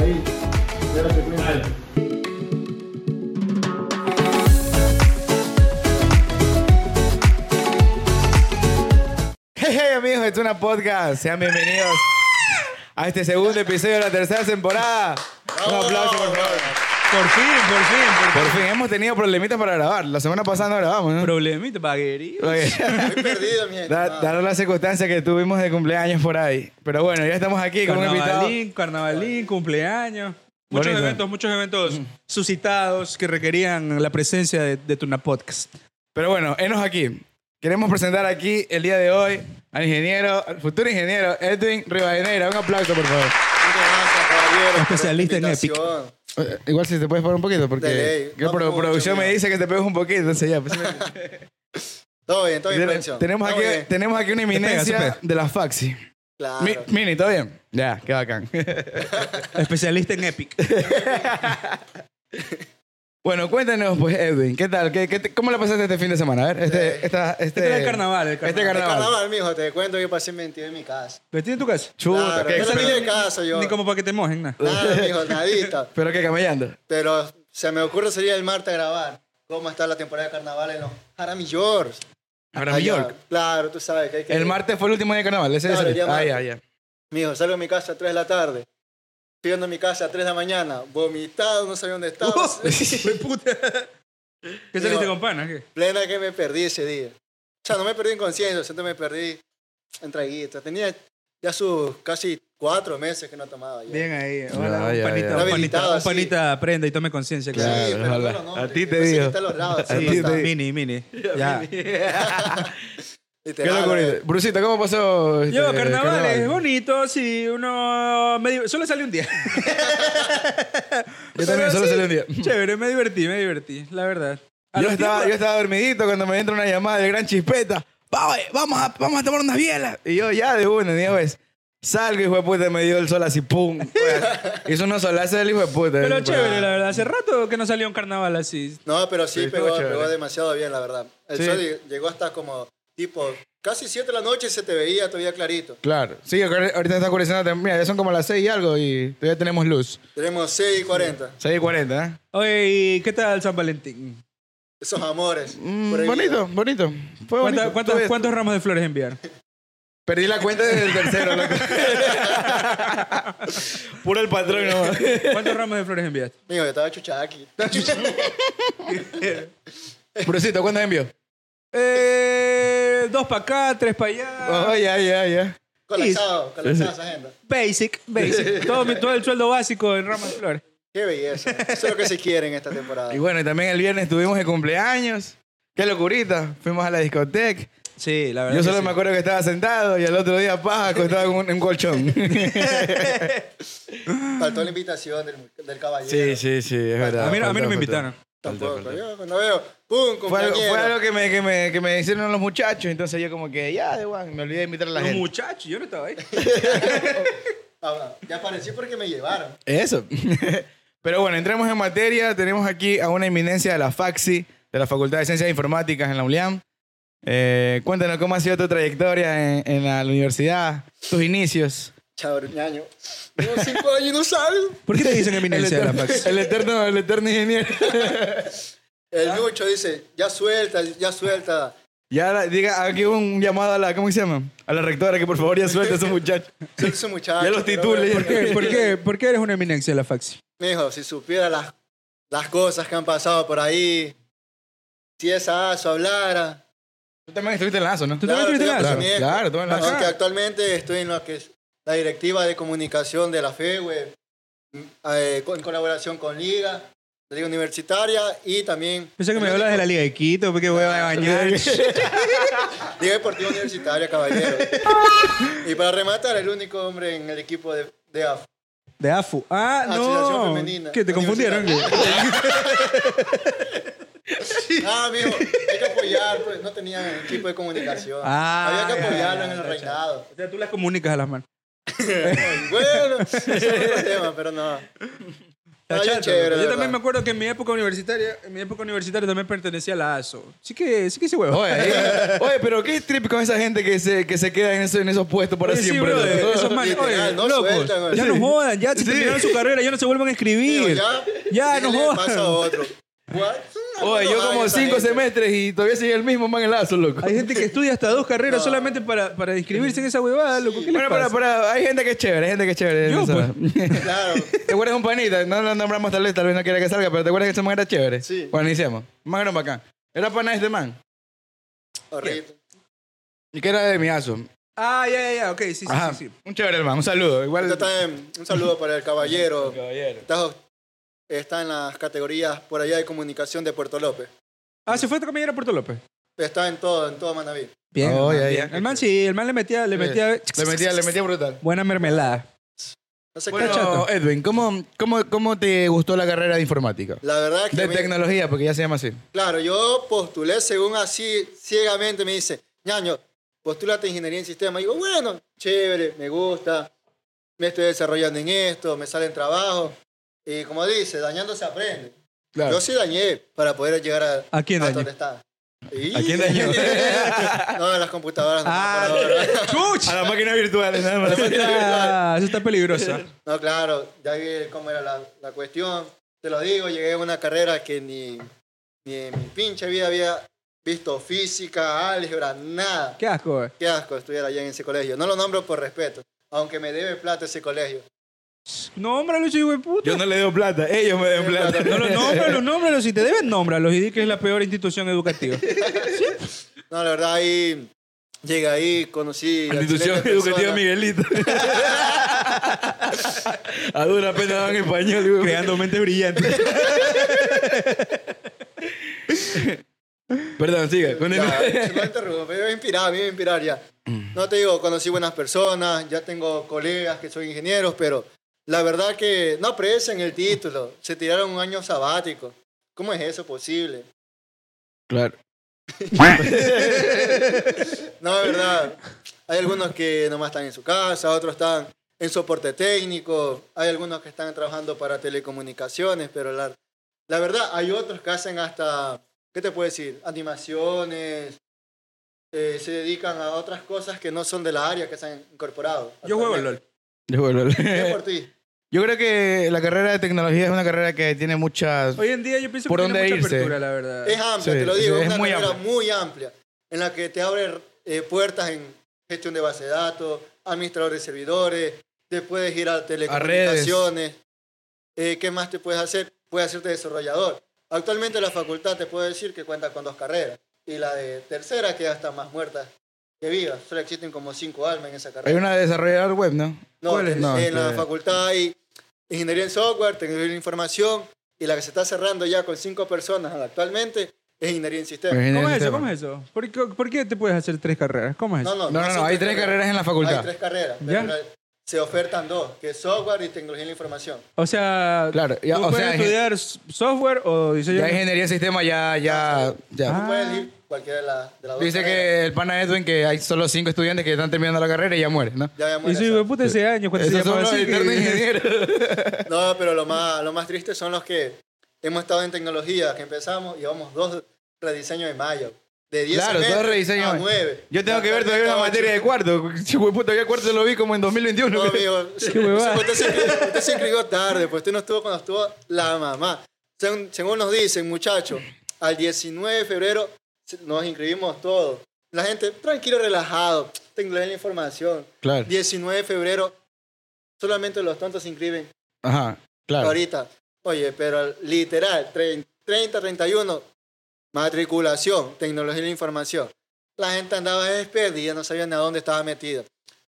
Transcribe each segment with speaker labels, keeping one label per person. Speaker 1: Ahí, espérate, cuidado.
Speaker 2: Hey, hey, amigos de Tuna Podcast, sean bienvenidos a este segundo episodio de la tercera temporada. Un aplauso, por favor.
Speaker 3: Por fin, por fin, por
Speaker 2: Por fin, hemos tenido problemitas para grabar. La semana pasada no grabamos, ¿no?
Speaker 3: Problemita, vaguería.
Speaker 2: Oye,
Speaker 1: Estoy perdido, mi gente.
Speaker 2: da- Dadas las circunstancias que tuvimos de cumpleaños por ahí. Pero bueno, ya estamos aquí con un invitado.
Speaker 3: Carnavalín, carnavalín, cumpleaños. Muchos
Speaker 2: Bonito. Mm.
Speaker 3: eventos, muchos eventos suscitados que requerían la presencia de, de Tuna Podcast.
Speaker 2: Pero bueno, enos aquí. Queremos presentar aquí el día de hoy al ingeniero, al futuro ingeniero Edwin Rivadeneira. Un aplauso, por favor.
Speaker 1: Muchas gracias, caballero, por
Speaker 3: Especialista en
Speaker 1: esta
Speaker 3: Epic.
Speaker 1: invitación.
Speaker 2: Eh, Igual si te puedes parar un poquito, porque
Speaker 1: Dale, ey,
Speaker 2: que
Speaker 1: no
Speaker 2: pro-
Speaker 1: mucho,
Speaker 2: producción me
Speaker 1: mira.
Speaker 2: dice que te pegues un poquito, entonces ya. pues,
Speaker 1: Todo bien, todo bien, producción.
Speaker 2: tenemos,
Speaker 1: Todo
Speaker 2: aquí,
Speaker 1: bien.
Speaker 2: tenemos aquí una eminencia
Speaker 3: pega.
Speaker 2: de la faxi.
Speaker 1: Claro.
Speaker 2: Mi- Mini, ¿todo bien? Ya, qué bacán.
Speaker 3: Especialista en Epic. Este
Speaker 2: bueno, cuéntanos, pues, Edwin, ¿qué tal? ¿Qué, qué te- ¿Cómo la pasaste este fin de semana? A ver, este, esta- este,
Speaker 3: Este era el carnaval, el
Speaker 2: Este
Speaker 1: El
Speaker 3: carnaval.
Speaker 2: carnaval.
Speaker 1: carnaval, mijo, te cuento que pasé metido en mi casa.
Speaker 3: ¿Vestido en tu casa?
Speaker 2: Chuta,
Speaker 1: Claro,
Speaker 2: qué
Speaker 1: yo no
Speaker 2: pero,
Speaker 1: salí de casa yo.
Speaker 3: Ni como para que te mojen, nada.
Speaker 1: Nada, mijo, nadita.
Speaker 2: pero qué camellando.
Speaker 1: Pero se me ocurre salir el martes a grabar cómo está la temporada de carnaval en los Jaramillors.
Speaker 2: Ahora
Speaker 1: Allá.
Speaker 2: York.
Speaker 1: Claro, tú sabes que hay que
Speaker 2: El
Speaker 1: ir.
Speaker 2: martes fue el último día de carnaval. Ese
Speaker 1: Claro,
Speaker 2: ese.
Speaker 1: el día
Speaker 2: Ah,
Speaker 1: martes.
Speaker 2: ya, ya.
Speaker 1: Mijo, salgo de mi casa a 3 de la tarde. Estoy yendo a mi casa a 3 de la mañana, vomitado, no sabía dónde estaba.
Speaker 3: Fue puta. ¿Qué saliste
Speaker 1: Digo-
Speaker 3: con panas? qué?
Speaker 1: plena que me perdí ese día. O sea, no me perdí en conciencia, sino me perdí en traguitos. Tenía ya sus casi cuatro meses que no tomaba. ya.
Speaker 3: Bien ahí.
Speaker 2: Ya,
Speaker 3: Hola,
Speaker 2: ya,
Speaker 3: un panita,
Speaker 2: ya.
Speaker 3: un
Speaker 1: Habilitado,
Speaker 3: panita, un
Speaker 1: así.
Speaker 3: panita aprenda y tome conciencia.
Speaker 1: Sí,
Speaker 3: Claro.
Speaker 1: pero
Speaker 2: Claro,
Speaker 1: no
Speaker 2: ojalá.
Speaker 1: los nombres,
Speaker 2: A ti te
Speaker 1: yo pensé que
Speaker 2: digo.
Speaker 1: está a los lados,
Speaker 2: A
Speaker 1: sí,
Speaker 2: ti
Speaker 1: está.
Speaker 2: te-
Speaker 3: Mini, mini. Ya.
Speaker 2: ¿Qué
Speaker 1: Literal,
Speaker 2: locura?
Speaker 1: eh.
Speaker 2: Brusito, ¿cómo pasó? este,
Speaker 3: Yo, carnaval
Speaker 2: carnaval?
Speaker 3: es bonito, sí, uno... Me, di- solo sale un día.
Speaker 2: Yo también, solo
Speaker 3: sí,
Speaker 2: salí un día.
Speaker 3: Chévere, me divertí, me divertí, la verdad. A
Speaker 2: Yo
Speaker 3: los
Speaker 2: estaba, yo
Speaker 3: tiempos-
Speaker 2: estaba dormidito cuando me entra una llamada del gran chispeta. "Pa, oye, Vamos a, vamos a tomar unas bielas. Y yo ya de una, ni ves. Salgo, hijo de puta, me dio el sol así, pum. pues. Hizo unos solazos del hijo de puta.
Speaker 3: Pero chévere, la verdad. Hace rato que no salía un carnaval así.
Speaker 1: No, pero sí,
Speaker 2: Sí, estuvo
Speaker 1: pegó,
Speaker 2: chévere.
Speaker 1: pegó demasiado bien, la verdad. El
Speaker 2: Sí.
Speaker 1: sol lleg- llegó hasta como tipo casi 7 de la noche y se te veía todavía clarito.
Speaker 2: Claro. Sí, ahor- ahorita está oscureciendo también. Mira, ya son como las 6 y algo y todavía tenemos luz.
Speaker 1: Tenemos 6 y 40.
Speaker 2: 6 y 40, ¿eh?
Speaker 3: Oye, ¿y qué tal San Valentín?
Speaker 1: Esos amores.
Speaker 2: Mm,
Speaker 1: prohibidos.
Speaker 2: bonito, bonito. Fue
Speaker 3: ¿Cuánta-
Speaker 2: bonito.
Speaker 3: cuántos-
Speaker 2: Tuve-
Speaker 3: ¿Cuántos ramos de flores enviaron?
Speaker 2: Perdí la cuenta desde el tercero, loco. Puro el patrón, nomás.
Speaker 3: ¿Cuántos ramos de flores enviaste?
Speaker 1: Mijo, yo estaba chuchada aquí. Estaba chuchada.
Speaker 2: Brusito, ¿cuántos envió?
Speaker 3: Eh, dos para acá, tres para allá.
Speaker 2: Oh, ya, ya, ya.
Speaker 1: colapsado, colapsada esa agenda.
Speaker 3: Basic, basic. todo, mi- todo el sueldo básico en ramos de flores.
Speaker 1: Qué belleza. Eso es lo que se quiere en esta temporada.
Speaker 2: Y bueno, y también el viernes tuvimos el cumpleaños. Qué locurita. Fuimos a la discoteca.
Speaker 3: Sí, la verdad.
Speaker 2: Yo
Speaker 3: que
Speaker 2: solo
Speaker 3: sí.
Speaker 2: me acuerdo que estaba sentado y al otro día paja acostado en un, en un colchón.
Speaker 1: Faltó la invitación del, del caballero.
Speaker 2: sí, sí, es
Speaker 3: A mí, a mí no me invitaron.
Speaker 1: Tampoco. Yo cuando veo, ¡pum!
Speaker 2: Fue algo,
Speaker 1: Compañero.
Speaker 2: fue algo que, me, que, me, que me hicieron los muchachos, entonces yo como que ya, de guan, me olvidé de invitar a la
Speaker 3: Los
Speaker 2: gente.
Speaker 3: muchachos, yo no estaba ahí.
Speaker 1: Ahora, Ah, ya aparecí porque me llevaron.
Speaker 2: Eso. Pero bueno, entremos en materia. Tenemos aquí a una eminencia de la Faxi, de la Facultad de Ciencias Informáticas en la ULIAM. Eh, cuéntanos cómo ha sido tu trayectoria en, en la universidad, tus inicios.
Speaker 1: Chao, ñaño. Tengo cinco años y no sabes.
Speaker 3: ¿Por qué te dicen
Speaker 2: El
Speaker 3: eminencia de la
Speaker 2: eterno,
Speaker 3: Pax?
Speaker 2: el eterno, el eterno ingeniero.
Speaker 1: El Lucho dice, ya suelta, ya suelta.
Speaker 2: Ya la- diga, aquí hubo un llamado a la, ¿cómo se llama? A la rectora que por favor ya suelte a esos muchachos.
Speaker 1: Soy su muchacho.
Speaker 2: Ya los
Speaker 1: pero
Speaker 2: titule.
Speaker 1: bueno,
Speaker 3: ¿Por qué, por, qué, ¿Por qué eres una eminencia de la faxi?
Speaker 1: Mijo, si supiera las, las cosas que han pasado por ahí, si esa ASO hablara.
Speaker 2: Tú también estuviste en lazo, ¿no?
Speaker 3: ¿Tú
Speaker 1: Claro,
Speaker 3: también estuviste en
Speaker 1: estoy
Speaker 3: la
Speaker 2: Claro,
Speaker 3: ASO?
Speaker 1: Nieco.
Speaker 2: claro, tú en lazo.
Speaker 1: Aunque actualmente estoy en lo que es la directiva de comunicación de la FEWE, mm, eh, co- en colaboración con Liga, la Liga Universitaria y también...
Speaker 3: Pensé que me hablas de la Liga de Quito, porque voy a bañar.
Speaker 1: Liga Deportiva Universitaria, caballero. y para rematar, el único hombre en el equipo de, de AF.
Speaker 3: De AFU. Ah,
Speaker 1: Asociación
Speaker 3: no.
Speaker 1: Femenina.
Speaker 3: ¿Qué? ¿Te confundieron?
Speaker 1: Universitaria. Ah, mijo, hay que apoyar, pues, no tenían equipo de comunicación.
Speaker 3: Ah,
Speaker 1: Había que
Speaker 3: ya,
Speaker 1: apoyarlo
Speaker 3: ya,
Speaker 1: en el
Speaker 3: ya, ya.
Speaker 1: reinado.
Speaker 3: O sea, tú las comunicas a las manos.
Speaker 1: Bueno, ese es otro tema, pero no. Está
Speaker 3: Está
Speaker 1: bien
Speaker 3: chato,
Speaker 1: chévere,
Speaker 3: loco.
Speaker 1: de
Speaker 3: Yo también me
Speaker 1: verdad.
Speaker 3: acuerdo que en mi época universitaria, en mi época universitaria también pertenecía a la ASO. Sí que, sí que ese huevo.
Speaker 2: Oye, ahí- oye, pero qué trip con esa gente que se, que se queda en, eso- en esos puestos para
Speaker 3: Oye, sí,
Speaker 2: siempre.
Speaker 3: brother,
Speaker 2: loco.
Speaker 3: esos manes,
Speaker 1: Literal,
Speaker 3: oye,
Speaker 1: no
Speaker 3: locos,
Speaker 1: sueltan, oye.
Speaker 3: ya no jodan, ya se terminaron su carrera, ya no se vuelvan a
Speaker 1: Digo,
Speaker 3: escribir.
Speaker 1: ya,
Speaker 3: Ya, no
Speaker 1: dile,
Speaker 3: jodas.
Speaker 1: pasa a otro. What?
Speaker 2: Oye, yo
Speaker 1: Ay,
Speaker 2: como
Speaker 1: esa
Speaker 2: cinco
Speaker 1: gente.
Speaker 2: semestres y todavía soy el mismo man en lazo, loco.
Speaker 3: Hay gente que estudia hasta dos carreras solamente para, para inscribirse en esa huevada, loco. ¿Qué les
Speaker 2: Bueno, para,
Speaker 3: pasa?
Speaker 2: para, hay gente que es chévere, hay gente que es chévere.
Speaker 3: Yo, pues.
Speaker 2: Esa-
Speaker 1: Claro.
Speaker 2: ¿Te acuerdas de un panita? No lo nombramos tal vez, tal vez no quiera que salga, pero ¿te acuerdas que ese man era chévere?
Speaker 1: Sí.
Speaker 2: Bueno, iniciamos. Man era bacán. Era pana de este man.
Speaker 1: Horrible.
Speaker 2: Y que era de mi aso.
Speaker 3: Ah, ya, ya, ya, ok, sí, sí,
Speaker 2: Ajá.
Speaker 3: sí. sí.
Speaker 2: Un chévere, hermano. Un saludo. Igual.
Speaker 1: Esto está en- un saludo para el caballero.
Speaker 2: Caballero.
Speaker 1: Está, está en las categorías por allá de comunicación de Puerto López.
Speaker 3: Ah, se fue también a Puerto López.
Speaker 1: Está en todo, en todo Manaví.
Speaker 3: Bien,
Speaker 2: Oh,
Speaker 3: hermano,
Speaker 2: ya,
Speaker 3: bien.
Speaker 2: ya.
Speaker 3: El man sí, el man le metía, le
Speaker 2: Sí.
Speaker 3: metía.
Speaker 2: Le metía, le metía brutal.
Speaker 3: Buena mermelada.
Speaker 1: No sé qué-
Speaker 2: Bueno,
Speaker 3: chato.
Speaker 2: Edwin, ¿cómo, cómo, ¿cómo te gustó la carrera de informática?
Speaker 1: La verdad es que...
Speaker 2: De
Speaker 1: me-
Speaker 2: tecnología, porque ya se llama así.
Speaker 1: Claro, yo postulé según así, ciegamente me dice, ñaño, postulate ingeniería en sistema. Y digo, bueno, chévere, me gusta, me estoy desarrollando en esto, me salen trabajos. Y como dice, dañando se aprende.
Speaker 2: Claro.
Speaker 1: Yo sí dañé para poder llegar a,
Speaker 3: ¿A quién
Speaker 1: hasta
Speaker 3: dañó?
Speaker 1: donde está. Y-
Speaker 2: ¿A quién dañó?
Speaker 1: no, a las computadoras. No,
Speaker 3: Ah,
Speaker 1: por ahora.
Speaker 3: ¡Chuch!
Speaker 2: A las máquinas virtuales, nada más.
Speaker 3: Ah, eso está peligroso.
Speaker 1: No, claro, ya vi cómo era la, la cuestión. Te lo digo, llegué a una carrera que ni, ni en mi pinche vida había visto física, álgebra, nada.
Speaker 3: Qué asco, eh.
Speaker 1: Qué asco estudiar allá en ese colegio. No lo nombro por respeto, aunque me debe plata ese colegio.
Speaker 3: Nómbralo, hijo de puta.
Speaker 2: Yo no le doy plata, ellos me den plata.
Speaker 3: No los nómbralos, nómbralos. Si te deben, nómbralos. Y di que es la peor institución educativa.
Speaker 1: No, la verdad, ahí llegué ahí, conocí. a
Speaker 2: Institución
Speaker 1: excelentes
Speaker 2: Educativa
Speaker 1: personas.
Speaker 2: Miguelito. A dura pena van en español. digo.
Speaker 3: mentes brillantes.
Speaker 2: Perdón, siga. continúa.
Speaker 1: Ya, se lo interrumpo, me iba a inspirar, me iba a inspirar ya. No te digo, conocí buenas personas, ya tengo colegas que son ingenieros, pero la verdad que no aprecian el título. Se tiraron un año sabático. ¿Cómo es eso posible?
Speaker 2: Claro.
Speaker 1: No, de verdad. Hay algunos que nomás están en su casa, otros están en soporte técnico, hay algunos que están trabajando para telecomunicaciones, pero la, la verdad, hay otros que hacen hasta, ¿qué te puedo decir? Animaciones, eh, se dedican a otras cosas que no son de la área que se han incorporado.
Speaker 3: Yo juego al LOL.
Speaker 2: Yo, vuelvo.
Speaker 1: Bien por ti.
Speaker 2: Yo creo que la carrera de tecnología es una carrera que tiene muchas...
Speaker 3: Hoy en día yo pienso
Speaker 2: ¿Por
Speaker 3: que
Speaker 2: dónde
Speaker 3: tiene mucha
Speaker 2: irse?
Speaker 3: apertura, la verdad.
Speaker 1: Es amplia,
Speaker 2: Sí,
Speaker 1: te lo digo,
Speaker 2: sí,
Speaker 1: es
Speaker 2: es
Speaker 1: una
Speaker 2: muy
Speaker 1: carrera
Speaker 2: amplia.
Speaker 1: muy amplia, en la que te abre eh, puertas en gestión de base de datos, administrador de servidores, te puedes ir a telecomunicaciones. eh, ¿Qué más te puedes hacer? Puedes hacerte desarrollador. Actualmente la facultad te puedo decir que cuenta con dos carreras y la de tercera que ya está más muerta que viva. Solo existen como cinco almas en esa carrera.
Speaker 2: Hay una de desarrollador web, ¿no?
Speaker 1: No,
Speaker 2: ¿Cuál es?
Speaker 1: en,
Speaker 2: No, este-
Speaker 1: en la
Speaker 2: que-
Speaker 1: facultad hay ingeniería en software, tecnología de la información, y la que se está cerrando ya con cinco personas actualmente es ingeniería en sistemas.
Speaker 3: ¿Cómo es eso? ¿Cómo es eso? ¿Por qué, por qué te puedes hacer tres carreras? ¿Cómo es
Speaker 1: No,
Speaker 3: eso?
Speaker 1: no,
Speaker 2: No, no, no,
Speaker 1: son
Speaker 2: hay tres carreras en la
Speaker 1: Hay
Speaker 2: facultad.
Speaker 1: tres carreras,
Speaker 3: ¿Ya?
Speaker 1: pero se ofertan dos, que es software y tecnología de la información.
Speaker 3: O sea,
Speaker 2: Claro, ya,
Speaker 3: tú
Speaker 2: o
Speaker 3: puedes
Speaker 2: sea, hay-
Speaker 3: estudiar s- software o diseño.
Speaker 2: Ya ingeniería de sistema, ya, ya, ya.
Speaker 1: Tú puedes ir cualquiera de, la- de las dos
Speaker 2: Ah. Dice
Speaker 1: carreras.
Speaker 2: que el pana Edwin que hay solo cinco estudiantes que están terminando la carrera y ya mueren, ¿no?
Speaker 1: Ya habíamos
Speaker 3: Y soy
Speaker 1: regresado.
Speaker 3: hijo de puta ese año cuando se
Speaker 2: Esos son
Speaker 3: llamaba
Speaker 2: los
Speaker 3: así.
Speaker 2: eternos
Speaker 3: que-
Speaker 2: ingenieros.
Speaker 1: No, pero lo más, lo más triste son los que hemos estado en tecnología, que empezamos y vamos dos rediseños de mayo. De 10
Speaker 2: Claro,
Speaker 1: semestres
Speaker 2: todo rediseño.
Speaker 1: a 9.
Speaker 2: Yo tengo que ver todavía una materia de cuarto. Chico, puta, yo cuarto lo vi como en 2021.
Speaker 1: No, amigo.
Speaker 3: huevada.
Speaker 1: Usted se, inscribió, usted se inscribió tarde, pues usted no estuvo cuando estuvo la mamá. Según, según nos dicen, muchachos, al 19 de febrero se- nos inscribimos todos. La gente, tranquilo, relajado, tengo la información.
Speaker 2: Claro.
Speaker 1: 19 de febrero, solamente los tontos se inscriben
Speaker 2: Ajá, claro.
Speaker 1: ahorita. Oye, pero literal, trein- 30, 31, matriculación, tecnología de la información. La gente andaba desperdida, no sabía ni a dónde estaba metida.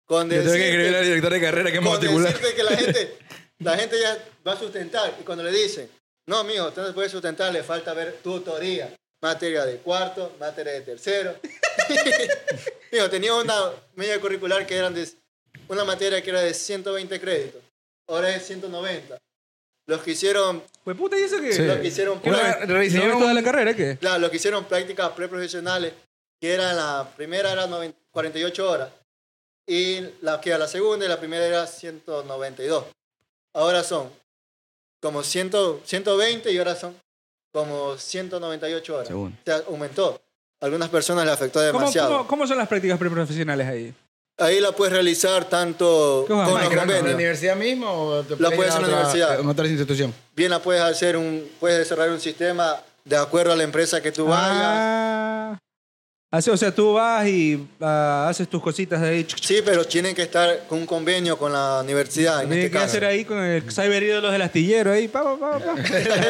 Speaker 1: Con
Speaker 2: Yo tengo que
Speaker 1: decirte-
Speaker 2: escribir al director de carrera que es
Speaker 1: con
Speaker 2: matricular.
Speaker 1: decirte que la gente, la gente ya va a sustentar. Y cuando le dicen, no, mijo, usted no puede sustentar, le falta ver tutoría. Materia de cuarto, materia de tercero. mijo, tenía una media curricular que eran de una materia que era de 120 créditos. Ahora es 190. Los que hicieron,
Speaker 3: Pues puta, ¿y eso qué?
Speaker 2: Sí.
Speaker 1: los que hicieron,
Speaker 2: Una
Speaker 1: práctica-
Speaker 2: vez rediseñaron
Speaker 3: ¿No de la carrera qué?
Speaker 1: claro, los que hicieron prácticas preprofesionales, que era la primera era 90 48 horas y la que era la segunda y la primera era 192. Ahora son como 100, 120 y ahora son como 198 horas.
Speaker 2: Segundo.
Speaker 1: O sea, aumentó. Algunas personas le afectó
Speaker 3: ¿Cómo,
Speaker 1: demasiado.
Speaker 3: cómo, cómo son las prácticas preprofesionales ahí?
Speaker 1: Ahí la puedes realizar tanto
Speaker 3: ¿Qué va,
Speaker 1: con
Speaker 3: Mike?
Speaker 1: los
Speaker 3: ¿Gran-
Speaker 2: ¿En la
Speaker 1: convenios.
Speaker 2: universidad mismo o te
Speaker 1: La
Speaker 2: ir
Speaker 1: puedes
Speaker 2: a
Speaker 1: en la
Speaker 2: otra-
Speaker 1: universidad.
Speaker 2: En otra institución.
Speaker 1: Bien la puedes hacer un, puedes desarrollar un sistema de acuerdo a la empresa que tú vayas.
Speaker 3: Ah. Así, o sea, tú vas y ah, haces tus cositas de ahí. chuc, chuc.
Speaker 1: Sí, pero tienen que estar con un convenio con la universidad en
Speaker 3: Tiene
Speaker 1: este
Speaker 3: que
Speaker 1: caso.
Speaker 3: hacer ahí con el cyber ídolos del astillero ahí, pa, pa, pa, pa.
Speaker 2: A
Speaker 3: Ahí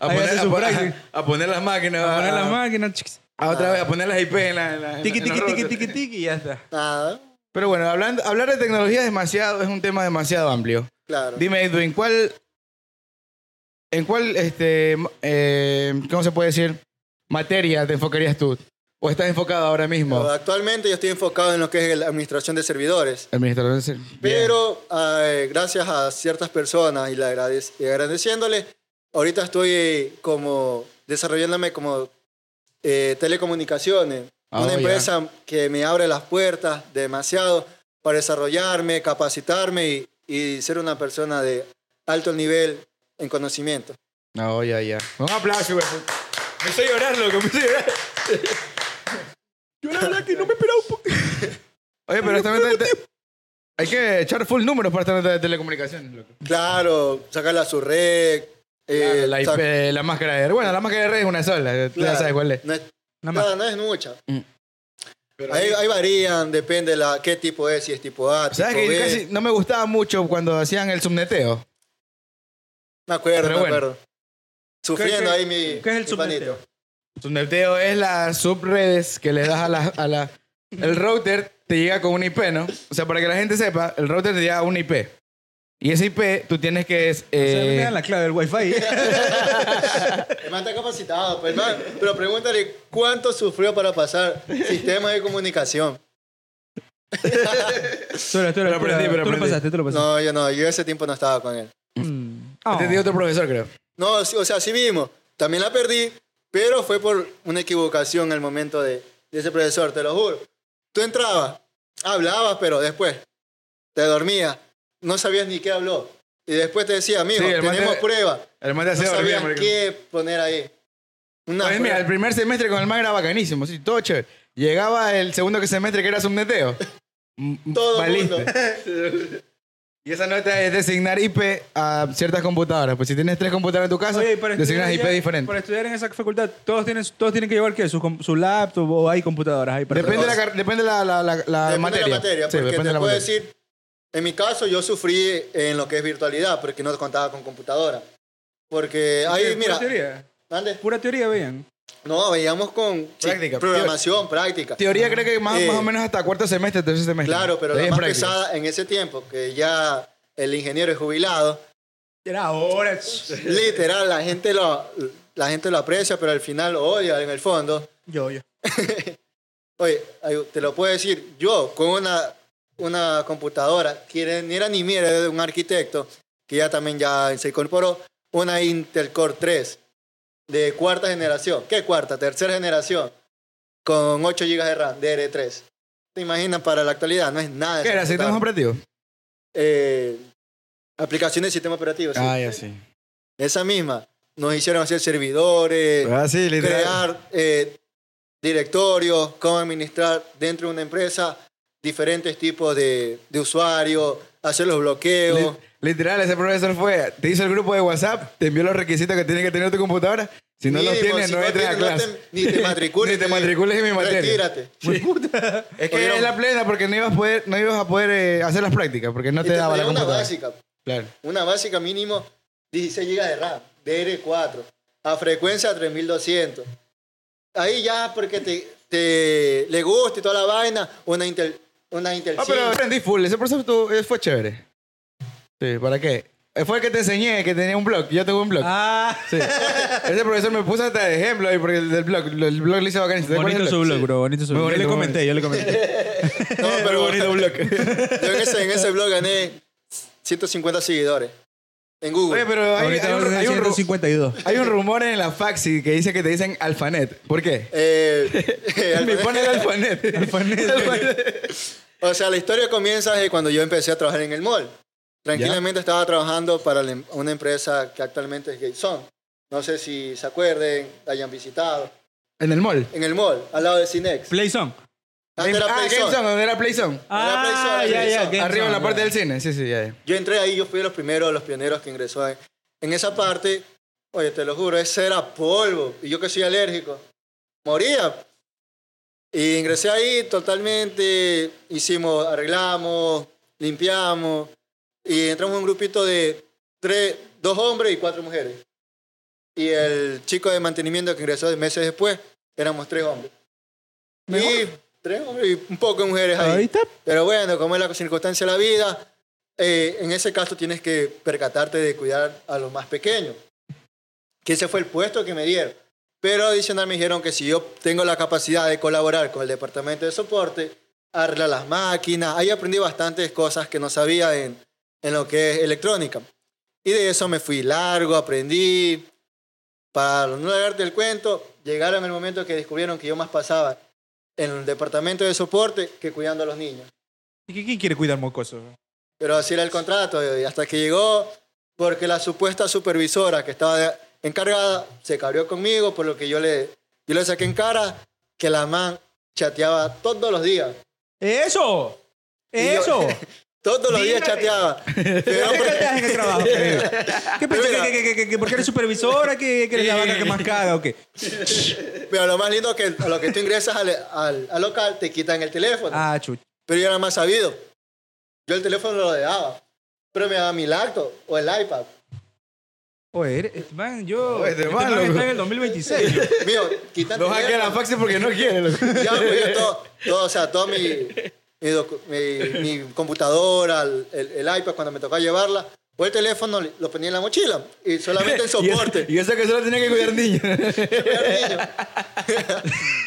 Speaker 2: poner,
Speaker 3: hace
Speaker 2: a,
Speaker 3: su
Speaker 2: poner-
Speaker 3: práctica.
Speaker 2: a poner las máquinas.
Speaker 3: A poner las máquinas, chic,
Speaker 2: A otra vez, a poner las IP en la. en la- en la-
Speaker 3: tiqui,
Speaker 2: en la
Speaker 3: tiqui, tiqui,
Speaker 2: router.
Speaker 3: tiqui, tiqui, y ya está.
Speaker 1: Nada,
Speaker 2: Pero bueno, hablando, hablar de tecnología es demasiado, es un tema demasiado amplio.
Speaker 1: claro.
Speaker 2: Dime, Edwin, ¿cuál. ¿En cuál, este. eh, ¿Cómo se puede decir? Materia te enfocarías tú? ¿O estás enfocado ahora mismo?
Speaker 1: Actualmente yo estoy enfocado en lo que es la administración de servidores.
Speaker 2: Administrador de ser-
Speaker 1: Pero eh, gracias a ciertas personas y, le agradec- y agradeciéndoles, ahorita estoy eh, como desarrollándome como eh, telecomunicaciones,
Speaker 2: Ah,
Speaker 1: una
Speaker 2: ya.
Speaker 1: empresa que me abre las puertas demasiado para desarrollarme, capacitarme y, y ser una persona de alto nivel en conocimiento.
Speaker 2: Bien. No, ya, ya. Un aplauso, güey. Me hizo llorar, loco, me hizo llorar.
Speaker 3: Yo la verdad que no me esperaba un poco.
Speaker 2: Oye, pero esta nota. de te- Hay que echar full números para esta nota de telecomunicaciones, loco. Ah,
Speaker 1: Claro, sacarla a su red. eh,
Speaker 2: la,
Speaker 1: sac-
Speaker 2: IP, la máscara de red. Bueno, la máscara de red es una sola, tú ya
Speaker 1: claro,
Speaker 2: sabes cuál es.
Speaker 1: No es,
Speaker 3: Nada
Speaker 1: claro,
Speaker 3: más.
Speaker 1: no es mucha.
Speaker 2: Mm.
Speaker 1: ahí, ahí varían, depende la, qué tipo es, si es tipo A,
Speaker 2: ¿Sabes
Speaker 1: tipo B.
Speaker 2: que casi no me gustaba mucho cuando hacían el subneteo?
Speaker 1: Me acuerdo,
Speaker 2: Pero
Speaker 1: me
Speaker 2: bueno.
Speaker 1: acuerdo. Sufriendo
Speaker 3: qué-
Speaker 1: ahí mi.
Speaker 3: qué es el
Speaker 1: mi
Speaker 3: subneteo?
Speaker 1: panito.
Speaker 2: Subneteo es las subredes que le das a la, a la... El router te llega con una IP, ¿no? O sea, para que la gente sepa, el router te llega a una IP. Y esa IP tú tienes que... es,
Speaker 3: O sea, me
Speaker 2: Eh,
Speaker 3: dan la clave del wifi.
Speaker 1: El man está capacitado, pues, man. Pero pregúntale cuánto sufrió para pasar sistemas de comunicación.
Speaker 3: Tú eras- tú eras
Speaker 2: Pero aprendí,
Speaker 3: pura-
Speaker 2: pero
Speaker 3: Tú lo
Speaker 2: aprendí.
Speaker 3: pasaste, tú lo pasaste.
Speaker 1: No, yo no, yo ese tiempo no estaba con él.
Speaker 3: Mm. Ah.
Speaker 2: Te dio otro profesor, creo.
Speaker 1: No, sí, o sea, sí mismo. También la perdí, pero fue por una equivocación en el momento de, de ese profesor, te lo juro. Tú entrabas, hablabas, pero después te dormías, no sabías ni qué habló. Y después te decía, amigo,
Speaker 2: Sí, el man
Speaker 1: tenemos
Speaker 2: te-
Speaker 1: prueba.
Speaker 2: El man te
Speaker 1: No
Speaker 2: hacía dormir,
Speaker 1: sabías
Speaker 2: marica.
Speaker 1: qué poner ahí. Una
Speaker 2: Pues mira,
Speaker 1: prueba.
Speaker 2: el primer semestre con el man era bacanísimo, sí, todo chévere. Llegaba el segundo semestre que era subneteo. Mm, mm,
Speaker 1: Todo
Speaker 2: valiste.
Speaker 1: mundo.
Speaker 2: Y esa nota es designar IP a ciertas computadoras. Pues si tienes tres computadoras en tu casa,
Speaker 3: Oye, y para
Speaker 2: designas
Speaker 3: estudiar
Speaker 2: IP
Speaker 3: allá-
Speaker 2: diferentes.
Speaker 3: Para estudiar en esa facultad, todos tienen, todos tienen que llevar qué, su, com- su laptop o hay computadoras ahí para
Speaker 2: Depende, de la, car- depende de la, la, la, la
Speaker 1: Depende
Speaker 2: Ah, materia.
Speaker 1: de la materia,
Speaker 2: Sí,
Speaker 1: porque
Speaker 2: depende
Speaker 1: te
Speaker 2: de la
Speaker 1: puedo
Speaker 2: materia.
Speaker 1: decir, en mi caso yo sufrí en lo que es virtualidad, porque no contaba con computadora. Porque ahí,
Speaker 3: Pura
Speaker 1: mira,
Speaker 3: teoría.
Speaker 1: ¿dónde?
Speaker 3: Pura teoría, vean.
Speaker 1: No, veíamos con sí,
Speaker 2: Práctica.
Speaker 1: programación, práctica.
Speaker 2: Teoría creo que más,
Speaker 1: Eh,
Speaker 2: más o menos hasta cuarto semestre, tercer semestre.
Speaker 1: Claro, pero
Speaker 2: De ahí
Speaker 1: la
Speaker 2: en
Speaker 1: más
Speaker 2: práctica.
Speaker 1: pesada en ese tiempo, que ya el ingeniero es jubilado,
Speaker 3: Era ahora.
Speaker 1: literal, la gente lo, la gente lo aprecia, pero al final lo odia en el fondo.
Speaker 3: Yo, yo.
Speaker 1: Oye, ay, te lo puedo decir, yo con una, una computadora, que era- ni era ni mía, era de un arquitecto, que ya también ya se incorporó, una Intel Core 3 de cuarta generación. ¿Qué cuarta? Tercera generación, con 8 GB de RAM, DR3. ¿Te imaginas para la actualidad? No es nada.
Speaker 2: ¿Qué era? ¿Sistemas operativos?
Speaker 1: Eh, aplicaciones de sistema operativo, sí.
Speaker 2: Ah, ya sí.
Speaker 1: Esa misma. Nos hicieron hacer servidores,
Speaker 2: Ah, sí, literal.
Speaker 1: crear eh, directorios, cómo administrar dentro de una empresa diferentes tipos de, de usuarios, hacer los bloqueos.
Speaker 2: Li- Literal, ese profesor fue, te hizo el grupo de WhatsApp, te envió los requisitos que tienes que tener tu computadora. Si no
Speaker 1: Mínimo,
Speaker 2: los tienes,
Speaker 1: pues, si
Speaker 2: no entres a
Speaker 1: tienes,
Speaker 2: clase.
Speaker 1: no te- ni te matricules.
Speaker 2: Ni te matricules en mi materia.
Speaker 1: Retírate.
Speaker 3: puta.
Speaker 2: Es que
Speaker 1: Oyeron.
Speaker 2: es la plena porque no ibas, a poder, no ibas a poder eh, hacer las prácticas porque no
Speaker 1: Y
Speaker 2: te, daba la
Speaker 1: pedían una
Speaker 2: computadora.
Speaker 1: básica.
Speaker 2: Claro.
Speaker 1: Una básica mínimo 16 GB de RAM, DR4, a frecuencia 3200. Ahí ya porque te, te le gusta y toda la vaina, una Intel, una Intel
Speaker 2: Ah, pero
Speaker 1: 5.
Speaker 2: aprendí full. Ese profesor tú- eh, fue chévere. Sí, ¿para qué? Eh, Fue el que te enseñé que tenía un blog. Yo tengo un blog.
Speaker 3: Ah.
Speaker 2: Sí. Ese profesor me puso hasta de ejemplo ahí porque el del blog, el blog le hizo bacán. ¿Te
Speaker 3: Bonito
Speaker 2: acuerdas del
Speaker 3: su blog,
Speaker 2: Sí.
Speaker 3: bro. Bonito su
Speaker 2: Muy
Speaker 3: blog. Yo le
Speaker 2: bonito,
Speaker 3: comenté, yo le comenté.
Speaker 1: No, pero
Speaker 2: bonito blog.
Speaker 1: yo en ese, en ese blog gané 150 seguidores. en Google.
Speaker 2: Oye, pero hay,
Speaker 3: Ahorita
Speaker 2: hay un,
Speaker 3: vamos
Speaker 2: hay un ru-
Speaker 3: 152.
Speaker 2: hay un rumor en la Faxi que dice que te dicen Alfanet. ¿Por qué?
Speaker 1: Eh, eh,
Speaker 2: Me
Speaker 1: Alfanet.
Speaker 2: pone el Alfanet. Alfanet.
Speaker 1: O sea, la historia comienza desde cuando yo empecé a trabajar en el mall. Tranquilamente estaba trabajando para la em- una empresa que actualmente es GateZone. No sé si se acuerden, la hayan visitado.
Speaker 2: en el mall.
Speaker 1: En el mall, al lado de Cinex.
Speaker 3: PlaySong.
Speaker 1: Antes era
Speaker 2: ah,
Speaker 1: Playzone.
Speaker 2: GameZone, donde era Playzone.
Speaker 3: Ah,
Speaker 1: Era PlayStation, era PlayStation.
Speaker 2: Arriba en la parte del
Speaker 3: del
Speaker 2: cine. Sí, sí, ya. ya.
Speaker 1: Yo entré ahí, yo fui de los primeros, de los pioneros que ingresó en, en esa parte. Oye, te lo juro, ese era polvo. Y yo que soy alérgico, moría. Y ingresé ahí totalmente, hicimos, arreglamos, limpiamos. Y entramos en un grupito de tres, dos hombres y cuatro mujeres. Y el chico de mantenimiento que ingresó meses después, éramos tres hombres. Y tres hombres y un poco de mujeres ahí.
Speaker 3: Ahorita.
Speaker 1: Pero bueno, como es la circunstancia de la vida, eh, en ese caso tienes que percatarte de cuidar a los más pequeños. Que ese fue el puesto que me dieron. Pero adicional me dijeron que si yo tengo la capacidad de colaborar con el departamento de soporte, arreglar las máquinas, ahí aprendí bastantes cosas que no sabía en, en lo que es electrónica. Y de eso me fui largo, aprendí. Para no darte el cuento, llegaron el momento que descubrieron que yo más pasaba en el departamento de soporte que cuidando a los niños.
Speaker 3: ¿Y qué- ¿Quién quiere cuidar mocoso?
Speaker 1: Pero así era el contrato, y hasta que llegó, porque la supuesta supervisora que estaba de- encargada se cabreó conmigo, por lo que yo le, yo le saqué en cara que la man chateaba todos los días.
Speaker 3: ¡Eso!
Speaker 1: Y yo-
Speaker 3: ¡Eso!
Speaker 1: Todos los días
Speaker 3: Dígale.
Speaker 1: chateaba. Pero,
Speaker 3: ¿Por qué te
Speaker 1: porque-
Speaker 3: hacen el trabajo? ¿Qué pensás?
Speaker 1: Mira.
Speaker 3: ¿Que, que, que, que, que porque eres supervisora? ¿Que, que eres la vaca que más caga o qué?
Speaker 1: pero lo más lindo es que a lo que tú ingresas al, al- al local te quitan el teléfono.
Speaker 3: Ah, chucha.
Speaker 1: Pero yo era más sabido. Yo el teléfono lo dejaba, pero me daba mi lacto o el iPad.
Speaker 3: Oye, eres- este man, yo.
Speaker 2: Oye, este
Speaker 3: este
Speaker 2: man,
Speaker 3: man
Speaker 2: loco.
Speaker 3: está en el 2026. yo.
Speaker 1: Mío, quitan
Speaker 2: Lo
Speaker 1: teléfono.
Speaker 2: hackean la Faxi porque no quieren. loco.
Speaker 1: Ya, pues, yo todo, todo, o sea, todo mi, mi, docu- mi- mi computadora, el, el- el iPad, cuando me tocaba llevarla, o el teléfono, lo ponía en la mochila. Y solamente el
Speaker 2: Y eso-
Speaker 1: soporte.
Speaker 2: Y eso que solo tenía que cuidar niños.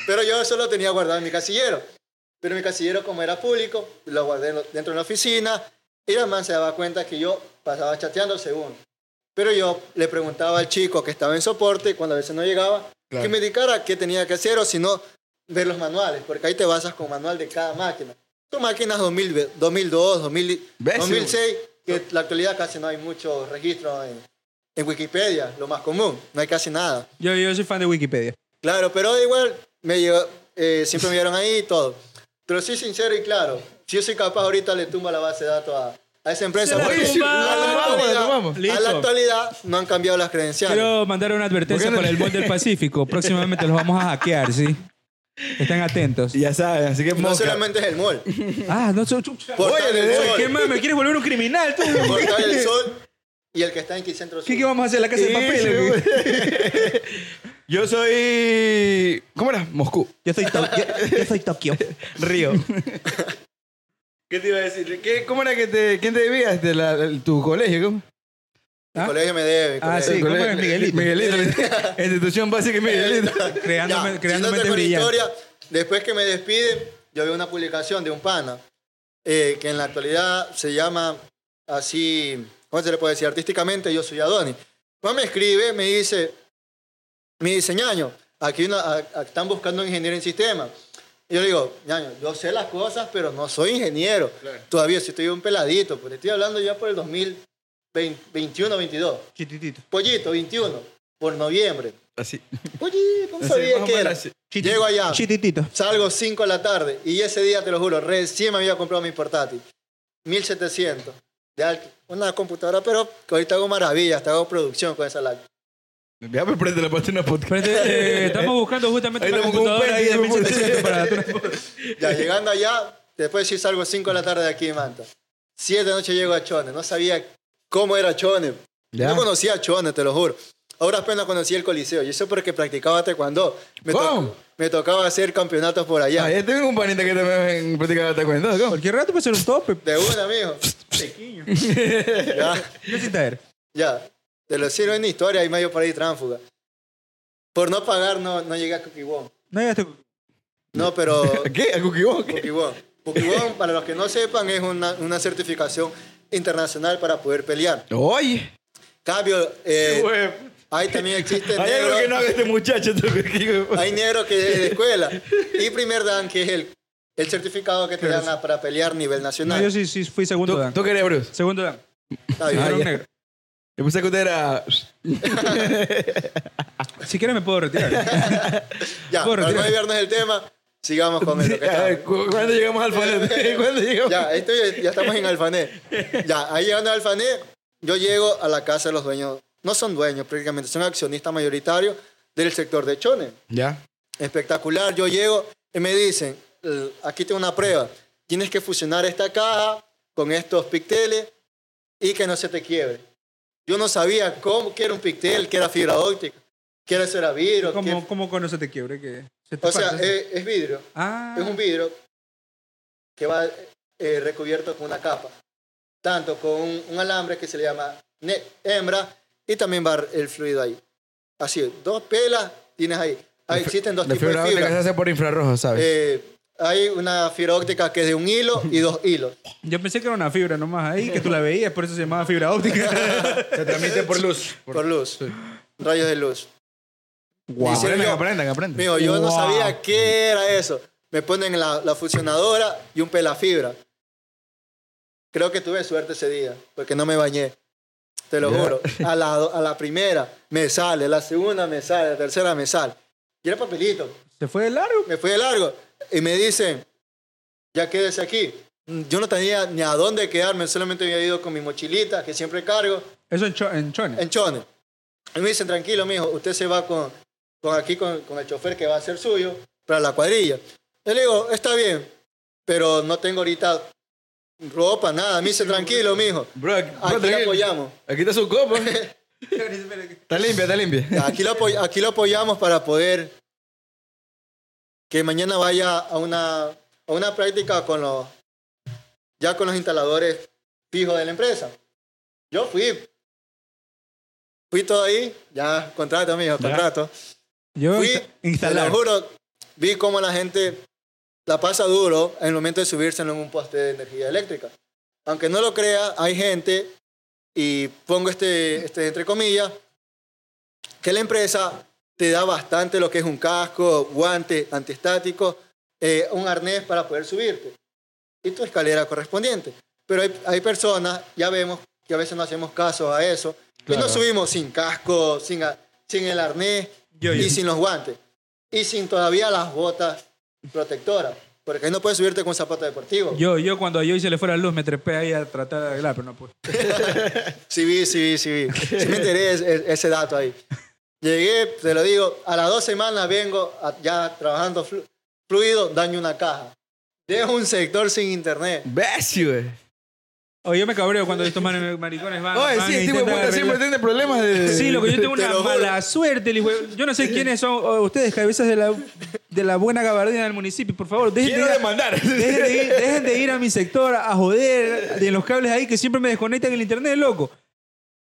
Speaker 1: Pero yo eso lo tenía guardado en mi casillero. Pero mi casillero, como era público, lo guardé en lo- dentro de la oficina. Y la man se daba cuenta que yo pasaba chateando según. Pero yo le preguntaba al chico que estaba en soporte, cuando a veces no llegaba,
Speaker 2: Claro.
Speaker 1: que me indicara qué tenía que hacer o si no, ver los manuales, porque ahí te basas con manual de cada máquina. Son máquinas 2000, ve- 2002, 2000,
Speaker 2: ¿Ves?
Speaker 1: 2006, que en la actualidad casi no hay muchos registros en, en Wikipedia, lo más común, no hay casi nada.
Speaker 3: yo. Yo soy fan de Wikipedia.
Speaker 1: Claro, pero igual me llegó- eh, siempre me vieron ahí y todo. Pero soy sincero y claro, si yo soy capaz ahorita le tumba la base de datos a, a esa empresa.
Speaker 3: Se la
Speaker 1: porque
Speaker 3: tumba,
Speaker 1: a
Speaker 3: la
Speaker 1: la
Speaker 3: tumbamos,
Speaker 2: la
Speaker 1: actualidad-
Speaker 2: tumbamos.
Speaker 1: a
Speaker 3: Listo.
Speaker 1: la actualidad no han cambiado las credenciales.
Speaker 3: Quiero mandar una advertencia
Speaker 2: ¿Por qué no-
Speaker 3: para el Mall del Pacífico. Próximamente los vamos a hackear, ¿sí? Estén atentos.
Speaker 2: Y ya saben, así que
Speaker 1: no
Speaker 2: mosca.
Speaker 1: solamente es el mall.
Speaker 3: Ah, no soy chucha.
Speaker 1: Por
Speaker 3: Oye,
Speaker 1: tal
Speaker 3: de-
Speaker 1: sol.
Speaker 3: ¿Qué más? ¿Me quieres volver un criminal tú?
Speaker 1: Portal del Sol y el que está en Quicentro Sur.
Speaker 3: ¿Qué, qué vamos a hacer? ¿La casa de papel? o qué?
Speaker 2: Yo soy. ¿Cómo era? Moscú.
Speaker 3: Yo soy, To- yo- yo soy Tokio.
Speaker 2: Río. ¿Qué te iba a decir? ¿Qué- ¿Cómo era que te. ¿Quién te debías de la- el- tu colegio? ¿Cómo?
Speaker 1: Mi colegio me debe. mi
Speaker 3: Ah,
Speaker 1: colegio.
Speaker 3: sí, ¿cómo era? Miguelito.
Speaker 2: Miguelito. la Institución básica Miguelito.
Speaker 1: Ya,
Speaker 3: Creándome, creándome
Speaker 1: siguiéndote con la
Speaker 3: brillantes.
Speaker 1: historia, después que me despiden, yo vi una publicación de un pana eh, que en la actualidad se llama así, ¿cómo se le puede decir? Artísticamente, yo soy Adoni. Pues me escribe, me dice, me dice, ñaño, aquí una- a- a- están buscando un ingeniero en sistema. Y yo le digo, ñaño, yo sé las cosas, pero no soy ingeniero. Todavía si estoy un peladito, pero estoy hablando ya por el 2021, 22.
Speaker 3: Chititito.
Speaker 1: Pollito, 21, por noviembre.
Speaker 2: Así.
Speaker 1: Oye, ¿cómo
Speaker 2: Así,
Speaker 1: sabía
Speaker 2: más o
Speaker 1: que
Speaker 2: menos
Speaker 1: era?
Speaker 2: así.
Speaker 1: Llego allá,
Speaker 3: Chititito.
Speaker 1: salgo 5 de la tarde y ese día, te lo juro, recién me había comprado mi portátil. 1700. De alto. Una computadora, pero que ahorita hago maravillas, hasta hago producción con esa laptop.
Speaker 2: Ya me prende la página podcast.
Speaker 3: Espérate, eh, estamos buscando justamente
Speaker 2: Ahí
Speaker 3: una
Speaker 2: tengo un
Speaker 3: computadora ahí de
Speaker 2: pendrive,
Speaker 3: 1700 para
Speaker 1: Ya llegando allá, después sí salgo 5 de la tarde de aquí de Manta. 7 de la noche llego a Chone, no sabía cómo era Chone.
Speaker 2: Ya.
Speaker 1: No conocía a Chone, te lo juro. Ahora apenas conocí el Coliseo y eso porque practicaba taekwondo. Me, to-
Speaker 2: Wow.
Speaker 1: me tocaba hacer campeonatos por allá.
Speaker 2: Ah, ya tengo un panita que también en práctica de taekwondo. ¿Cómo?
Speaker 3: Cualquier rato puede ser un tope.
Speaker 1: De una, mijo. Pequeño. ya,
Speaker 3: ¿Qué sin ver?
Speaker 1: ya. Te lo sirvo en historia y medio por ahí tránfuga. Por no pagar, no, no llegué a Coquibón.
Speaker 3: No llegaste.
Speaker 1: No, pero
Speaker 2: ¿A ¿Qué? ¿A Cookie Wong?
Speaker 1: Coquibón. Coquibón, para los que no sepan, es una, una certificación internacional para poder pelear.
Speaker 2: Oye.
Speaker 1: Cambio, eh,
Speaker 2: Güey,
Speaker 1: ahí también existe
Speaker 2: Hay algo que no
Speaker 1: negro.
Speaker 2: haga este muchacho. tú, que-
Speaker 1: Hay negro que es de escuela. Y primer dan, que es el, el certificado que te dan a- para pelear a nivel
Speaker 3: No,
Speaker 1: nacional.
Speaker 3: yo sí, sí fui segundo
Speaker 2: ¿Tú,
Speaker 3: dan.
Speaker 2: tú qué eres, Bruce?
Speaker 3: Segundo dan.
Speaker 1: Está bien.
Speaker 2: Ah,
Speaker 3: Cinturón
Speaker 2: ya.
Speaker 3: negro.
Speaker 2: Yo pensé que usted era...
Speaker 3: Si quieres me puedo retirar.
Speaker 1: Ya,
Speaker 3: Por
Speaker 1: para no
Speaker 3: Dios.
Speaker 1: desviarnos del tema, sigamos con el lo que
Speaker 2: A ver,
Speaker 1: estamos.
Speaker 2: ¿cu- ¿Cuándo llegamos al panel? ¿Cuándo llegamos?
Speaker 1: Ya, esto ya, ya estamos en Alfané. Ya, ahí llegando a Alfané, yo llego a la casa de los dueños. No son dueños prácticamente, son accionistas mayoritarios del sector de Chone.
Speaker 2: Ya.
Speaker 1: Espectacular, yo llego y me dicen, "Eh, aquí tengo una prueba. Tienes que fusionar esta caja con estos picteles y que no se te quiebre. Yo no sabía cómo, que era un pictel, que era fibra óptica, que era cera vidrio. qué-
Speaker 3: ¿Cómo, ¿Cómo cuando se te quiebre? Que se te
Speaker 1: O sea, eh,
Speaker 2: eh,
Speaker 3: parte?
Speaker 1: es- es vidrio.
Speaker 3: ah,
Speaker 1: Es un vidrio que va eh, recubierto con una capa, tanto con un, un alambre que se le llama ne- hembra y también va el fluido ahí. Así, dos pelas tienes ahí. Ahí existen dos
Speaker 2: La
Speaker 1: tipos
Speaker 2: fibra
Speaker 1: de
Speaker 2: óptica se
Speaker 1: fibra.
Speaker 2: hace por infrarrojo, ¿sabes?
Speaker 1: Eh, hay una fibra óptica que es de un hilo y dos hilos.
Speaker 3: Yo pensé que era una fibra nomás ahí, que tú la veías, por eso se llamaba fibra óptica.
Speaker 2: se transmite por luz.
Speaker 1: Por, luz, rayos de luz.
Speaker 2: Wow.
Speaker 1: Dice
Speaker 2: Aprendan,
Speaker 1: yo-
Speaker 2: aprendan, aprendan.
Speaker 1: Mijo, yo no
Speaker 3: Wow.
Speaker 1: sabía qué era eso. Me ponen la, la fusionadora y un pelafibra. Creo que tuve suerte ese día, porque no me bañé. Te lo
Speaker 2: Ya.
Speaker 1: juro. A la, do- a la primera me sale, la segunda me sale, la tercera me sale. Y era papelito.
Speaker 3: se fue de largo.
Speaker 1: Me fui de largo. Y me dicen, ya quédese aquí. Mm, Yo no tenía ni a dónde quedarme, solamente había ido con mi mochilita, que siempre cargo,
Speaker 3: Eso en, cho en Chone.
Speaker 1: en Chone. Y me dicen, tranquilo, mijo, usted se va con, con aquí con, con el chofer que va a ser suyo para la cuadrilla. Yo le digo, está bien, pero no tengo ahorita ropa, nada. Me dice, tranquilo, mijo,
Speaker 2: Bro, aquí, bro,
Speaker 1: aquí lo
Speaker 2: tranquilo.
Speaker 1: apoyamos.
Speaker 2: Aquí está su copa. Está limpia, está limpia.
Speaker 1: Aquí lo, apoy- aquí lo apoyamos para poder que mañana vaya a una, a una práctica con los, ya con los instaladores fijos de la empresa. Yo fui. Fui todo ahí, ya, contrato, mijo, contrato.
Speaker 3: Yo
Speaker 1: Fui,
Speaker 3: insta-
Speaker 1: te lo
Speaker 3: instalar.
Speaker 1: juro, vi cómo la gente la pasa duro en el momento de subirse en un poste de energía eléctrica. Aunque no lo crea, hay gente, y pongo este, este entre comillas, que la empresa te da bastante lo que es un casco, guante, antiestático, eh, un arnés para poder subirte y tu escalera correspondiente. Pero hay, hay personas, ya vemos, que a veces no hacemos caso a eso, y
Speaker 2: Claro.
Speaker 1: nos subimos sin casco, sin, a- sin el arnés
Speaker 3: Yo, yo.
Speaker 1: y sin los guantes y sin todavía las botas protectoras, porque ahí no puedes subirte con zapatos deportivos.
Speaker 3: Yo, yo cuando a Joy se le fue la luz me trepé ahí a tratar de arreglar, pero no pude.
Speaker 1: Sí vi, sí vi, sí vi. Sí me enteré es- es- ese dato ahí. Llegué, te lo digo, a las dos semanas vengo a- ya trabajando flu- fluido, daño una caja. Dejo un sector sin internet.
Speaker 2: Bessie, güey.
Speaker 3: Oye, yo me cabreo cuando estos mari- maricones van.
Speaker 2: Oye,
Speaker 3: van
Speaker 2: sí,
Speaker 3: e
Speaker 2: el tipo de
Speaker 3: intentan
Speaker 2: puta siempre
Speaker 3: arreglar.
Speaker 2: tiene problemas de...
Speaker 3: Sí, loco, yo tengo
Speaker 1: Te
Speaker 3: una
Speaker 1: lo juro.
Speaker 3: mala suerte. el hijo de- Yo no sé quiénes son o, ustedes, cabezas de la, de la buena gabardina del municipio. Por favor, dejen de
Speaker 2: Quiero
Speaker 3: ir a-
Speaker 2: demandar.
Speaker 3: Dejen de, ir, dejen de ir a mi sector a joder de los cables ahí que siempre me desconectan el internet, loco.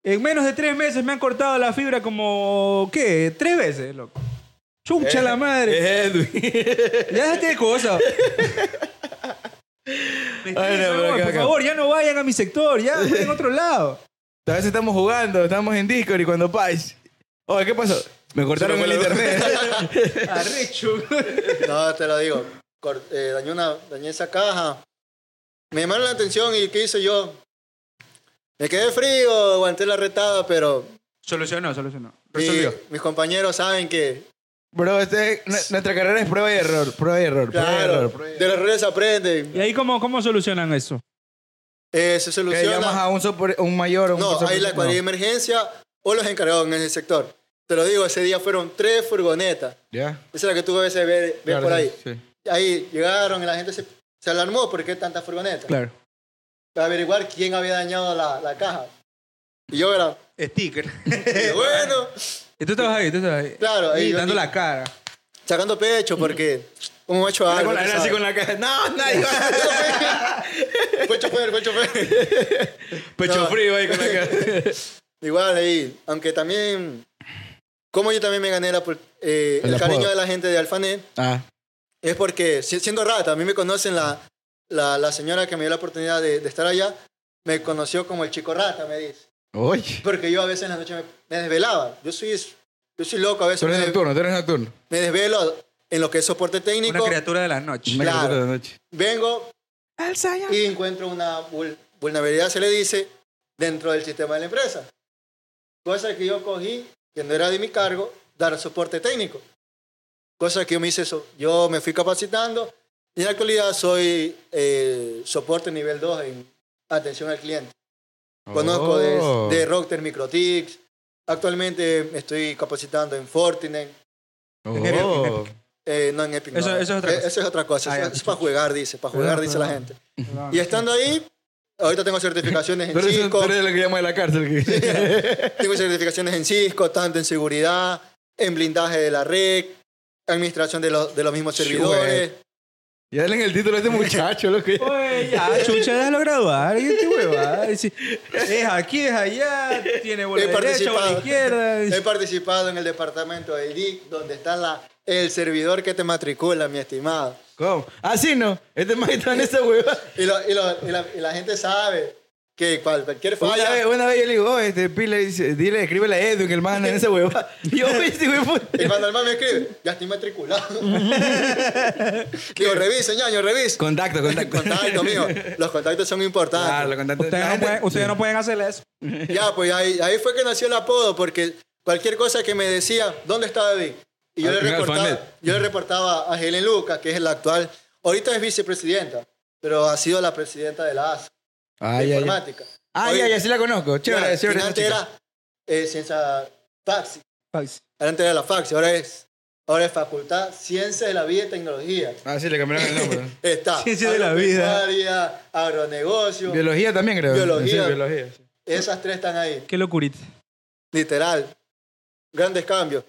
Speaker 3: En menos de tres meses me han cortado la fibra como, ¿qué? Tres veces, loco.
Speaker 2: Eh,
Speaker 3: Chucha la madre.
Speaker 2: Es Edwin.
Speaker 3: Ya déjate de cosas. Me estoy
Speaker 2: Ay, no, pero
Speaker 3: desahogando,
Speaker 2: acá,
Speaker 3: por
Speaker 2: acá.
Speaker 3: favor, ya no vayan a mi sector, ya vayan a otro lado.
Speaker 2: A veces estamos jugando, estamos en Discord y cuando pais. Oye, ¿qué pasó? Me cortaron
Speaker 1: Se
Speaker 2: el
Speaker 1: me coló.
Speaker 2: internet.
Speaker 3: Arrecho.
Speaker 1: No, te lo digo. Cor- eh, dañé, una, dañé esa caja. Me llamaron la atención y ¿qué hice yo? Me quedé frío, aguanté la retada, pero
Speaker 3: Solucionó, solucionó.
Speaker 1: mi- mis compañeros saben que
Speaker 2: Bro, este, n- nuestra carrera es prueba y error, prueba y error, prueba y
Speaker 1: Claro,
Speaker 2: error. prueba y
Speaker 1: de los errores
Speaker 3: ¿Y
Speaker 1: aprenden.
Speaker 3: ahí cómo, cómo solucionan eso?
Speaker 1: Eh, se
Speaker 2: error. Que llamas
Speaker 1: soluciona.
Speaker 2: a un, sopor- un mayor o un
Speaker 1: No,
Speaker 2: sopor-
Speaker 1: hay la cuadrilla de emergencia o los encargados en ese sector. Te lo digo, ese día fueron tres furgonetas.
Speaker 2: Ya.
Speaker 1: Esa es la que tú a veces ves, ves
Speaker 2: Claro,
Speaker 1: por ahí.
Speaker 2: sí, sí.
Speaker 1: Ahí llegaron y la gente se, se alarmó porque tantas furgonetas.
Speaker 3: Claro.
Speaker 1: Para averiguar quién había dañado la, la caja. Y yo era,
Speaker 3: Sticker.
Speaker 1: y bueno,
Speaker 3: Y tú estabas ahí, tú estabas ahí.
Speaker 1: Claro, ahí
Speaker 3: ahí.
Speaker 1: yo
Speaker 3: dando
Speaker 1: aquí.
Speaker 3: la cara.
Speaker 1: sacando pecho porque un macho
Speaker 2: Era
Speaker 1: algo.
Speaker 2: con la- era así con la caja. No, nadie.
Speaker 1: Fue chofer, fue chofer.
Speaker 2: Pecho
Speaker 1: No.
Speaker 2: frío ahí con la caja.
Speaker 1: Igual ahí, aunque también, como yo también me gané la por- eh,
Speaker 2: El
Speaker 1: el cariño
Speaker 2: apodo.
Speaker 1: de la gente de Alfanet,
Speaker 2: Ah,
Speaker 1: es porque, si- siendo rata, a mí me conocen la, la, la señora que me dio la oportunidad de, de estar allá, me conoció como el chico rata, me dice.
Speaker 2: Oye.
Speaker 1: Porque yo a veces en las noches me, me desvelaba. Yo soy, yo soy loco a veces.
Speaker 2: Tú
Speaker 1: Me,
Speaker 2: eres
Speaker 1: des-
Speaker 2: nocturno, tú eres nocturno.
Speaker 1: me desvelo en lo que es soporte
Speaker 3: Una
Speaker 1: técnico.
Speaker 3: criatura de la noche.
Speaker 2: Una
Speaker 1: Claro.
Speaker 2: criatura de noche.
Speaker 1: Vengo y encuentro una vul- vulnerabilidad, se le dice, dentro del sistema de la empresa. Cosa que yo cogí, que no era de mi cargo, dar soporte técnico. Cosa que yo me hice, so- yo me fui capacitando y en la actualidad soy eh, soporte nivel 2 en atención al cliente. Conozco
Speaker 2: Oh.
Speaker 1: de, de Rockter Microtics. Actualmente me estoy capacitando en Fortinet.
Speaker 2: Oh.
Speaker 3: Ingeniero.
Speaker 1: eh, no en Epic.
Speaker 3: Eso-
Speaker 1: no.
Speaker 3: eso es otra
Speaker 1: Eh,
Speaker 3: cosa.
Speaker 1: Eso es otra cosa.
Speaker 3: Ah,
Speaker 1: eso
Speaker 3: ya.
Speaker 1: es para jugar, dice. Para jugar,
Speaker 3: Perdón,
Speaker 1: dice la
Speaker 3: perdón.
Speaker 1: gente. Y estando ahí, ahorita tengo certificaciones
Speaker 2: Tú
Speaker 1: en
Speaker 2: eres, tú
Speaker 1: Cisco,
Speaker 2: eres lo que llama de la cárcel.
Speaker 1: tengo certificaciones en Cisco, tanto en seguridad, en blindaje de la red, administración de los, de los mismos
Speaker 2: Chue.
Speaker 1: servidores.
Speaker 2: ya denle el título a este muchacho, lo que.
Speaker 3: Oye, ya, chucha, déjalo graduar. ¿Qué te hueva? Es es aquí, es allá, tiene bola
Speaker 1: He
Speaker 3: derecha, bola
Speaker 1: participado,
Speaker 3: izquierda.
Speaker 1: he participado en el departamento de DIC, donde está la, el servidor que te matricula, mi estimado.
Speaker 2: ¿Cómo? Así no. Este más está en esa hueva.
Speaker 1: Y, lo- y lo- y la, y la gente sabe que cual- cualquier
Speaker 2: Una vez,
Speaker 1: falla...
Speaker 2: una vez yo le digo, oh, este pile, dice, dile, escríbele a Edwin, que el más anda en esa hueva. Y yo, este güey,
Speaker 1: Y
Speaker 2: puta.
Speaker 1: cuando el man me escribe, ya estoy matriculado. Digo, revisen, ñaño, revisen.
Speaker 2: Contacto, contacto.
Speaker 1: Contacto, amigo. Los contactos son importantes.
Speaker 2: Claro, contacto.
Speaker 3: Ustedes,
Speaker 2: La
Speaker 3: no
Speaker 2: gente-
Speaker 3: pueden, ustedes no pueden hacer eso.
Speaker 1: Ya, pues ahí, ahí fue que nació el apodo, porque cualquier cosa que me decía, ¿dónde está David? Y yo
Speaker 2: Al
Speaker 1: le,
Speaker 2: final,
Speaker 1: reportaba,
Speaker 2: Fanlet.
Speaker 1: yo le reportaba a Helen Lucas, que es la actual, ahorita es vicepresidenta, pero ha sido la presidenta de la ASA,
Speaker 2: Ay,
Speaker 1: de
Speaker 2: ay, ay.
Speaker 1: informática.
Speaker 2: Ah,
Speaker 1: Oye,
Speaker 2: ya, ya, sí la conozco. Chévere,
Speaker 1: ya, y
Speaker 2: chévere. esa
Speaker 1: antes
Speaker 2: chica.
Speaker 1: era eh, ciencia faxi,
Speaker 3: Fax.
Speaker 1: antes era la faxi, ahora es, ahora es facultad, ciencia de la vida y tecnología.
Speaker 2: Ah, sí, le cambiaron el nombre.
Speaker 1: Está.
Speaker 3: Ciencia de la vida.
Speaker 1: agropecuaria, agronegocio,
Speaker 2: biología también, creo.
Speaker 1: Biología.
Speaker 2: Sí, biología. sí.
Speaker 1: esas tres están ahí.
Speaker 3: Qué locurita.
Speaker 1: Literal. Grandes cambios.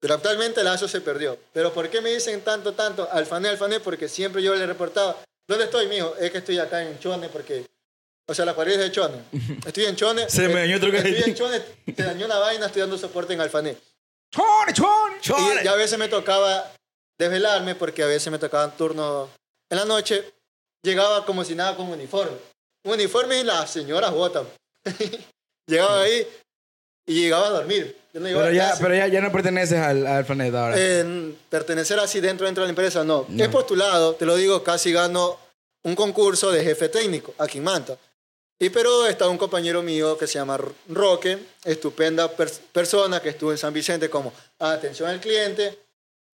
Speaker 1: Pero actualmente Lazo se perdió. ¿Pero por qué me dicen tanto, tanto? Alfané, alfané, porque siempre yo le reportaba. ¿Dónde estoy, mijo? Es que estoy acá en Chone, porque. O sea, la cuadrilla es de Chone. Estoy en Chone.
Speaker 2: Se me dañó otro
Speaker 1: Estoy
Speaker 2: galletín.
Speaker 1: en Chone, se dañó una vaina, estoy dando soporte en alfané.
Speaker 3: ¡Chone, chone!
Speaker 1: Y ya a veces me tocaba desvelarme, porque a veces me tocaban turnos en la noche. Llegaba como si nada con uniforme. Un uniforme y las señoras botas. llegaba ahí y llegaba a dormir. Yo no llegaba
Speaker 2: Pero
Speaker 1: a
Speaker 2: ya,
Speaker 1: clase.
Speaker 2: pero ya, ya no perteneces al, al planeta
Speaker 1: Eh,
Speaker 2: ahora.
Speaker 1: en pertenecer así dentro, dentro de la empresa, no.
Speaker 2: No.
Speaker 1: He postulado, te lo digo, casi gano un concurso de jefe técnico aquí en Manta. Y pero está un compañero mío que se llama R- Roque, estupenda pers- persona que estuvo en San Vicente como atención al cliente,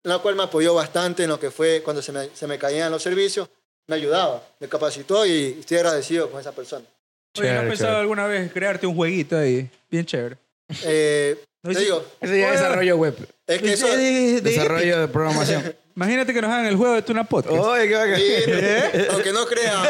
Speaker 1: la cual me apoyó bastante en lo que fue cuando se me, se me caían los servicios, me ayudaba, me capacitó y estoy agradecido con esa persona.
Speaker 3: Oye, ¿no has
Speaker 2: Chévere,
Speaker 3: pensado
Speaker 2: chévere.
Speaker 3: alguna vez crearte un jueguito ahí? Bien chévere.
Speaker 1: Eh,
Speaker 3: No,
Speaker 1: te
Speaker 3: sí.
Speaker 1: digo,
Speaker 2: Ese ya es
Speaker 3: Oye.
Speaker 2: desarrollo web.
Speaker 1: es que eso...
Speaker 3: Pues De- de- de-
Speaker 2: Desarrollo de programación.
Speaker 3: Imagínate que nos hagan el juego de Tuna Podcast.
Speaker 1: Oh.
Speaker 2: Oye, qué bacán.
Speaker 1: y- aunque no crea,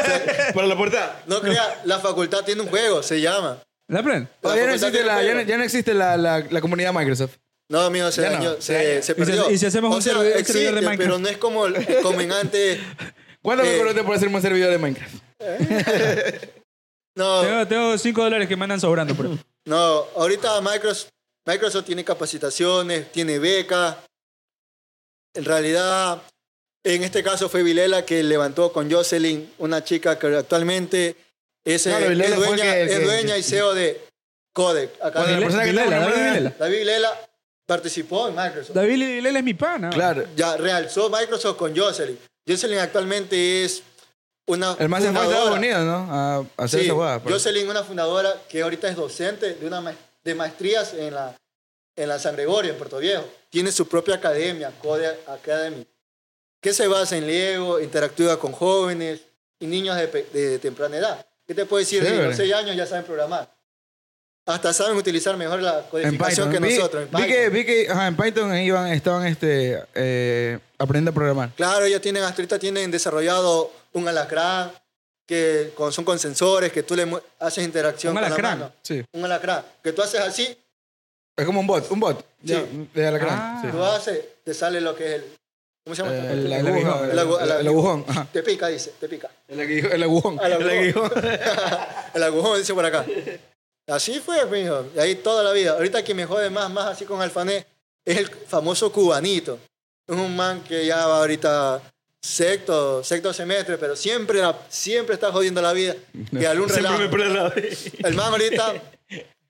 Speaker 2: Para la puerta.
Speaker 1: no crea, ¿Eh? la facultad tiene un juego, se llama.
Speaker 3: ¿La plan?
Speaker 1: La
Speaker 2: ya no
Speaker 1: facultad
Speaker 2: existe,
Speaker 1: tiene
Speaker 2: la, ya
Speaker 1: juego.
Speaker 2: no, ya no existe la, la, la comunidad Microsoft.
Speaker 1: No, amigo, se
Speaker 2: Ya no.
Speaker 1: dañó, se, se
Speaker 3: ¿Y si-
Speaker 1: perdió.
Speaker 3: y si hacemos
Speaker 1: O
Speaker 3: un
Speaker 1: sea,
Speaker 3: servidor-
Speaker 1: existe,
Speaker 3: servidor de Minecraft?
Speaker 1: Pero no es como, como en antes.
Speaker 2: ¿Cuánto me
Speaker 1: Eh.
Speaker 2: cobraste por hacerme un servidor de Minecraft?
Speaker 1: No,
Speaker 3: Tengo, tengo cinco dólares que me andan sobrando. Por...
Speaker 1: no. Ahorita Microsoft, Microsoft tiene capacitaciones, tiene becas. En realidad, en este caso fue Vilela que levantó con Jocelyn, una chica que actualmente es,
Speaker 2: Claro,
Speaker 1: eh,
Speaker 2: Vilela
Speaker 1: es
Speaker 2: fue
Speaker 1: dueña,
Speaker 2: que-
Speaker 1: es
Speaker 2: que-
Speaker 1: dueña y CEO de Codec. Acá
Speaker 2: Cuando la
Speaker 3: Vilela-
Speaker 2: persona que
Speaker 3: Vilela,
Speaker 2: tengo
Speaker 3: David
Speaker 2: nombrada-
Speaker 3: Vilela.
Speaker 1: David Vilela participó en Microsoft.
Speaker 3: David Lilela es mi pana.
Speaker 2: Claro.
Speaker 1: Ya realzó Microsoft con Jocelyn. Jocelyn actualmente es una.
Speaker 2: El más se fue a Estados
Speaker 1: fundadora.
Speaker 2: Unidos, ¿no? A, a hacer
Speaker 1: Sí,
Speaker 2: esa pues. hueá. pero-
Speaker 1: Jocelyn, una fundadora que ahorita es docente de una ma- de maestrías en la, en la San Gregorio, en Puerto Viejo. Tiene su propia academia, Code Academy, que se basa en Lego, interactúa con jóvenes y niños de, pe- de temprana edad. ¿Qué te puedo decir? De
Speaker 2: Chévere.
Speaker 1: los 6 años ya saben programar. Hasta saben utilizar mejor la
Speaker 2: En
Speaker 1: codificación
Speaker 2: Python.
Speaker 1: que
Speaker 2: vi,
Speaker 1: nosotros. en
Speaker 2: vi que,
Speaker 1: Python.
Speaker 2: vi que ajá, en Python ahí iban, estaban este, eh, aprendiendo a programar.
Speaker 1: Claro, ellos tienen, hasta ahorita tienen desarrollado un alacrán, que con, son con sensores, que tú le mu- haces interacción
Speaker 3: Un
Speaker 1: con
Speaker 3: alacrán.
Speaker 1: la mano.
Speaker 2: Sí.
Speaker 1: Un alacrán. Que tú haces así
Speaker 2: Es como un bot, un bot.
Speaker 1: Sí.
Speaker 2: Ya, de Alacrán.
Speaker 3: Ah.
Speaker 2: sí.
Speaker 1: Lo haces, te sale lo que es el. ¿Cómo se llama?
Speaker 2: Eh,
Speaker 3: El-
Speaker 2: la
Speaker 3: el
Speaker 2: aguja,
Speaker 3: aguijón.
Speaker 2: el-
Speaker 1: El agu- el
Speaker 2: El agujón. ajá.
Speaker 1: Te pica, dice, te pica.
Speaker 2: El aguijón. El agujón.
Speaker 1: El
Speaker 2: El
Speaker 1: agujón.
Speaker 2: aguijón.
Speaker 1: El agujón, dice por acá. Así fue, mijo. Y ahí toda la vida. Ahorita que me jode más, más así con Alfané, es el famoso cubanito. Es un man que ya va ahorita sexto, sexto semestre, pero siempre, la- siempre está jodiendo la vida. Que algún relajo.
Speaker 2: pone la
Speaker 1: El man ahorita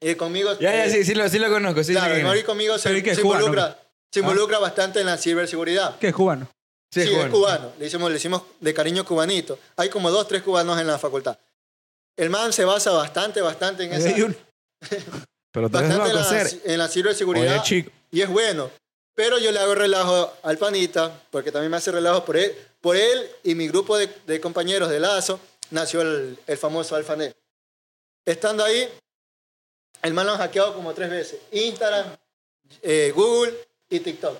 Speaker 1: Eh, conmigo.
Speaker 2: Ya, ya,
Speaker 1: eh,
Speaker 2: sí, sí lo, sí lo conozco. Sí,
Speaker 1: claro,
Speaker 2: sí,
Speaker 1: el Mori conmigo
Speaker 3: Pero
Speaker 1: se,
Speaker 3: ¿y qué es
Speaker 1: se
Speaker 3: cubano?
Speaker 1: involucra, se involucra bastante en la ciberseguridad.
Speaker 3: ¿Qué es cubano?
Speaker 1: Sí,
Speaker 2: sí, es
Speaker 1: es
Speaker 2: bueno.
Speaker 1: cubano. Le hicimos, le hicimos de cariño cubanito. Hay como dos, tres cubanos en la facultad. El man se basa bastante, bastante en esa,
Speaker 3: Hay un-
Speaker 2: Pero te vas
Speaker 1: bastante en
Speaker 2: loco
Speaker 1: la,
Speaker 2: hacer.
Speaker 1: en la
Speaker 2: Oye,
Speaker 1: ciberseguridad.
Speaker 2: chico.
Speaker 1: y es bueno. Pero yo le hago relajo al panita, porque también me hace relajo por él. Por él y mi grupo de, de compañeros de Lazo nació el, el famoso Alfanet. Estando ahí, el man lo han hackeado como tres veces. Instagram, eh, Google y TikTok.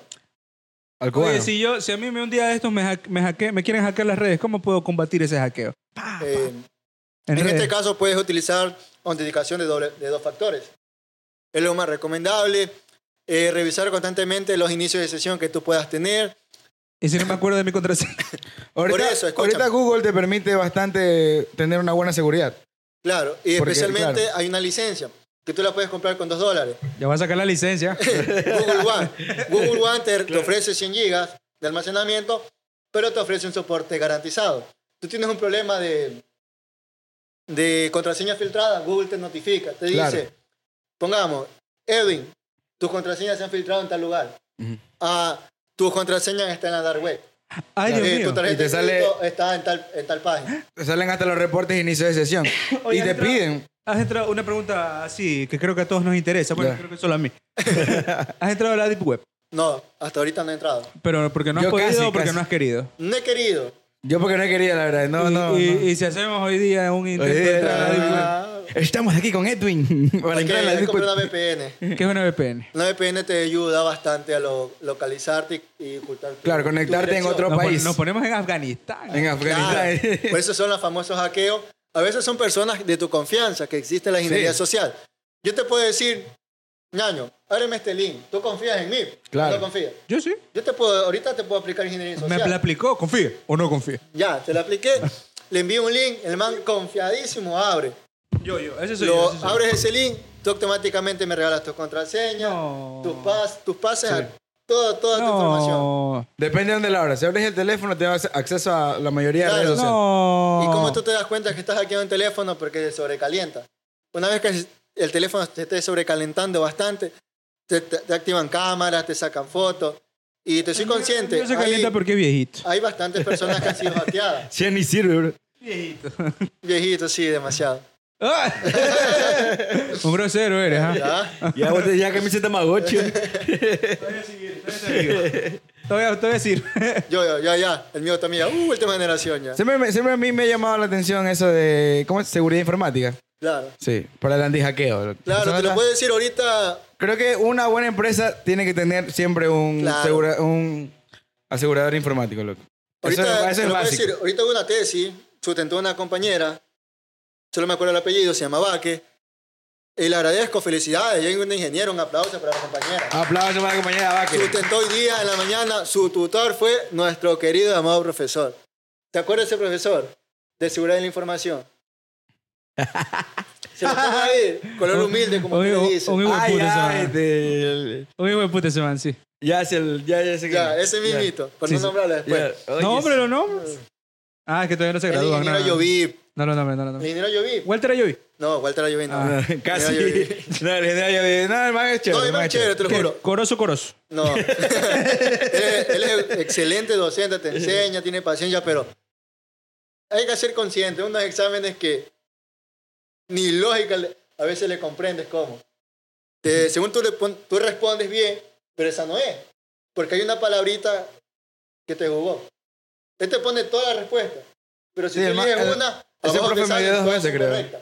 Speaker 2: Al cubano.
Speaker 3: Oye, si, yo, si a mí me- un día de estos me, hack- me, hacke- me quieren hackear las redes, ¿cómo puedo combatir ese hackeo?
Speaker 1: Eh,
Speaker 3: En,
Speaker 1: en
Speaker 3: redes.
Speaker 1: este caso puedes utilizar autenticación de, doble- de dos factores. Es lo más recomendable. Eh, revisar constantemente los inicios de sesión que tú puedas tener.
Speaker 3: Y si no me acuerdo de mi contraseña.
Speaker 2: ahorita,
Speaker 1: eso, escúchame.
Speaker 2: ahorita Google te permite bastante tener una buena seguridad.
Speaker 1: Claro, y
Speaker 2: Porque,
Speaker 1: especialmente hay una licencia que tú la puedes comprar con dos dólares.
Speaker 3: ya va a sacar la licencia.
Speaker 2: Eh,
Speaker 1: Google One. Google One te, te ofrece 100 gigas de almacenamiento, pero te ofrece un soporte garantizado. Tú tienes un problema de, de contraseña filtrada, Google te notifica, te
Speaker 2: Claro.
Speaker 1: dice, pongamos, Edwin, tus contraseñas se han filtrado en tal lugar.
Speaker 2: Ujú.
Speaker 1: Ah, tus contraseñas están en la dark web.
Speaker 3: Ay, Dios
Speaker 1: Eh,
Speaker 3: mío.
Speaker 1: tu tarjeta
Speaker 2: Y te
Speaker 1: de
Speaker 2: sale- ¿Eh?
Speaker 1: crédito está en tal, en tal página.
Speaker 2: Te salen hasta los reportes de inicio de sesión.
Speaker 3: Oye,
Speaker 2: y te
Speaker 3: entra-
Speaker 2: piden.
Speaker 3: Has entrado una pregunta así que creo que a todos nos interesa. Bueno,
Speaker 2: Ya.
Speaker 3: creo que solo a mí. has entrado a la Deep Web,
Speaker 1: No, hasta ahorita no he entrado.
Speaker 3: pero porque no has
Speaker 2: Yo
Speaker 3: podido
Speaker 2: casi,
Speaker 3: o porque
Speaker 2: casi.
Speaker 3: no has querido.
Speaker 1: No he querido.
Speaker 2: Yo porque no quería, la verdad. No,
Speaker 3: y,
Speaker 2: no.
Speaker 3: y-
Speaker 2: no.
Speaker 3: y si hacemos hoy día un intento
Speaker 2: día
Speaker 3: de entrar a la Deep Web,
Speaker 1: Ah,
Speaker 2: Estamos aquí con Edwin.
Speaker 1: hay
Speaker 2: Para
Speaker 1: que,
Speaker 2: entrar en la
Speaker 1: hay que
Speaker 2: Deep
Speaker 1: comprar
Speaker 2: Web.
Speaker 1: una VPN.
Speaker 3: ¿qué es una VPN?
Speaker 1: Una VPN te ayuda bastante a lo- localizarte y- y ocultar. tu-
Speaker 2: Claro,
Speaker 1: tu
Speaker 2: conectarte en
Speaker 1: dirección.
Speaker 2: otro
Speaker 3: Nos, pon-
Speaker 2: país.
Speaker 3: nos ponemos en Afganistán.
Speaker 2: En Afganistán.
Speaker 1: Claro, Por eso son los famosos hackeos. A veces son personas de tu confianza que existe en la ingeniería
Speaker 2: Sí.
Speaker 1: social. Yo te puedo decir, ñaño, ábreme este link. ¿Tú confías en mí?
Speaker 2: Claro.
Speaker 1: No confías.
Speaker 3: Yo sí.
Speaker 1: Yo te puedo, ahorita te puedo aplicar ingeniería
Speaker 3: Me
Speaker 1: social.
Speaker 3: la aplicó, confía o no confía.
Speaker 1: Ya, te la apliqué. Le envío un link, el man confiadísimo abre.
Speaker 3: Yo, yo, ese soy yo.
Speaker 1: Lo,
Speaker 3: ese soy yo.
Speaker 1: abres ese link, tú automáticamente me regalas tus contraseñas,
Speaker 3: No.
Speaker 1: tus, pas, tus pases, a toda, toda tu información.
Speaker 3: No,
Speaker 2: Depende de dónde la abras. Si abres el teléfono, te das acceso a la mayoría de
Speaker 1: Claro.
Speaker 2: redes sociales.
Speaker 3: no.
Speaker 1: ¿Y cómo tú te das cuenta que estás hackeando un teléfono? Porque sobrecalienta. Una vez que el teléfono te esté sobrecalentando bastante, te, te- te activan cámaras, te sacan fotos. Y te soy consciente,
Speaker 3: No se
Speaker 1: hay,
Speaker 3: calienta porque es viejito.
Speaker 1: hay bastantes personas que han sido hackeadas.
Speaker 2: Sí, ni sirve, bro.
Speaker 3: Viejito.
Speaker 1: Viejitos, sí, demasiado.
Speaker 3: Un grosero eres, ¿ah?
Speaker 1: ¿Ya?
Speaker 2: Ya, vos te- ya camiseta Magochi.
Speaker 3: Todavía, todavía sirve.
Speaker 1: Yo, yo, ya, ya. El mío también, ya. Uh, última generación ya.
Speaker 2: Siempre, me- siempre a mí me ha llamado la atención eso de. ¿Cómo es? Seguridad informática.
Speaker 1: Claro.
Speaker 2: Sí, para el anti-hackeo.
Speaker 1: Claro, te lo
Speaker 2: Nosotros-
Speaker 1: puedo decir ahorita.
Speaker 2: Creo que una buena empresa tiene que tener siempre un,
Speaker 1: Claro.
Speaker 2: segura- un asegurador informático, loco. Eso,
Speaker 1: Ahorita,
Speaker 2: eso
Speaker 1: te
Speaker 2: es
Speaker 1: lo puedo
Speaker 2: básico.
Speaker 1: decir, ahorita hubo una tesis, sustentó una compañera, solo me acuerdo el apellido, se llama Vaque. Y le agradezco, felicidades. Yo soy un ingeniero, un aplauso para la compañera.
Speaker 2: Aplausos para la compañera Vaque.
Speaker 1: Sustentó hoy día en la mañana, su tutor fue nuestro querido y amado profesor. ¿Te acuerdas de ese profesor? De seguridad de la información. Se lo pongo ahí, color humilde, como
Speaker 3: un,
Speaker 1: tú le
Speaker 3: un,
Speaker 1: dices.
Speaker 3: un hijo de
Speaker 2: Ay,
Speaker 3: puta
Speaker 2: ay,
Speaker 3: se van.
Speaker 2: este, el-
Speaker 3: Un hijo de puta se van, sí.
Speaker 2: ya, se el, ya, ya sé que-
Speaker 1: Ya, ese
Speaker 2: ya,
Speaker 1: mismito, por
Speaker 3: Sí,
Speaker 1: no
Speaker 3: sí.
Speaker 1: nombrarlo
Speaker 2: ya.
Speaker 1: después.
Speaker 2: Oye,
Speaker 3: no,
Speaker 2: sí.
Speaker 3: pero no. nombres. Ah, es que todavía no se
Speaker 1: El
Speaker 3: graduó.
Speaker 1: ingeniero
Speaker 3: No, no,
Speaker 1: Lloví.
Speaker 3: no lo nombres, no lo
Speaker 1: El
Speaker 3: nombres.
Speaker 1: ingeniero Lloví.
Speaker 3: Walter Ayoví.
Speaker 1: No, Walter Lloví no.
Speaker 2: Ah, Casi.
Speaker 1: Ingeniero Lloví.
Speaker 2: No, el ingeniero Llovi- no, el man es chévere.
Speaker 1: No,
Speaker 2: el man
Speaker 1: iba
Speaker 2: es
Speaker 1: chévere, te lo juro.
Speaker 3: Coroso, coroso.
Speaker 1: No. él, es, él es excelente docente, te enseña, tiene paciencia, pero hay que ser consciente. Unos exámenes que ni lógica le- a veces le comprendes cómo. Te- según tú, le pon- tú respondes bien, pero esa no es. Porque hay una palabrita que te jugó. Él te pone toda la respuesta. Pero si
Speaker 2: Sí,
Speaker 1: tú
Speaker 2: el ma-
Speaker 1: eliges
Speaker 2: el-
Speaker 1: una,
Speaker 2: ese
Speaker 1: abajo te
Speaker 2: profe me
Speaker 1: salen
Speaker 2: dio dos
Speaker 1: todas
Speaker 2: veces, creo.
Speaker 1: incorrectas.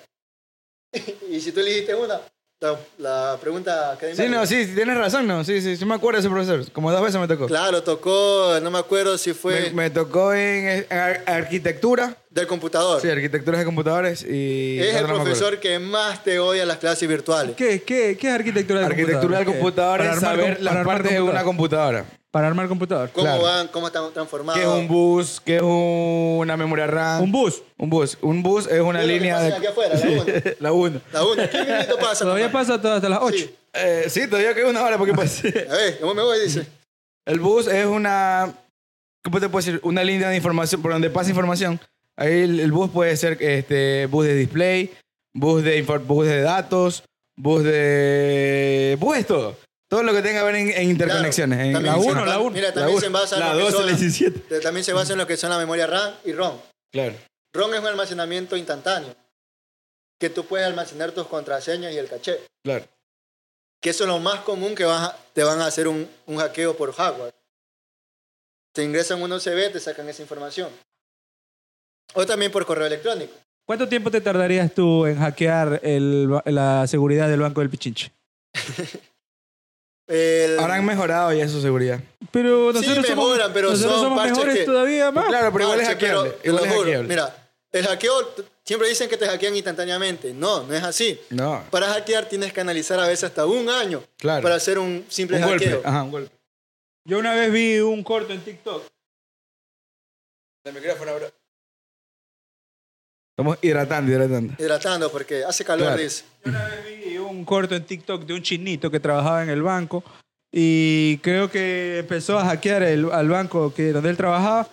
Speaker 1: y si tú elegiste una, la, la pregunta que
Speaker 2: Sí, no, sí, sí, tienes razón, no. Sí, sí, sí me acuerdo de ese profesor. Como dos veces me tocó.
Speaker 1: Claro, tocó, no me acuerdo si fue
Speaker 2: Me, me tocó en, en ar- arquitectura.
Speaker 1: del computador.
Speaker 2: Sí, arquitectura de computadores y...
Speaker 1: es el
Speaker 2: no me acuerdo.
Speaker 1: profesor que más te odia las clases virtuales.
Speaker 3: ¿Qué, qué, qué es arquitectura del
Speaker 2: Arquitectura del computador
Speaker 3: ¿Qué?
Speaker 2: es
Speaker 3: armar
Speaker 2: saber
Speaker 3: com-
Speaker 2: las
Speaker 3: para armar
Speaker 2: partes de una
Speaker 3: computador.
Speaker 2: computadora.
Speaker 3: Para armar computador.
Speaker 1: ¿Cómo
Speaker 2: claro.
Speaker 1: van? ¿Cómo están transformados?
Speaker 2: ¿Qué es un bus? ¿Qué es una memoria RAM?
Speaker 3: Un bus.
Speaker 2: Un bus. Un bus es una
Speaker 1: Es lo que
Speaker 2: línea
Speaker 1: pasa
Speaker 2: de...
Speaker 1: aquí afuera, la una.
Speaker 2: la 1.
Speaker 1: La una. ¿Qué minuto pasa?
Speaker 3: Todavía
Speaker 1: mamá?
Speaker 3: pasa todo hasta las 8.
Speaker 1: Sí.
Speaker 2: Eh, sí, todavía queda una hora porque pues, pasa.
Speaker 1: A ver, ¿cómo me voy? Dice.
Speaker 2: El bus es una... ¿Cómo te puedo decir? Una línea de información, por donde pasa información. Ahí el, el bus puede ser este, bus de display, bus de, infor- bus de datos, bus de... bus es todo. Todo lo que tenga que ver en, en interconexiones. en-
Speaker 1: También
Speaker 3: la
Speaker 1: se
Speaker 3: uno,
Speaker 1: ba-
Speaker 3: la uno,
Speaker 2: ¿eh? la
Speaker 1: Mira, también
Speaker 2: uno,
Speaker 1: se basa en
Speaker 2: la
Speaker 1: lo que
Speaker 2: dos,
Speaker 1: son-
Speaker 2: la 17.
Speaker 1: te- también se basa en lo que son la memoria RAM y ROM.
Speaker 2: Claro.
Speaker 1: ROM es un almacenamiento instantáneo que tú puedes almacenar tus contraseñas y el caché.
Speaker 2: Claro.
Speaker 1: Que eso es lo más común que vas a- te van a hacer un, un hackeo por hardware. Te ingresan un OCB, te sacan esa información. O también por correo electrónico.
Speaker 3: ¿Cuánto tiempo te tardarías tú en hackear el ba- la seguridad del Banco del Pichinche?
Speaker 1: El-
Speaker 2: Ahora han mejorado ya su seguridad.
Speaker 3: Pero
Speaker 1: Sí,
Speaker 3: nosotros somos,
Speaker 1: mejoran, pero
Speaker 3: nosotros
Speaker 1: son
Speaker 3: somos
Speaker 1: parches
Speaker 3: mejores
Speaker 1: que-
Speaker 3: todavía más.
Speaker 2: Claro, pero igual es
Speaker 1: parche, pero
Speaker 2: hackeable.
Speaker 1: te lo
Speaker 2: Igual es
Speaker 1: juro,
Speaker 2: hackeable.
Speaker 1: Mira, el hackeo, t- siempre dicen que te hackean instantáneamente. No, no es así.
Speaker 2: No,
Speaker 1: Para hackear tienes que analizar a veces hasta un año
Speaker 2: claro.
Speaker 1: para hacer un simple
Speaker 2: un
Speaker 1: hackeo.
Speaker 2: golpe. Ajá, un golpe.
Speaker 3: Yo una vez vi un corto en TikTok.
Speaker 2: Estamos hidratando, hidratando.
Speaker 1: Hidratando porque hace calor,
Speaker 2: Claro.
Speaker 1: dice.
Speaker 3: Yo una vez vi un corto en TikTok de un chinito que trabajaba en el banco y creo que empezó a hackear el, al banco que, donde él trabajaba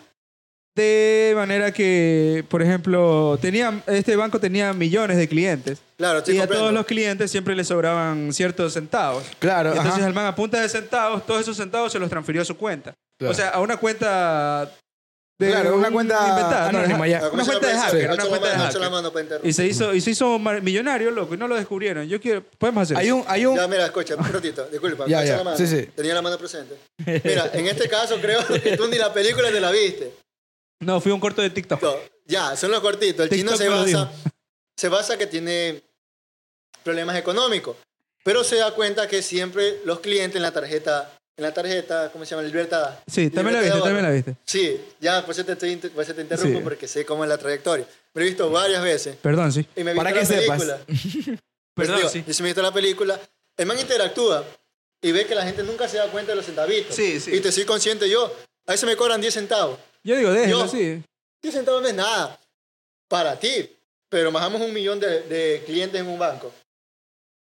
Speaker 3: de manera que, por ejemplo, tenía, este banco tenía millones de clientes
Speaker 1: Claro, estoy
Speaker 3: y a
Speaker 1: comprendo.
Speaker 3: todos los clientes siempre le sobraban ciertos centavos.
Speaker 2: Claro,
Speaker 3: Entonces
Speaker 2: ajá.
Speaker 3: el man a punta de centavos, todos esos centavos se los transfirió a su cuenta.
Speaker 2: Claro.
Speaker 3: O sea, a una cuenta...
Speaker 2: Claro, una
Speaker 3: un-
Speaker 2: cuenta
Speaker 3: inventada, no,
Speaker 2: anónima,
Speaker 3: de-
Speaker 2: ya.
Speaker 1: Ah, ¿cómo
Speaker 3: Una
Speaker 1: se
Speaker 3: cuenta de
Speaker 1: llama?
Speaker 3: hacker,
Speaker 1: Sí.
Speaker 3: una
Speaker 1: Alza la
Speaker 3: cuenta de
Speaker 1: mano, alza
Speaker 3: hacker.
Speaker 1: la mano para interrumpir.
Speaker 3: Y se hizo, y se hizo mar- millonario, loco, y no lo descubrieron. Yo quiero, podemos hacer
Speaker 2: Hay
Speaker 3: eso.
Speaker 2: un, hay un,
Speaker 1: Ya, mira, escucha, un ratito, disculpa.
Speaker 2: Ya,
Speaker 1: alza
Speaker 2: ya,
Speaker 1: la mano.
Speaker 2: sí, sí.
Speaker 1: Tenía la mano presente. Mira, en este caso creo que tú ni la película te la viste.
Speaker 3: No, fui a un corto de TikTok.
Speaker 1: No, ya, son los cortitos. El
Speaker 3: TikTok
Speaker 1: chino se
Speaker 3: me lo
Speaker 1: basa, se basa que tiene problemas económicos, pero se da cuenta que siempre los clientes en la tarjeta, en la tarjeta, ¿cómo se llama? Libertad.
Speaker 3: Sí, también
Speaker 1: Libertad de
Speaker 3: la viste,
Speaker 1: ahorro.
Speaker 3: también la viste.
Speaker 1: Sí, ya, por eso te, estoy inter- por eso te interrumpo
Speaker 3: Sí.
Speaker 1: porque sé cómo es la trayectoria. Me lo he visto varias veces.
Speaker 3: Perdón, sí.
Speaker 1: Y me he visto
Speaker 2: Para
Speaker 1: la
Speaker 2: que sepas.
Speaker 1: película. Pues
Speaker 3: Perdón,
Speaker 1: digo,
Speaker 3: sí.
Speaker 1: Yo sí me he visto la película. El man interactúa y ve que la gente nunca se da cuenta de los centavitos.
Speaker 3: Sí, sí.
Speaker 1: Y te soy consciente yo. A veces me cobran 10 centavos.
Speaker 3: Yo digo, déjenlo
Speaker 1: Yo-
Speaker 3: así.
Speaker 1: 10 centavos no es nada para ti, pero bajamos un millón de, de clientes en un banco.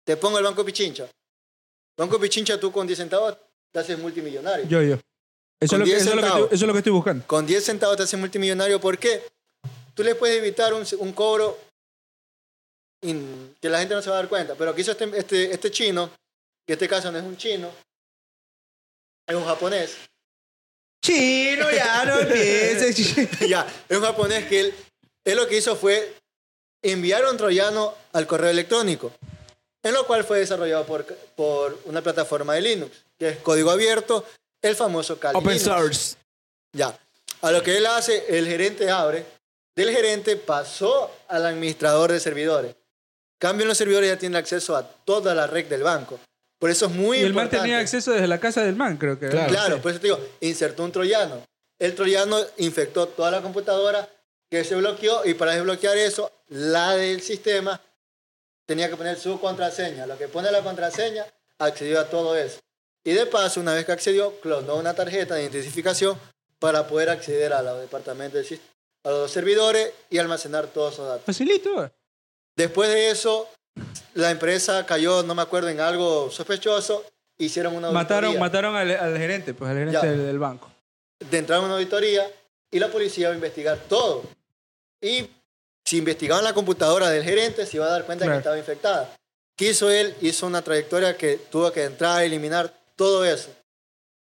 Speaker 1: Te pongo el Banco Pichincha. Banco Pichincha, tú con 10 centavos te haces multimillonario.
Speaker 3: Yo, yo. Eso es,
Speaker 1: Con
Speaker 3: lo que,
Speaker 1: 10
Speaker 3: eso, es lo que estoy,
Speaker 1: centavos.
Speaker 3: eso es lo que estoy buscando.
Speaker 1: Con 10 centavos te haces multimillonario, ¿por qué? Tú le puedes evitar un, un cobro in- que la gente no se va a dar cuenta. Pero aquí hizo este, este, este chino, que en este caso no es un chino, es un japonés.
Speaker 3: Chino, ya no empieces.
Speaker 1: ya, es un japonés que él, él lo que hizo fue enviar un troyano al correo electrónico, en lo cual fue desarrollado por, por una plataforma de Linux, que es código abierto, el famoso Kali
Speaker 2: open
Speaker 1: Linux.
Speaker 2: source.
Speaker 1: Ya. A lo que él hace, el gerente abre, del gerente pasó al administrador de servidores. Cambio en los servidores ya tienen acceso a toda la red del banco. Por eso es muy
Speaker 3: y el man
Speaker 1: importante.
Speaker 3: tenía acceso desde la casa del man, creo que.
Speaker 2: Claro.
Speaker 1: Claro, por eso te digo, insertó un troyano. El troyano infectó toda la computadora que se bloqueó y para desbloquear eso, la del sistema tenía que poner su contraseña. Lo que pone la contraseña accedió a todo eso. Y de paso, una vez que accedió, clonó una tarjeta de identificación para poder acceder a los departamentos del sis- a los servidores y almacenar todos esos datos.
Speaker 3: Facilito.
Speaker 1: Después de eso, la empresa cayó, no me acuerdo, en algo sospechoso. Hicieron una
Speaker 3: Mataron,
Speaker 1: auditoría.
Speaker 3: mataron al, al gerente, pues al gerente
Speaker 1: Ya.
Speaker 3: del, del banco.
Speaker 1: de entrar a una auditoría y la policía va a investigar todo. Y si investigaban la computadora del gerente, se iba a dar cuenta
Speaker 3: Claro.
Speaker 1: que estaba infectada. ¿Qué hizo él? Hizo una trayectoria que tuvo que entrar a eliminar todo eso.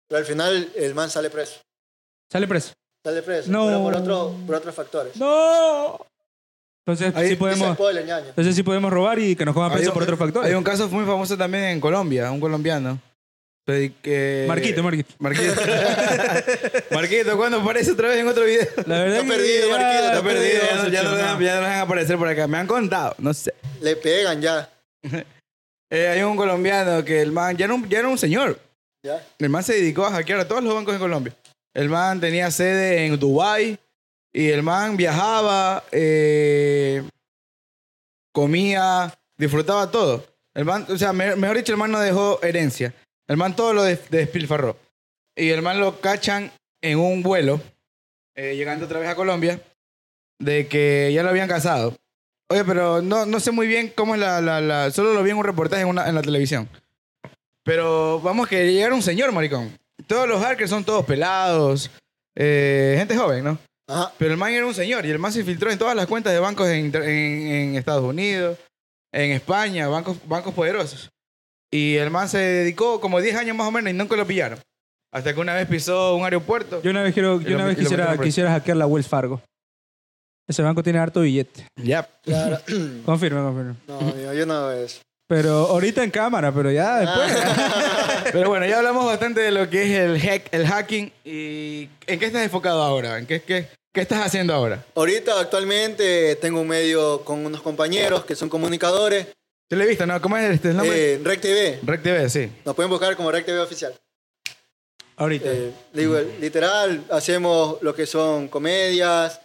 Speaker 1: Pero al final el man sale preso.
Speaker 3: Sale preso.
Speaker 1: Sale preso.
Speaker 3: No.
Speaker 1: Pero por, otro, por otros factores.
Speaker 3: ¡No! Entonces
Speaker 2: Ahí
Speaker 3: sí
Speaker 1: Dice
Speaker 3: podemos.
Speaker 1: spoiler, ñaño.
Speaker 3: Entonces sí podemos robar y que nos coman
Speaker 2: Hay
Speaker 3: preso
Speaker 2: un-
Speaker 3: Ah, por otro factor.
Speaker 2: Hay un caso muy famoso también en Colombia, un colombiano. Soy que-
Speaker 3: Marquito, Marquito.
Speaker 2: Marquito. Marquito, ¿cuándo aparece otra vez en otro video?
Speaker 3: La verdad
Speaker 1: Está
Speaker 3: que
Speaker 1: perdido,
Speaker 3: ya-
Speaker 1: Marquito, está
Speaker 2: Está perdido, ya, no-
Speaker 3: Ocho,
Speaker 2: ya no, lo dejan-
Speaker 3: no.
Speaker 2: ya no lo dejan aparecer por acá. Me han contado, no sé.
Speaker 1: Le pegan ya.
Speaker 2: Eh, hay un colombiano que el man, ya era un, ya era un señor.
Speaker 1: ya.
Speaker 2: El man se dedicó a hackear a todos los bancos en Colombia. El man tenía sede en Dubai y el man viajaba, eh, comía, disfrutaba todo. El man, o sea, me- mejor dicho, el man no dejó herencia. El man todo lo des- despilfarró. Y el man lo cachan en un vuelo, eh, llegando otra vez a Colombia, de que ya lo habían casado. Oye, pero no, no sé muy bien cómo es la, la- la- Solo lo vi en un reportaje en, una, en la televisión. Pero vamos que llegaron un señor, maricón. Todos los hackers son todos pelados. eh, gente joven, ¿no?
Speaker 1: Ajá.
Speaker 2: Pero el man era un señor y el man se infiltró en todas las cuentas de bancos en, inter- en- en Estados Unidos, en España, bancos, bancos poderosos. Y el man se dedicó como 10 años más o menos y nunca lo pillaron. Hasta que una vez pisó un aeropuerto.
Speaker 3: Yo una vez, quiero, yo
Speaker 2: lo
Speaker 3: una
Speaker 2: met-
Speaker 3: vez
Speaker 2: y lo meten
Speaker 3: quisiera,
Speaker 2: preso.
Speaker 3: quisiera hackear la Wells Fargo. Ese banco tiene harto billete.
Speaker 2: Ya.
Speaker 1: Claro.
Speaker 2: Mm.
Speaker 3: Confirme, confirme.
Speaker 1: No, amigo, yo no veo eso.
Speaker 3: Pero ahorita en cámara, pero
Speaker 2: Ah.
Speaker 3: ya después.
Speaker 2: Pero bueno, ya hablamos bastante de lo que es el, hack, el hacking. ¿Y en qué estás enfocado ahora? ¿En qué, qué, qué estás haciendo ahora?
Speaker 1: Ahorita, actualmente, tengo un medio con unos compañeros que son comunicadores.
Speaker 2: Televista, ¿no? ¿Cómo es este el nombre?
Speaker 3: pues.
Speaker 1: Eh, Rec TV.
Speaker 2: Rec TV, sí.
Speaker 1: Nos pueden buscar como Rec TV Oficial.
Speaker 3: Ahorita.
Speaker 1: Eh, digo, literal, hacemos lo que son comedias,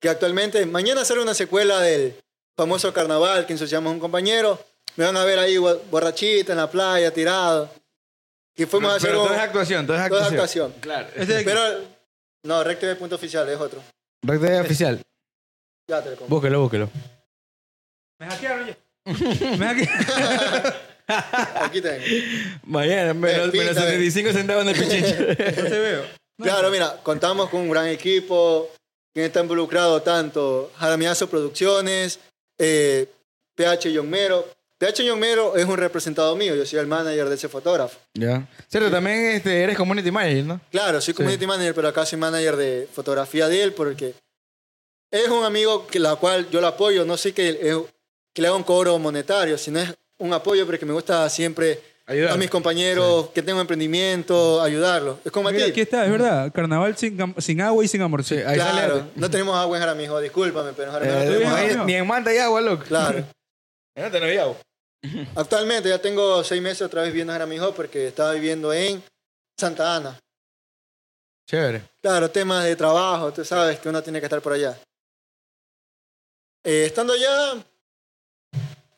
Speaker 1: que actualmente, mañana sale una secuela del famoso carnaval que ensuciamos a un compañero. Me van a ver ahí bo- borrachito en la playa, tirado. Y fuimos a hacer
Speaker 2: Pero
Speaker 1: un-
Speaker 2: todo es actuación, todo es
Speaker 1: toda
Speaker 2: actuación.
Speaker 1: actuación. Este
Speaker 2: Claro.
Speaker 1: Pero, no, Rec TV punto oficial es otro.
Speaker 2: Rec TV oficial.
Speaker 1: Ya te lo compro.
Speaker 2: Búsquelo, búsquelo.
Speaker 3: Me hackearon ya. Me hackearon.
Speaker 1: Aquí tengo.
Speaker 2: Mañana, menos,
Speaker 1: Pita,
Speaker 2: menos
Speaker 1: eh.
Speaker 2: 75 centavos en el pichincho.
Speaker 3: No te veo.
Speaker 1: Claro, mira, contamos con un gran equipo que está involucrado tanto Jaramiazo Producciones, eh, PH Yomero. PH Yomero es un representado mío, yo soy el manager de ese fotógrafo.
Speaker 2: ya. Cierto, también este, eres community manager, ¿no?
Speaker 1: Claro, soy community manager, pero acá soy manager de fotografía de él porque es un amigo que la cual yo lo apoyo, no sé que, es- que le haga un cobro monetario, sino es un apoyo porque me gusta siempre
Speaker 2: Ayudar.
Speaker 1: a mis compañeros que tengo emprendimiento, ayudarlos. Es como a
Speaker 3: Mira,
Speaker 1: ti.
Speaker 3: aquí está, es verdad. Carnaval sin, gam- sin agua y sin amor.
Speaker 2: Sí, ahí
Speaker 1: Claro,
Speaker 2: sale.
Speaker 1: no tenemos agua en Jaramijo, discúlpame, pero en
Speaker 2: Eh,
Speaker 1: Jaramijo no
Speaker 2: ni-
Speaker 1: tenemos
Speaker 3: bien,
Speaker 1: agua.
Speaker 3: bien.
Speaker 2: ni en Manta hay agua, loco.
Speaker 1: Claro.
Speaker 2: En Manta no hay agua.
Speaker 1: Actualmente ya tengo seis meses otra vez viviendo en Jaramijo porque estaba viviendo en Santa Ana.
Speaker 2: Chévere.
Speaker 1: Claro, temas de trabajo, tú sabes que uno tiene que estar por allá. Eh, estando allá,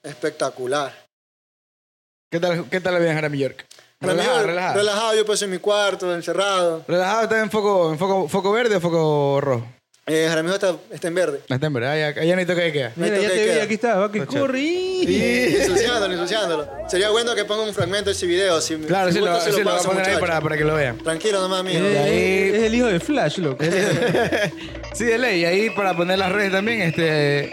Speaker 1: espectacular.
Speaker 2: ¿Qué tal, qué tal la vida en Harami York? Relajado,
Speaker 1: Jaramijo,
Speaker 2: relajado.
Speaker 1: relajado, yo pues en mi cuarto, encerrado.
Speaker 2: Relajado, ¿estás en foco, en foco, foco verde o foco rojo?
Speaker 1: Eh, Jaramijo está, está en verde.
Speaker 2: ah, No está en verde. Allá, allá ni toca de queda.
Speaker 3: Mira,
Speaker 1: Ahí
Speaker 3: ya
Speaker 1: toca y
Speaker 3: te vi,
Speaker 1: queda.
Speaker 3: aquí está. Va que
Speaker 2: Escucha.
Speaker 3: corre.
Speaker 1: Ensuciándolo, ensuciándolo. Sería bueno que ponga un fragmento de ese video. Si,
Speaker 2: Claro,
Speaker 1: si
Speaker 2: sí lo,
Speaker 1: gusta, se
Speaker 2: sí lo voy a
Speaker 1: paso,
Speaker 2: poner ahí
Speaker 1: muchacho.
Speaker 2: para, para que lo vean.
Speaker 1: Tranquilo nomás, amigo.
Speaker 2: Eh,
Speaker 3: Eh,
Speaker 2: ahí-
Speaker 3: Es el hijo de Flash, loco.
Speaker 2: sí, de ley. Y ahí para poner las redes también, este...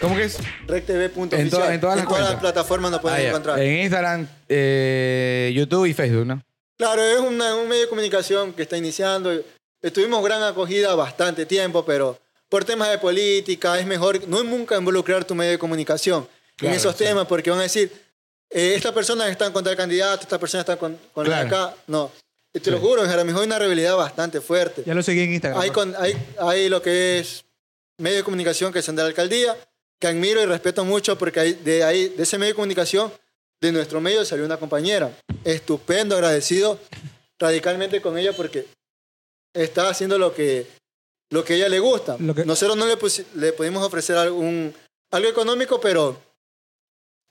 Speaker 2: ¿Cómo que es?
Speaker 1: RecTV.oficial.
Speaker 2: En todas- en todas las cuentas.
Speaker 1: plataformas nos pueden
Speaker 2: Ah, ya.
Speaker 1: encontrar.
Speaker 2: En Instagram, eh, YouTube y Facebook, ¿no?
Speaker 1: Claro, es una- un medio de comunicación que está iniciando. Estuvimos gran acogida bastante tiempo, pero por temas de política es mejor no nunca involucrar tu medio de comunicación
Speaker 2: Claro,
Speaker 1: en esos
Speaker 2: sí.
Speaker 1: temas porque van a decir, eh, esta persona está contra el candidato, esta persona está con, con la de
Speaker 2: Claro.
Speaker 1: acá. No, Y te lo juro, en Jaramillo hay una rivalidad bastante fuerte.
Speaker 3: Ya lo seguí en Instagram.
Speaker 1: Hay, con- hay, hay lo que es medio de comunicación que son de la alcaldía, que admiro y respeto mucho porque ahí- de ahí, de ese medio de comunicación, de nuestro medio salió una compañera. Estupendo, agradecido radicalmente con ella porque está haciendo lo que, lo que a ella le gusta.
Speaker 3: Lo que-
Speaker 1: Nosotros no le, pusi- le pudimos ofrecer algún, algo económico, pero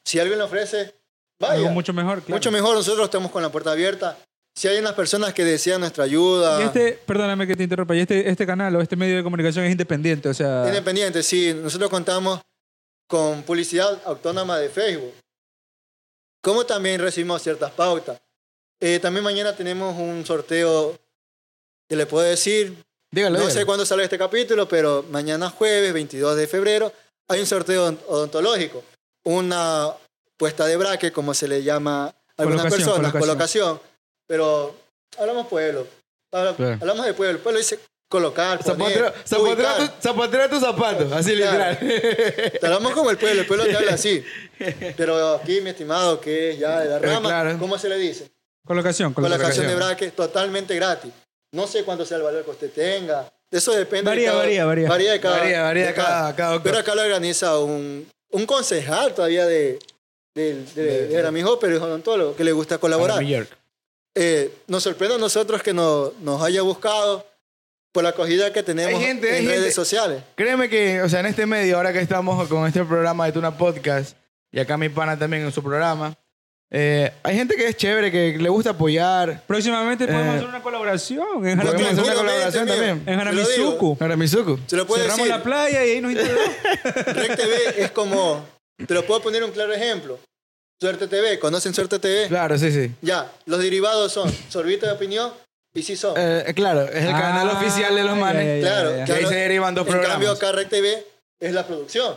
Speaker 1: si alguien le ofrece, vaya.
Speaker 3: Algo mucho mejor, claro.
Speaker 1: Mucho mejor, nosotros estamos con la puerta abierta. Si hay unas personas que desean nuestra ayuda.
Speaker 3: Y este, perdóname que te interrumpa, y este, este canal o este medio de comunicación es independiente, o sea...
Speaker 1: Independiente, sí. Nosotros contamos con publicidad autónoma de Facebook. Como también recibimos ciertas pautas. Eh, también mañana tenemos un sorteo que le puedo decir.
Speaker 2: Dígalo,
Speaker 1: No
Speaker 2: dígalo.
Speaker 1: sé cuándo sale este capítulo, pero mañana jueves, 22 de febrero, hay un sorteo on- odontológico. Una puesta de braque, como se le llama a algunas
Speaker 3: Colocación,
Speaker 1: personas,
Speaker 3: colocación.
Speaker 1: colocación. Pero hablamos pueblo. Habla-
Speaker 2: Claro.
Speaker 1: Hablamos de pueblo. El pueblo dice colocar,
Speaker 2: Zapatero,
Speaker 1: poner,
Speaker 2: zapatero,
Speaker 1: ubicar.
Speaker 2: tu- zapatero tus zapatos, así
Speaker 1: Claro.
Speaker 2: literal.
Speaker 1: Te hablamos como el pueblo, el pueblo te habla así. Pero aquí, mi estimado, que es ya de la
Speaker 2: Eh,
Speaker 1: rama,
Speaker 2: claro.
Speaker 1: ¿cómo se le dice?
Speaker 3: Colocación,
Speaker 1: Con la
Speaker 3: colocación.
Speaker 1: canción de braque, totalmente gratis. No sé cuánto sea el valor que usted tenga. Eso depende.
Speaker 3: Varía,
Speaker 1: de cada,
Speaker 3: varía, varía.
Speaker 1: Varía de cada.
Speaker 2: Varía, varía
Speaker 1: de
Speaker 2: cada- cada doctor.
Speaker 1: Pero acá lo organiza un, un concejal todavía de, del- de, de, Aramijo, pero es odontólogo, que le gusta colaborar.
Speaker 2: New York.
Speaker 1: Eh, nos sorprende a nosotros que no- nos haya buscado por la acogida que tenemos
Speaker 2: Hay gente,
Speaker 1: en
Speaker 2: hay
Speaker 1: redes
Speaker 2: gente.
Speaker 1: sociales.
Speaker 2: Créeme que, o sea, en este medio, ahora que estamos con este programa de Tuna Podcast, y acá mi pana también en su programa, eh, hay gente que es chévere, que le gusta apoyar.
Speaker 3: Próximamente podemos
Speaker 2: Eh,
Speaker 3: hacer una colaboración en
Speaker 2: podemos
Speaker 3: Jaramizuku.
Speaker 2: hacer una
Speaker 1: Tranquilamente,
Speaker 2: colaboración
Speaker 1: amigo.
Speaker 3: En
Speaker 2: también.
Speaker 1: Te lo digo.
Speaker 3: Jaramizuku.
Speaker 2: Ahora, Mizuku.
Speaker 1: Se lo puede
Speaker 3: Cerramos
Speaker 1: decir.
Speaker 3: la playa y ahí nos integramos.
Speaker 1: Rec TV es como, te lo puedo poner un claro ejemplo. Suerte TV, ¿conocen Suerte TV?
Speaker 2: Claro, sí, sí.
Speaker 1: Ya, los derivados son sorbito de opinión y sí son.
Speaker 2: Eh, claro, es el canal
Speaker 3: Ah,
Speaker 2: oficial de los
Speaker 3: ya,
Speaker 2: manes.
Speaker 3: ya, ya.
Speaker 1: claro,
Speaker 3: ahí
Speaker 2: Que ahí
Speaker 1: claro.
Speaker 2: se derivan dos
Speaker 1: En cambio,
Speaker 2: programas.
Speaker 1: acá Rec TV es la producción.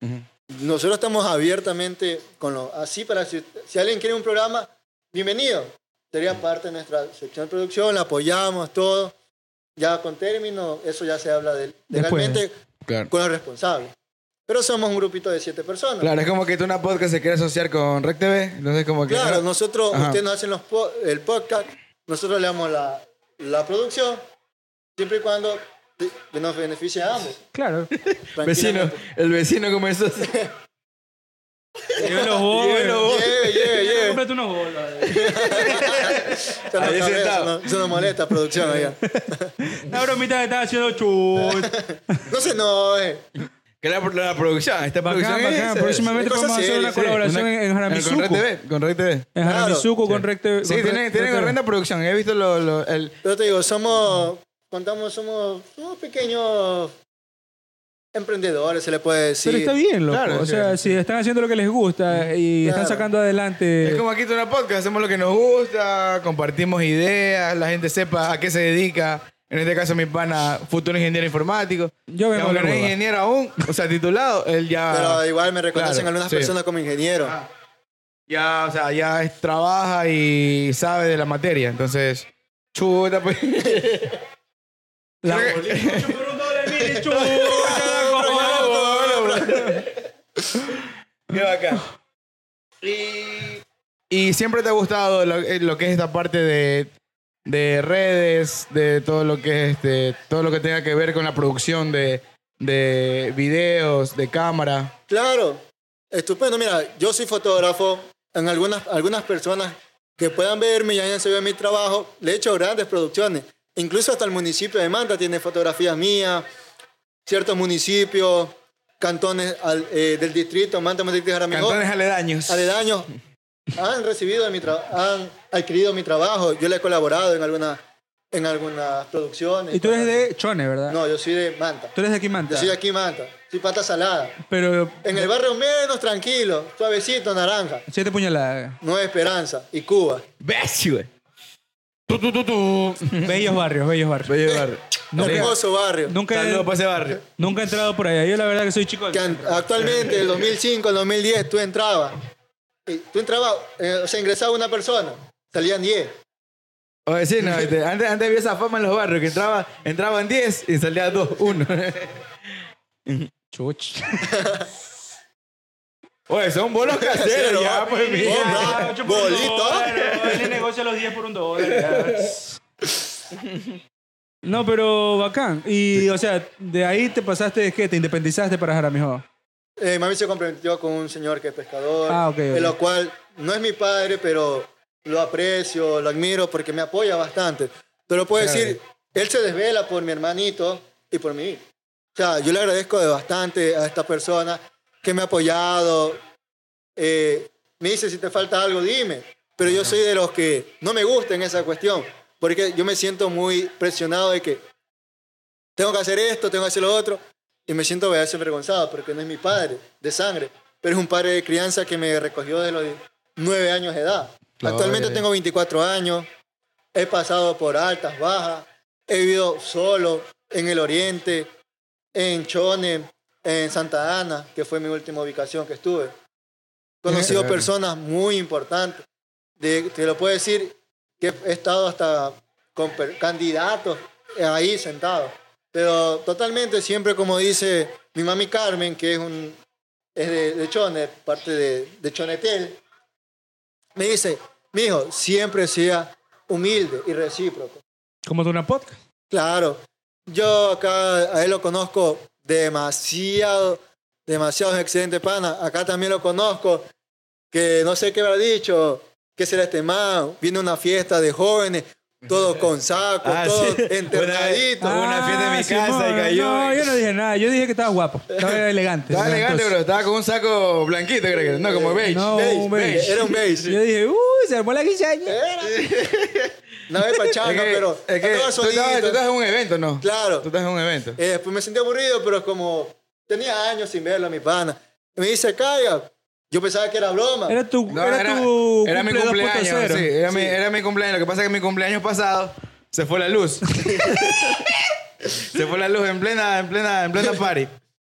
Speaker 2: Ujú.
Speaker 1: nosotros estamos abiertamente con lo, así para si, si alguien quiere un programa, bienvenido. Sería parte de nuestra sección de producción, la apoyamos, todo. Ya con término, eso ya se habla de,
Speaker 3: Después.
Speaker 1: legalmente
Speaker 2: Claro.
Speaker 1: con los responsables. Pero somos un grupito de siete personas.
Speaker 2: Claro, es como que tú una podcast se quiere asociar con Rec TV, entonces como que...
Speaker 1: Claro, nosotros,
Speaker 2: Ajá.
Speaker 1: ustedes nos hacen los po- el podcast, nosotros le damos la, la producción, siempre y cuando te- que nos beneficie a ambos.
Speaker 3: Claro.
Speaker 2: Vecino,
Speaker 1: tranquilamente.
Speaker 2: el vecino comenzó... a-
Speaker 3: Lleve los bolos.
Speaker 1: Lleve,
Speaker 2: eh.
Speaker 1: lleve, lleve.
Speaker 3: Cómprate unos bolos. eh.
Speaker 1: Se nos
Speaker 2: Ahí
Speaker 1: cabrea,
Speaker 2: sentado.
Speaker 1: se nos- se nos molesta producción allá.
Speaker 3: Una bromita que estaba haciendo chut.
Speaker 1: No eh, se enoje.
Speaker 2: que la, la producción, esta producción
Speaker 3: Bacán,
Speaker 2: es
Speaker 3: bacán.
Speaker 2: esa.
Speaker 3: Próximamente
Speaker 1: Cosas
Speaker 3: vamos a hacer
Speaker 1: serias,
Speaker 3: una
Speaker 1: sí.
Speaker 3: colaboración
Speaker 2: Una-
Speaker 3: en
Speaker 2: Con Rec
Speaker 3: Jaramizuco.
Speaker 2: TV, con Rec TV.
Speaker 3: En Jaramizuco
Speaker 1: Claro.
Speaker 3: con Recte.
Speaker 2: Sí, tienen, tienen horrenda producción, he visto lo, lo- el...
Speaker 1: Pero te digo, somos, contamos, somos, somos pequeños emprendedores, se le puede decir.
Speaker 3: Pero está bien, loco.
Speaker 2: Claro,
Speaker 3: o
Speaker 2: sí.
Speaker 3: sea, si están haciendo lo que les gusta y
Speaker 1: Claro.
Speaker 3: están sacando adelante.
Speaker 2: Es como aquí tú una podcast, hacemos lo que nos gusta, compartimos ideas, la gente sepa a qué se dedica. En este caso, mi pana, futuro ingeniero informático.
Speaker 3: Yo
Speaker 2: Y
Speaker 3: vengo
Speaker 2: aunque
Speaker 3: de la
Speaker 2: no es
Speaker 3: hueva.
Speaker 2: ingeniero aún, o sea, titulado, él ya...
Speaker 1: Pero igual me reconocen
Speaker 2: Claro,
Speaker 1: algunas
Speaker 2: sí.
Speaker 1: personas como ingeniero.
Speaker 2: Ya, o sea, ya es- trabaja y sabe de la materia. Entonces, chuta, pues.
Speaker 3: La-
Speaker 2: Creo que- Qué bacán. Y, y siempre te ha gustado lo, eh, lo que es esta parte de, de redes, de todo lo que es este, todo lo que tenga que ver con la producción de, de videos, de cámara.
Speaker 1: Claro, estupendo. Mira, yo soy fotógrafo. En algunas, algunas personas que puedan verme y hayan sabido mi trabajo, le he hecho grandes producciones. Incluso hasta el municipio de Manta tiene fotografías mías, ciertos municipios, cantones al- eh, del distrito, Manta, Montecristi, Jaramijó,
Speaker 2: Cantones aledaños.
Speaker 1: aledaños, han recibido de mi tra- han adquirido mi trabajo. Yo le he colaborado en algunas, en algunas producciones.
Speaker 3: Y tú eres de Chone, ¿verdad?
Speaker 1: No, yo soy de Manta.
Speaker 3: Tú eres de aquí Manta.
Speaker 1: Yo soy de aquí, Manta. Soy pata salada.
Speaker 3: Pero
Speaker 1: En el barrio menos tranquilo, suavecito, naranja,
Speaker 3: siete puñaladas.
Speaker 1: Nueva Esperanza y Cuba.
Speaker 2: Bessie, güey. Tu, tu, tu, tu.
Speaker 3: bellos barrios, bellos barrios.
Speaker 2: Bello barrio.
Speaker 3: No,
Speaker 2: Sí.
Speaker 1: Hermoso barrio.
Speaker 3: Nunca,
Speaker 2: Saludos para ese barrio.
Speaker 3: nunca he entrado por allá. Yo la verdad que soy chico.
Speaker 1: Que an- actualmente, del 2005 al 2010, tú entrabas. y Tú entrabas, eh, o sea, ingresaba una persona, salían 10.
Speaker 2: Oye, sí, no, este, antes, antes había esa fama en los barrios que entraba, entraban 10 y salía 2, 1.
Speaker 3: Chuch.
Speaker 2: Oye, son bolos caseros
Speaker 1: Cero,
Speaker 2: ya,
Speaker 1: papi.
Speaker 2: pues mira.
Speaker 1: Opa,
Speaker 3: Ocho por un
Speaker 1: bolito.
Speaker 3: dólar, ¿no? Él negocia los 10 por un dólar. No, pero bacán. Y, o sea, de ahí te pasaste, ¿qué? Te independizaste para Jaramijo.
Speaker 1: Eh, mami se comprometió con un señor que es pescador,
Speaker 3: Ah, ok, ok.
Speaker 1: de lo cual no es mi padre, pero lo aprecio, lo admiro porque me apoya bastante. Te lo puedo
Speaker 2: Claro.
Speaker 1: decir, él se desvela por mi hermanito y por mí. O sea, yo le agradezco de bastante a esta persona que me ha apoyado. Eh, me dice, si te falta algo, dime. Pero yo soy de los que no me gusta en esa cuestión, porque yo me siento muy presionado de que tengo que hacer esto, tengo que hacer lo otro. Y me siento a veces avergonzado porque no es mi padre de sangre, pero es un padre de crianza que me recogió de los nueve años de edad.
Speaker 2: Claro,
Speaker 1: Actualmente
Speaker 2: ya, ya.
Speaker 1: tengo 24 años, he pasado por altas, bajas, he vivido solo en el oriente, en Chone, en Santa Ana, que fue mi última ubicación que estuve. He conocido
Speaker 2: Claro.
Speaker 1: personas muy importantes. De- te lo puedo decir que he estado hasta con per- candidatos ahí sentados. Pero totalmente siempre como dice mi mami Carmen, que es un es de, de Chone, parte de, de Chonetel, me dice, mijo, siempre sea humilde y recíproco.
Speaker 3: Como de una podcast.
Speaker 1: Claro, yo acá a él lo conozco demasiado, demasiado excelente pana. Acá también lo conozco, que no sé qué habrá dicho, que será este man, viene una fiesta de jóvenes, todos con saco,
Speaker 2: Ah,
Speaker 1: todos
Speaker 2: sí.
Speaker 1: enternaditos.
Speaker 2: Hubo una fiesta en mi casa y
Speaker 3: Ah, Simón,
Speaker 2: cayó.
Speaker 3: No, yo no dije nada. Yo dije que estaba guapo. Estaba elegante.
Speaker 2: Estaba elegante,
Speaker 3: Entonces,
Speaker 2: bro. Estaba con un saco blanquito, creo que. era. No, como beige.
Speaker 3: No,
Speaker 1: Beige,
Speaker 3: un beige.
Speaker 1: beige, era un beige.
Speaker 3: Yo dije, uy, se armó la guisaña.
Speaker 2: Eh.
Speaker 1: Era. Una vez pachanga,
Speaker 2: Es que-
Speaker 1: pero
Speaker 2: es que
Speaker 1: andaba
Speaker 2: tú, estabas, tú
Speaker 1: solito.
Speaker 2: estabas en un evento, ¿no?
Speaker 1: Claro.
Speaker 2: Tú estás en un evento.
Speaker 1: Eh, después me sentí aburrido, pero como tenía años sin verlo a mi pana. Y me dice, caiga. Yo pensaba que era broma.
Speaker 3: Era tu,
Speaker 2: No,
Speaker 3: era, tu
Speaker 2: era mi
Speaker 3: cumple
Speaker 2: cumpleaños.
Speaker 3: 2.0.
Speaker 2: Sí, era, Mi, era mi cumpleaños. Lo que pasa es que mi cumpleaños pasado se fue la luz. se fue la luz en plena, en plena, en plena party.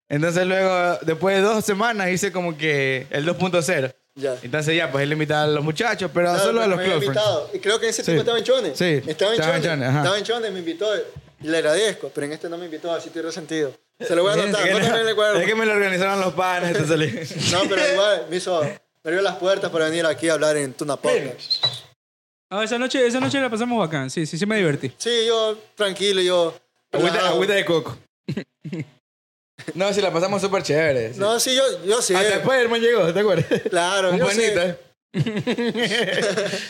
Speaker 2: Entonces luego, después de dos semanas, hice como que el 2.0.
Speaker 1: Ya.
Speaker 2: Entonces ya, pues él invitaba a los muchachos, pero
Speaker 1: Claro,
Speaker 2: Ah, solo a
Speaker 1: me-
Speaker 2: los
Speaker 1: me
Speaker 2: close
Speaker 1: había
Speaker 2: friends.
Speaker 1: invitado. Y creo que ese
Speaker 2: Sí.
Speaker 1: tipo estaba en Chones.
Speaker 2: Sí,
Speaker 1: Estaba en
Speaker 2: estaba en
Speaker 1: Chones.
Speaker 2: Chones, ajá.
Speaker 1: Estaba en Chones, me invitó. Y le agradezco, pero en este no me invitó, así estoy resentido. Se lo voy a anotar, no en el cuadro.
Speaker 2: Es que me lo organizaron los panas, entonces le-
Speaker 1: No, pero igual me hizo. Me abrió las puertas para venir aquí a hablar en Tuna Podcast.
Speaker 3: Ah, esa noche, esa noche la pasamos bacán. Sí, sí, sí me divertí.
Speaker 1: Sí, yo tranquilo, yo.
Speaker 2: Agüita,
Speaker 1: relajado.
Speaker 2: agüita de coco. No, si la pasamos súper chévere. sí.
Speaker 1: No, sí, yo, yo sí.
Speaker 2: Hasta Spider-Man llegó, ¿te acuerdas?
Speaker 1: Claro,
Speaker 2: Un
Speaker 1: yo sí.
Speaker 2: panita.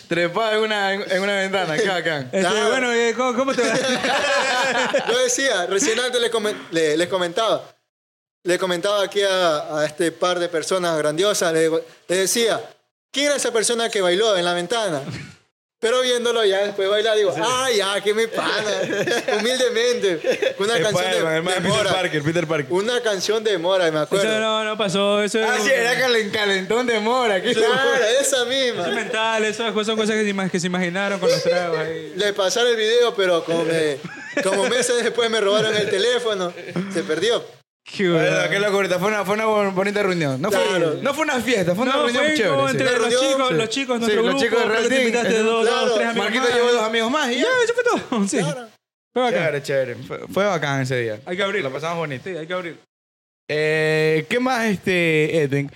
Speaker 2: Trepado en una, en una ventana, qué bacán.
Speaker 3: Este,
Speaker 1: Claro.
Speaker 3: Bueno, eh, ¿cómo, cómo te va?
Speaker 1: Yo decía, recién antes les, comen- le- les comentaba, le comentaba aquí a, a este par de personas grandiosas, le, le decía, ¿quién era esa persona que bailó en la ventana? Pero viéndolo ya después bailar, digo, ¡ay, ya, que me pana! Humildemente, con una canción de, Uh,
Speaker 2: Spider-Man,
Speaker 1: de
Speaker 2: además, Peter
Speaker 1: Mora.
Speaker 2: Parker, Peter Parker.
Speaker 1: Una canción de Mora, me
Speaker 3: Eso
Speaker 1: acuerdo.
Speaker 3: no, no pasó. Eso
Speaker 2: Ah, sí, era calen- calentón de mora. qué
Speaker 1: Claro, esa misma.
Speaker 3: es mental. Eso son cosas que se, ima- que se imaginaron con los tragos ahí.
Speaker 1: Le pasaron el video, pero como, me- como meses después me robaron el teléfono, se perdió.
Speaker 3: Qué
Speaker 2: Bueno,
Speaker 3: bueno.
Speaker 2: qué locura, fue una, fue una bon- bonita reunión. No fue,
Speaker 1: Claro.
Speaker 2: no fue una fiesta, fue una
Speaker 3: No,
Speaker 2: reunión
Speaker 3: fue
Speaker 2: chévere.
Speaker 3: como
Speaker 2: sí.
Speaker 3: entre los
Speaker 1: Reunión,
Speaker 3: chicos,
Speaker 1: sí.
Speaker 3: los chicos,
Speaker 2: Sí,
Speaker 3: nuestro
Speaker 2: los
Speaker 3: grupo.
Speaker 2: chicos de
Speaker 3: creo que te
Speaker 2: Red Team,
Speaker 3: invitaste
Speaker 2: el-
Speaker 3: dos,
Speaker 1: claro,
Speaker 3: dos, tres amigos
Speaker 2: Marquito
Speaker 3: más.
Speaker 2: llevó dos amigos más y ya.
Speaker 3: Ya, eso fue todo. Sí.
Speaker 1: Claro.
Speaker 3: Fue bacán.
Speaker 2: Chévere, chévere. Fue, fue bacán ese día.
Speaker 3: Hay que abrirlo.
Speaker 2: La pasamos bonita.
Speaker 3: Sí, hay que abrir.
Speaker 2: Eh, ¿Qué más, este, Edwin?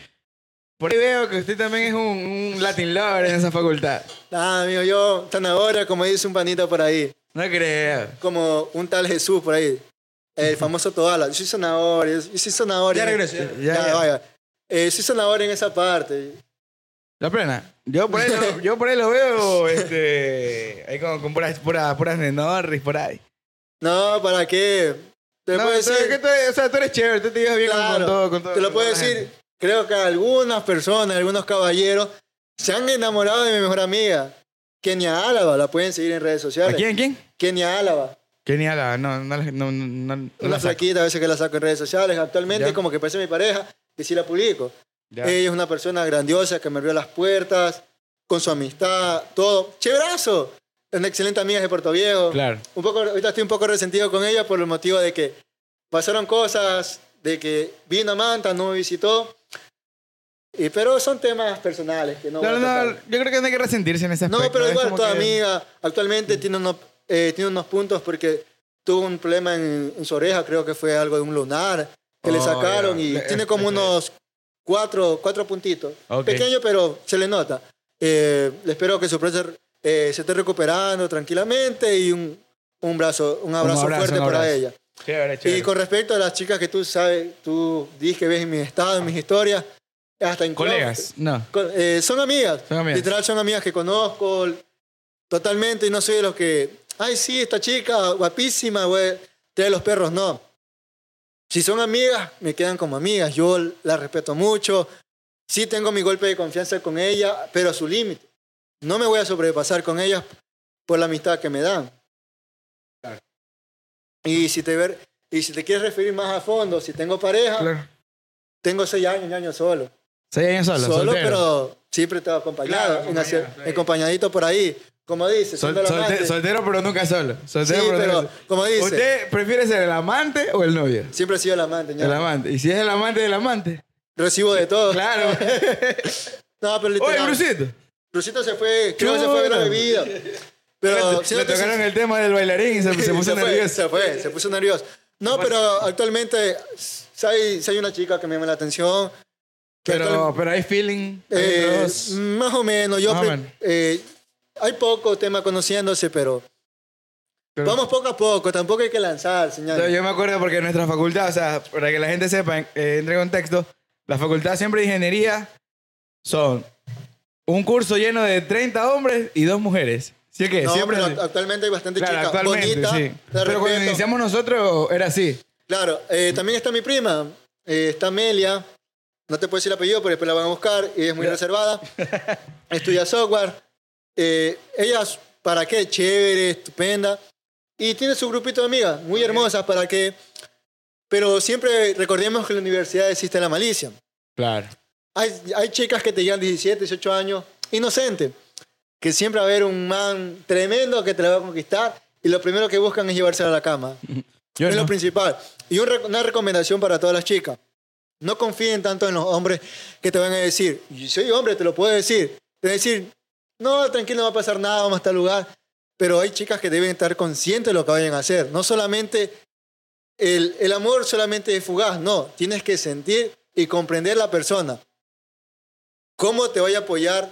Speaker 2: Por ahí veo que usted también es un, un Latin lover en esa facultad.
Speaker 1: Ah, amigo, yo, tan ahora, como dice un panita por ahí,
Speaker 2: No creo.
Speaker 1: como un tal Jesús por ahí, el famoso Todala. Yo soy sonador, yo soy sonador.
Speaker 3: Ya
Speaker 1: en-
Speaker 3: regreso, ya.
Speaker 1: Ya,
Speaker 2: Ya, ya.
Speaker 1: vaya. Eh, soy sonador en esa parte.
Speaker 2: La plena. Yo por ahí lo, yo por ahí lo veo, este, ahí con, con puras, puras, puras nenorris por ahí.
Speaker 1: No, ¿para qué? Te
Speaker 2: No,
Speaker 1: puedo
Speaker 2: o sea,
Speaker 1: decir,
Speaker 2: que tú eres- o sea, tú eres chévere, tú te llevas bien con-
Speaker 1: claro,
Speaker 2: con todo, con todo.
Speaker 1: te lo
Speaker 2: con
Speaker 1: puedo
Speaker 2: toda la
Speaker 1: decir,
Speaker 2: gente.
Speaker 1: creo que algunas personas, algunos caballeros, se han enamorado de mi mejor amiga, Kenia Álava. La pueden seguir en redes
Speaker 2: ¿A
Speaker 1: sociales.
Speaker 2: quién, quién?
Speaker 1: Kenia Álava.
Speaker 2: Genial, ah, no, no, la- no, no, no
Speaker 1: Una
Speaker 2: la saco.
Speaker 1: flaquita a veces que la saco en redes sociales. Actualmente,
Speaker 2: Ya.
Speaker 1: como que parece mi pareja, que sí la publico.
Speaker 2: Ya.
Speaker 1: Ella es una persona grandiosa que me abrió las puertas con su amistad, todo. ¡Chéverazo! Es Una excelente amiga de Puerto Viejo.
Speaker 2: Claro.
Speaker 1: Un poco, ahorita estoy un poco resentido con ella por el motivo de que pasaron cosas, de que vino a Manta, no me visitó. Y, pero son temas personales que no
Speaker 2: No,
Speaker 1: voy a
Speaker 2: no, no,
Speaker 1: tocar.
Speaker 2: yo creo que no hay que resentirse en ese
Speaker 1: No,
Speaker 2: aspecto.
Speaker 1: pero
Speaker 2: es
Speaker 1: igual,
Speaker 2: como
Speaker 1: toda
Speaker 2: que-
Speaker 1: amiga actualmente tiene, unos, eh, tiene unos puntos porque tuvo un problema en, en su oreja, creo que fue algo de un lunar que le
Speaker 2: Oh,
Speaker 1: sacaron
Speaker 2: ya.
Speaker 1: y
Speaker 2: Le-
Speaker 1: tiene como
Speaker 2: le- le-
Speaker 1: unos cuatro, cuatro puntitos.
Speaker 2: Ok.
Speaker 1: Pequeño, pero se le nota. Eh, le espero que su prócer eh, se esté recuperando tranquilamente y un, un, brazo, un, abrazo
Speaker 2: abrazo,
Speaker 1: fuerte
Speaker 2: un
Speaker 1: para
Speaker 2: abrazo.
Speaker 1: ella.
Speaker 2: Chévere, chévere.
Speaker 1: Y con respecto a las chicas que tú sabes, tú dices que ves en mis estados, en mis historias, hasta en
Speaker 2: Colegas, no.
Speaker 1: con- eh, son amigas.
Speaker 2: Son amigas.
Speaker 1: Literal, son amigas que conozco totalmente y no soy de los que. Ay, sí, esta chica, guapísima, güey, trae los perros. No. Si son amigas, me quedan como amigas. Yo las respeto mucho. Sí tengo mi golpe de confianza con ella, pero a su límite. No me voy a sobrepasar con ellas por la amistad que me dan. Y si te ver, y si te quieres referir más a fondo, si tengo pareja,
Speaker 2: Claro.
Speaker 1: tengo seis años, años solo
Speaker 2: Seis años solo,
Speaker 1: solo,
Speaker 2: soltero.
Speaker 1: pero siempre estaba acompañado,
Speaker 2: Claro,
Speaker 1: en hacer-
Speaker 2: acompañado, sí.
Speaker 1: acompañadito por ahí, como dice,
Speaker 2: Sol-
Speaker 1: siendo el
Speaker 2: solte-
Speaker 1: amante.
Speaker 2: soltero, pero nunca solo. Soltero,
Speaker 1: Sí,
Speaker 2: pero,
Speaker 1: pero,
Speaker 2: nunca solo.
Speaker 1: como dice-
Speaker 2: ¿Usted prefiere ser el amante o el novio?
Speaker 1: siempre he sido el amante, ñaño.
Speaker 2: El amante. Y si es el amante del amante.
Speaker 1: recibo de todo.
Speaker 2: Claro.
Speaker 1: No, pero
Speaker 2: Oye,
Speaker 1: literal,
Speaker 2: Brusito.
Speaker 1: Brusito se fue, creo que se
Speaker 2: Chuta.
Speaker 1: fue a la bebida. Pero
Speaker 2: Le
Speaker 1: siéntate-
Speaker 2: tocaron el tema del bailarín y se, se puso
Speaker 1: fue,
Speaker 2: nervioso.
Speaker 1: Se fue, se puso nervioso. No, pero actualmente si hay, si hay una chica que me llama la atención. que
Speaker 2: Pero,
Speaker 1: actual-
Speaker 2: pero hay feeling. hay
Speaker 1: eh,
Speaker 2: dos.
Speaker 1: más o menos, yo
Speaker 2: Más o
Speaker 1: pre-
Speaker 2: menos.
Speaker 1: eh, hay poco tema conociéndose, pero
Speaker 2: Pero-
Speaker 1: vamos poco a poco, tampoco hay que lanzar, señal.
Speaker 2: Yo, yo me acuerdo porque en nuestra facultad, o sea, para que la gente sepa, eh, entre en contexto, la facultad siempre de ingeniería son un curso lleno de 30 hombres y dos mujeres. ¿Sí es que?
Speaker 1: No,
Speaker 2: Eh, siempre.
Speaker 1: pero
Speaker 2: así.
Speaker 1: act- actualmente hay bastante
Speaker 2: claro,
Speaker 1: chicas
Speaker 2: actualmente,
Speaker 1: bonitas.
Speaker 2: sí.
Speaker 1: la
Speaker 2: Pero cuando
Speaker 1: respeto.
Speaker 2: iniciamos nosotros era así.
Speaker 1: Claro, eh, también está mi prima, eh, está Amelia. No te puedo decir el apellido, pero después la van a buscar y es muy reservada. Estudia software. Eh, ella, es- ¿para qué? Chévere, estupenda. Y tiene su grupito de amigas, muy hermosas, ¿para qué? Pero siempre recordemos que en la universidad existe la malicia.
Speaker 2: Claro.
Speaker 1: Hay, hay chicas que te llegan 17, 18 años, inocente, que siempre va a haber un man tremendo que te la va a conquistar y lo primero que buscan es llevársela a la cama.
Speaker 2: Yo
Speaker 1: es
Speaker 2: no.
Speaker 1: lo principal. Y un rec- una recomendación para todas las chicas. No confíen tanto en los hombres que te van a decir, "Y soy hombre, te lo puedo decir. Te decir, no, tranquilo, no va a pasar nada, vamos a tal lugar. Pero hay chicas que deben estar conscientes de lo que vayan a hacer. No solamente el, el amor solamente es fugaz, no. Tienes que sentir y comprender la persona. ¿Cómo te voy a apoyar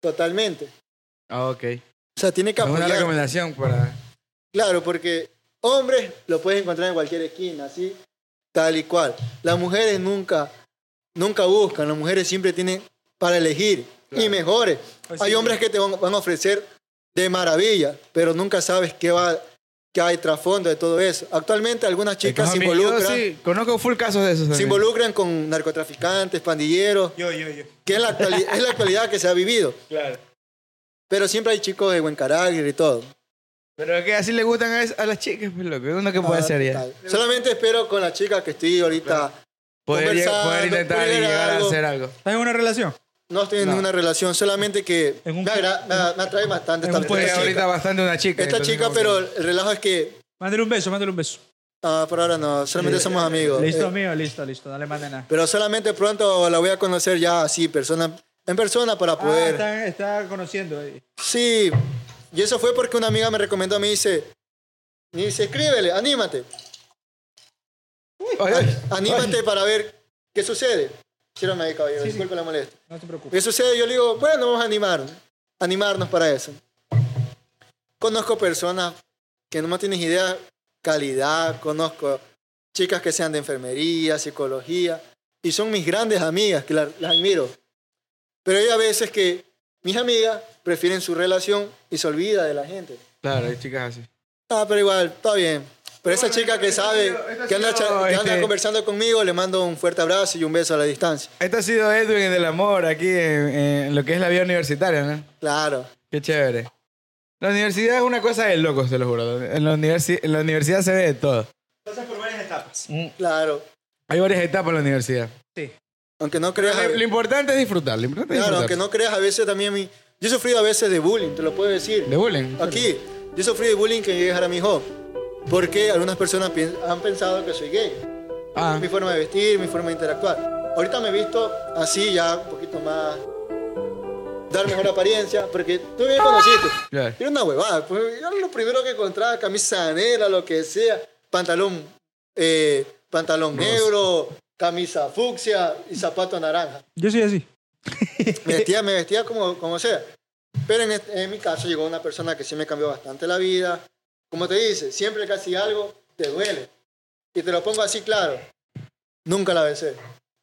Speaker 1: totalmente?
Speaker 2: Ah, ok. Es
Speaker 1: O sea, tiene que
Speaker 2: una
Speaker 1: apoyar.
Speaker 2: recomendación para...
Speaker 1: Claro, porque hombres lo puedes encontrar en cualquier esquina, así, tal y cual. Las mujeres nunca, nunca buscan, las mujeres siempre tienen para elegir y mejores.
Speaker 2: Pues
Speaker 3: Así
Speaker 1: hay
Speaker 3: es.
Speaker 1: hombres que te van van a ofrecer de maravilla, pero nunca sabes qué va, qué hay trasfondo de todo eso. Actualmente algunas chicas
Speaker 2: Ajá,
Speaker 1: se
Speaker 2: mira, yo
Speaker 1: involucran,
Speaker 2: sí, conozco full casos de esos.
Speaker 1: se
Speaker 2: también.
Speaker 1: involucran con narcotraficantes, pandilleros,
Speaker 3: Yo, yo, yo.
Speaker 1: que es la, actuali- es la actualidad que se ha vivido.
Speaker 3: Claro.
Speaker 1: Pero siempre hay chicos de buen carácter y todo.
Speaker 2: Pero que así le gustan a, es- a las chicas, pues loco. Uno que puede
Speaker 1: Ah,
Speaker 2: hacer ya.
Speaker 1: tal. Solamente espero con la chica que estoy ahorita.
Speaker 2: Poder, lleg-
Speaker 1: Conversando,
Speaker 2: poder intentar y
Speaker 1: poder
Speaker 2: llegar
Speaker 1: algo.
Speaker 2: a hacer algo.
Speaker 3: ¿Estás en una relación?
Speaker 1: No estoy en
Speaker 2: No.
Speaker 1: ninguna relación, solamente que
Speaker 3: En un-
Speaker 1: me, agra- me- me atrae bastante
Speaker 3: en
Speaker 1: esta,
Speaker 3: un
Speaker 1: esta
Speaker 2: Pues
Speaker 3: puente
Speaker 1: chica.
Speaker 2: ahorita bastante una chica.
Speaker 1: Esta
Speaker 2: entonces
Speaker 1: chica,
Speaker 2: como que-
Speaker 1: pero el relajo es que
Speaker 3: Mándale un beso, mándale un beso.
Speaker 1: ah, por ahora no, solamente somos amigos.
Speaker 3: Listo,
Speaker 1: Eh,
Speaker 3: amigo, listo, listo. No le mande nada.
Speaker 1: pero solamente pronto la voy a conocer ya así, persona, en persona para
Speaker 3: Ah,
Speaker 1: poder.
Speaker 3: está, está conociendo. ahí.
Speaker 1: Sí, y eso fue porque una amiga me recomendó, me dice, me dice, escríbele, anímate,
Speaker 2: Ay, ay.
Speaker 1: anímate para ver qué sucede. Cierrame ahí, caballero, disculpe la molestia.
Speaker 3: No te preocupes.
Speaker 1: ¿Qué sucede? Yo le digo, bueno, vamos a animar, animarnos para eso. Conozco personas que no tienes idea, calidad, conozco chicas que sean de enfermería, psicología, y son mis grandes amigas, que la- las admiro. Pero hay a veces que mis amigas prefieren su relación y se olvida de la gente.
Speaker 2: Claro, hay chicas así.
Speaker 1: Ah, pero igual, está bien. Pero esa chica que
Speaker 2: esta
Speaker 1: sabe,
Speaker 2: ha sido- esta ha
Speaker 1: que anda,
Speaker 2: sido,
Speaker 1: cha- que anda
Speaker 2: este-
Speaker 1: conversando conmigo, le mando un fuerte abrazo y un beso a la distancia.
Speaker 2: Esto Este ha sido Edwin en del amor aquí en, en lo que es la vida universitaria, ¿no?
Speaker 1: Claro.
Speaker 2: Qué chévere. La universidad es una cosa de locos, te lo juro. En la, universi- en la universidad se ve de todo.
Speaker 3: Pasas por varias etapas.
Speaker 1: Claro.
Speaker 2: Hay varias etapas en la universidad.
Speaker 3: Sí.
Speaker 1: Aunque no
Speaker 2: Pero
Speaker 1: creas.
Speaker 2: lo, lo importante es disfrutar. Lo importante es
Speaker 1: Claro, aunque
Speaker 2: disfrutar.
Speaker 1: no creas, a veces también a mí... Yo he sufrido a veces de bullying, te lo puedo decir.
Speaker 2: De bullying.
Speaker 1: Aquí, yo sufrí de bullying que llegué a dejar a mi hijo. Porque algunas personas pien- han pensado que soy gay.
Speaker 2: Ah,
Speaker 1: Mi forma de vestir, mi forma de interactuar. Ahorita me he visto así, ya un poquito más... Dar mejor apariencia, porque tú me conociste.
Speaker 2: Claro.
Speaker 1: Era una huevada. Pues, yo lo primero que encontraba, camisa negra, lo que sea, pantalón, eh, pantalón negro, camisa fucsia y zapato naranja.
Speaker 3: Yo soy así.
Speaker 1: Me vestía, me vestía como, como sea. Pero en, este- en mi caso llegó una persona que sí me cambió bastante la vida. Como te dice, siempre que hacía algo, te duele. Y te lo pongo así claro. Nunca la besé.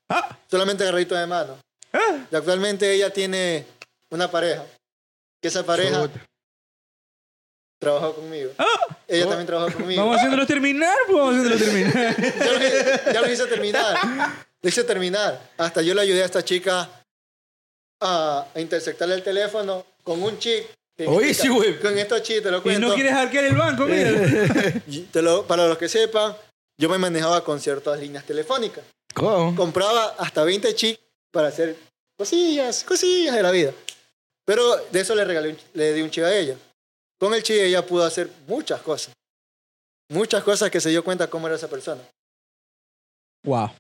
Speaker 3: Ah.
Speaker 1: Solamente agarradito de mano.
Speaker 3: Ah.
Speaker 1: Y actualmente ella tiene una pareja. Que esa pareja
Speaker 2: Chuta.
Speaker 1: trabajó conmigo. Ella también trabajó conmigo.
Speaker 3: Ah. Oh. Vamos haciéndolo terminar, pues vamos haciéndolo terminar.
Speaker 1: ya, lo, hice- ya lo hice terminar. Lo hice terminar. Hasta yo le ayudé a esta chica a, a interceptarle el teléfono con un chip. que
Speaker 2: Oye,
Speaker 1: indica-
Speaker 2: sí, güey.
Speaker 1: Con estos chips, te lo
Speaker 3: Y
Speaker 1: cuento.
Speaker 3: no quieres arquear el banco, mira.
Speaker 1: Y te lo- para los que sepan, yo me manejaba con ciertas líneas telefónicas.
Speaker 2: ¿Cómo?
Speaker 1: Compraba hasta 20 chips para hacer cosillas, cosillas de la vida. Pero de eso le regalé, un- le di un chip a ella. Con el chip ella pudo hacer muchas cosas. Muchas cosas que se dio cuenta cómo era esa persona.
Speaker 3: Wow.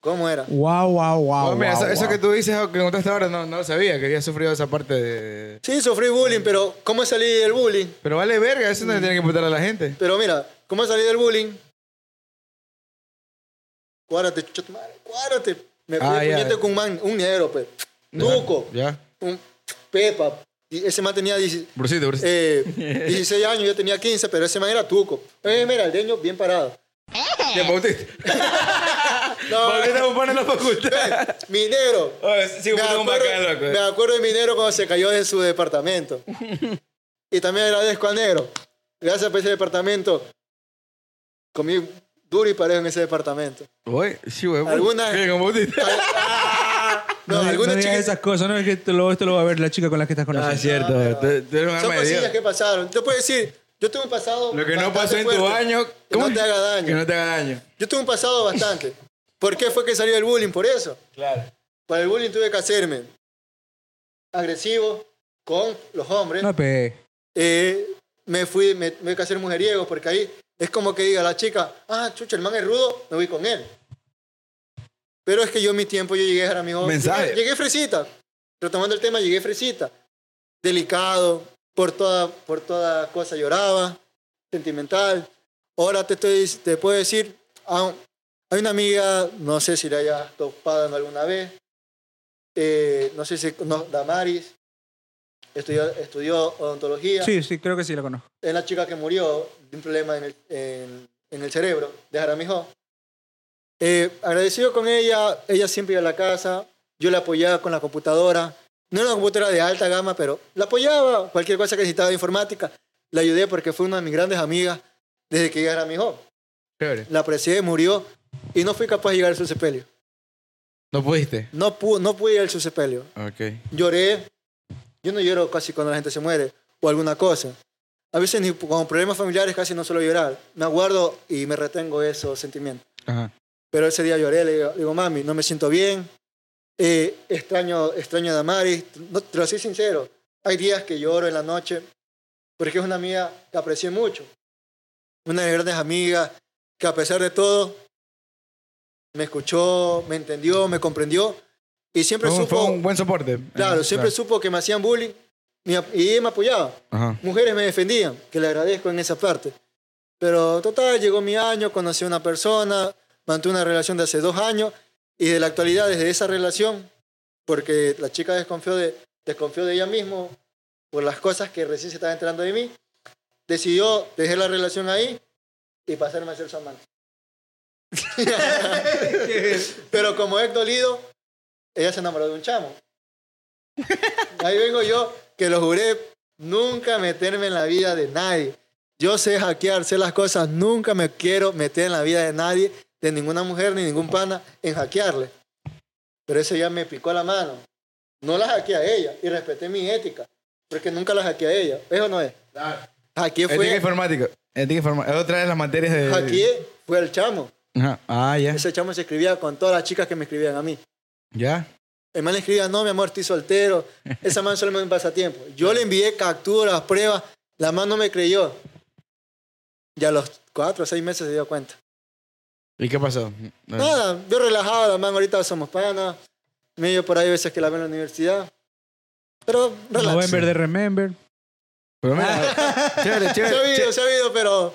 Speaker 1: Cómo era.
Speaker 3: Wow, wow,
Speaker 1: Ah,
Speaker 3: wow.
Speaker 2: Oh, mira, eso, eso que tú dices o que contaste ahora no, no lo sabía, que había sufrido esa parte de...
Speaker 1: Sí, sufrí bullying, pero ¿cómo salí del bullying?
Speaker 2: Pero vale verga, eso no le tiene que importar a la gente.
Speaker 1: Pero mira, ¿cómo salí del bullying? Cuárate, chucha tu madre, cuárate. Me fui
Speaker 2: Ah,
Speaker 1: de
Speaker 2: ya.
Speaker 1: puñete con un man, un negro, pues. Tuco,
Speaker 2: Ya.
Speaker 1: un Pepa. Y ese man tenía dieci-
Speaker 2: Brusito, brusito.
Speaker 1: eh, 16 años, yo tenía 15, pero ese man era tuco. Eh, Un esmeraldeño bien parado.
Speaker 2: Ya, Bautista.
Speaker 1: No, eh,
Speaker 2: Bautista Bumpón en la facultad.
Speaker 1: mi negro.
Speaker 2: Oye, Sí,
Speaker 1: me,
Speaker 2: fue un
Speaker 1: acuerdo,
Speaker 2: bacán, loco.
Speaker 1: me acuerdo de mi negro cuando se cayó de su departamento. y también agradezco al negro. Gracias por ese departamento. Comí duro y parejo en ese departamento.
Speaker 2: Oye, sí, güey.
Speaker 1: Alguna- Ah,
Speaker 2: Sí, con Bautista.
Speaker 1: No, algunas
Speaker 3: digas
Speaker 1: chicas.
Speaker 3: esas cosas, no es que te lo, esto lo va a ver la chica con la que estás
Speaker 2: Ah,
Speaker 3: conociendo.
Speaker 2: cierto. Tú, tú eres un
Speaker 1: Son
Speaker 2: arma de
Speaker 1: cosillas
Speaker 2: Dios.
Speaker 1: que pasaron. Yo puedo decir, yo tuve un pasado.
Speaker 2: Lo que no
Speaker 1: bastante
Speaker 2: pasó en tu
Speaker 1: fuerte.
Speaker 2: año.
Speaker 1: Que no
Speaker 2: ¿cómo?
Speaker 1: te haga
Speaker 2: Que
Speaker 1: daño.
Speaker 2: no te haga daño.
Speaker 1: Yo tuve un pasado bastante. ¿Por qué fue que salió el bullying? Por eso.
Speaker 2: Claro.
Speaker 1: Para el bullying tuve que hacerme agresivo con los hombres.
Speaker 3: No, pe.
Speaker 1: Eh, me fui, me, me tuve que hacer mujeriego porque ahí Es como que diga la chica, ah, chucha, el man es rudo, me voy con él. Pero es que yo en mi tiempo, yo llegué a mi joven.
Speaker 2: Mensaje.
Speaker 1: Llegué, llegué fresita. Retomando el tema, llegué fresita. Delicado, por toda, por toda cosa lloraba, sentimental. Ahora te, estoy, te puedo decir, ah, hay una amiga, no sé si la hayas topado alguna vez, eh, no sé si, no, Damaris, estudió, estudió odontología.
Speaker 3: Sí, sí, creo que sí la conozco.
Speaker 1: Es la chica que murió de un problema en el, en, en el cerebro de Jaramijó. Eh, agradecido con ella, ella siempre iba a la casa, yo la apoyaba con la computadora. No era una computadora de alta gama, pero la apoyaba, cualquier cosa que necesitaba de informática. La ayudé porque fue una de mis grandes amigas desde que ella era mi hijo.
Speaker 2: Chévere.
Speaker 1: La aprecié, murió y no fui capaz de llegar a su sepelio.
Speaker 2: ¿No pudiste?
Speaker 1: No, pude no pude ir al su sepelio.
Speaker 2: Ok.
Speaker 1: Lloré. Yo no lloro casi cuando la gente se muere o alguna cosa. A veces ni con problemas familiares casi no suelo llorar. Me aguardo y me retengo esos sentimientos.
Speaker 2: Ajá.
Speaker 1: Pero ese día lloré, le digo, le digo, mami, no me siento bien. Eh, extraño, extraño a Damaris. No, te lo soy sincero. Hay días que lloro en la noche porque es una amiga que aprecié mucho. Una de mis grandes amigas que a pesar de todo me escuchó, me entendió, me comprendió y siempre
Speaker 2: Fue un,
Speaker 1: supo...
Speaker 2: fue un buen soporte.
Speaker 1: Claro, siempre supo que me hacían bullying y ap- y ella me apoyaba.
Speaker 2: Ajá.
Speaker 1: Mujeres me defendían, que le agradezco en esa parte. Pero total, llegó mi año, conocí a una persona, mantuve una relación de hace dos años y de la actualidad, desde esa relación, porque la chica desconfió de, desconfió de ella misma por las cosas que recién se estaban enterando de mí, decidió dejar la relación ahí y pasarme a ser su amante. Pero como es dolido, ella se enamoró de un chamo. Ahí vengo yo, que lo juré nunca meterme en la vida de nadie. Yo sé hackear, sé las cosas, nunca me quiero meter en la vida de nadie, de ninguna mujer ni ningún pana, en hackearle. Pero eso ya me picó la mano. No la hackeé a ella y respeté mi ética, porque nunca la hackeé a ella. Eso no es. Hackeé
Speaker 2: Ética
Speaker 1: fue,
Speaker 2: informática. Ética informática. Otra vez las materias de...
Speaker 1: hackeé fue el chamo.
Speaker 2: Ajá. Ah, ya.
Speaker 1: Ese chamo se escribía con todas las chicas que me escribían a mí.
Speaker 2: Ya.
Speaker 1: El man le escribía, no, mi amor, estoy soltero. Esa man solo me da un pasatiempo. Yo le envié capturas, pruebas. La man no me creyó. Ya a los cuatro o seis meses se dio cuenta.
Speaker 2: ¿Y qué pasó?
Speaker 1: Nada, yo relajado, la man ahorita somos panas. Medio por ahí veces que la veo en la universidad. Pero relax.
Speaker 3: November de Remember.
Speaker 2: Pero mira, chévere,
Speaker 1: Se ha
Speaker 2: chévere.
Speaker 1: habido, se ha habido, pero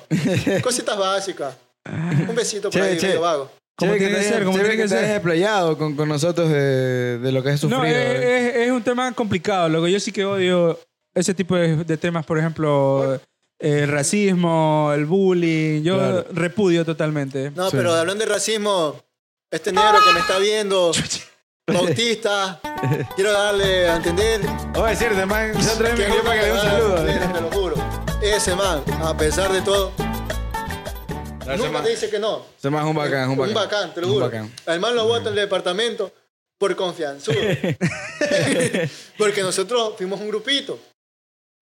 Speaker 1: cositas básicas. Un besito por
Speaker 2: Che,
Speaker 1: ahí,
Speaker 2: che.
Speaker 1: medio vago.
Speaker 3: Como
Speaker 2: Chévere
Speaker 3: tiene
Speaker 2: te
Speaker 3: que
Speaker 2: hayas-
Speaker 3: ser, como
Speaker 2: chévere
Speaker 3: tiene que
Speaker 2: te
Speaker 3: ser.
Speaker 2: hayas desplayado con, con nosotros de, de lo que has sufrido.
Speaker 3: No, es,
Speaker 2: eh.
Speaker 3: es- es un tema complicado, loco. Yo sí que odio ese tipo de, de temas, por ejemplo, el racismo, el bullying. Yo
Speaker 2: Claro.
Speaker 3: repudio totalmente.
Speaker 1: No,
Speaker 2: Sí.
Speaker 1: pero hablando de racismo, este negro que me está viendo, Bautista, quiero darle a entender
Speaker 3: eh.
Speaker 2: Oye, es cierto, man. Ya otra vez me
Speaker 1: que
Speaker 2: escribió para que le dé un saludo.
Speaker 1: negro, Te lo juro. Ese man, a pesar de todo,
Speaker 2: Ese
Speaker 1: nunca
Speaker 2: man-
Speaker 1: te dice que no.
Speaker 2: ese man es un bacán, es un bacán.
Speaker 1: te lo
Speaker 2: Un
Speaker 1: juro.
Speaker 2: bacán.
Speaker 1: Al man lo vota en el departamento por confianzudo. Porque nosotros fuimos un grupito.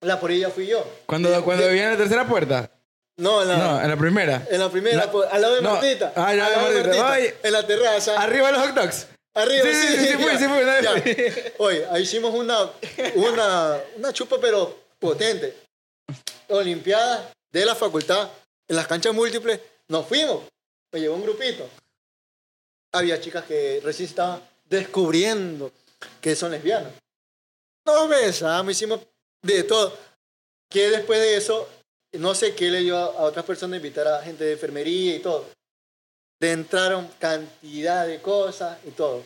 Speaker 1: La porilla fui yo.
Speaker 2: Cuando, cuando vivía en la tercera puerta.
Speaker 1: No, en la,
Speaker 2: No, en la primera.
Speaker 1: en la primera,
Speaker 2: La-
Speaker 1: por- al lado de
Speaker 2: no.
Speaker 1: Martita.
Speaker 2: Ah, al lado de Martita. Ay.
Speaker 1: En la terraza.
Speaker 2: Arriba los hot dogs.
Speaker 1: Arriba,
Speaker 2: Sí, sí, sí, sí, fui,
Speaker 1: ya,
Speaker 2: sí, fui, no,
Speaker 1: ya.
Speaker 2: fui.
Speaker 1: Oye, ahí hicimos una, una, una chupa, pero potente. Olimpiadas de la facultad, en las canchas múltiples, nos fuimos. Me llevó un grupito. Había chicas que recién estaban descubriendo que son lesbianas. Nos besamos, ¿ah? hicimos de todo. Que después de eso, no sé qué le dio a, a otras personas invitar a gente de enfermería y todo. Le entraron cantidad de cosas y todo.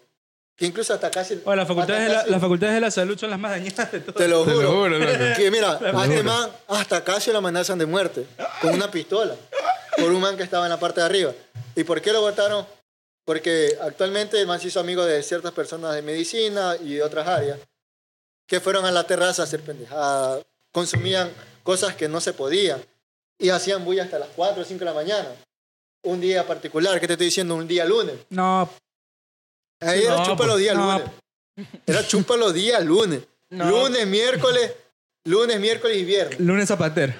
Speaker 1: Que incluso hasta casi.
Speaker 3: Oye, las, facultades
Speaker 1: hasta
Speaker 3: de la,
Speaker 1: casi-
Speaker 3: las facultades de la salud son las más dañadas de
Speaker 1: Te
Speaker 3: todas.
Speaker 1: lo
Speaker 2: Te
Speaker 1: juro.
Speaker 2: lo juro, loco.
Speaker 1: Que mira, a este man hasta casi lo amenazan de muerte. Con una pistola. Por un man que estaba en la parte de arriba. ¿Y por qué lo votaron? Porque actualmente el man se hizo amigo de ciertas personas de medicina y de otras áreas. Que fueron a la terraza a hacer pendejadas. Consumían cosas que no se podían. Y hacían bulla hasta las 4 o 5 de la mañana. Un día particular, que te estoy diciendo, un día lunes.
Speaker 3: No,
Speaker 1: Ahí era
Speaker 3: No,
Speaker 1: chupa
Speaker 3: pues,
Speaker 1: los días
Speaker 3: no.
Speaker 1: lunes. Era chupa los días lunes. Lunes, miércoles, lunes, miércoles y viernes.
Speaker 3: lunes zapatero.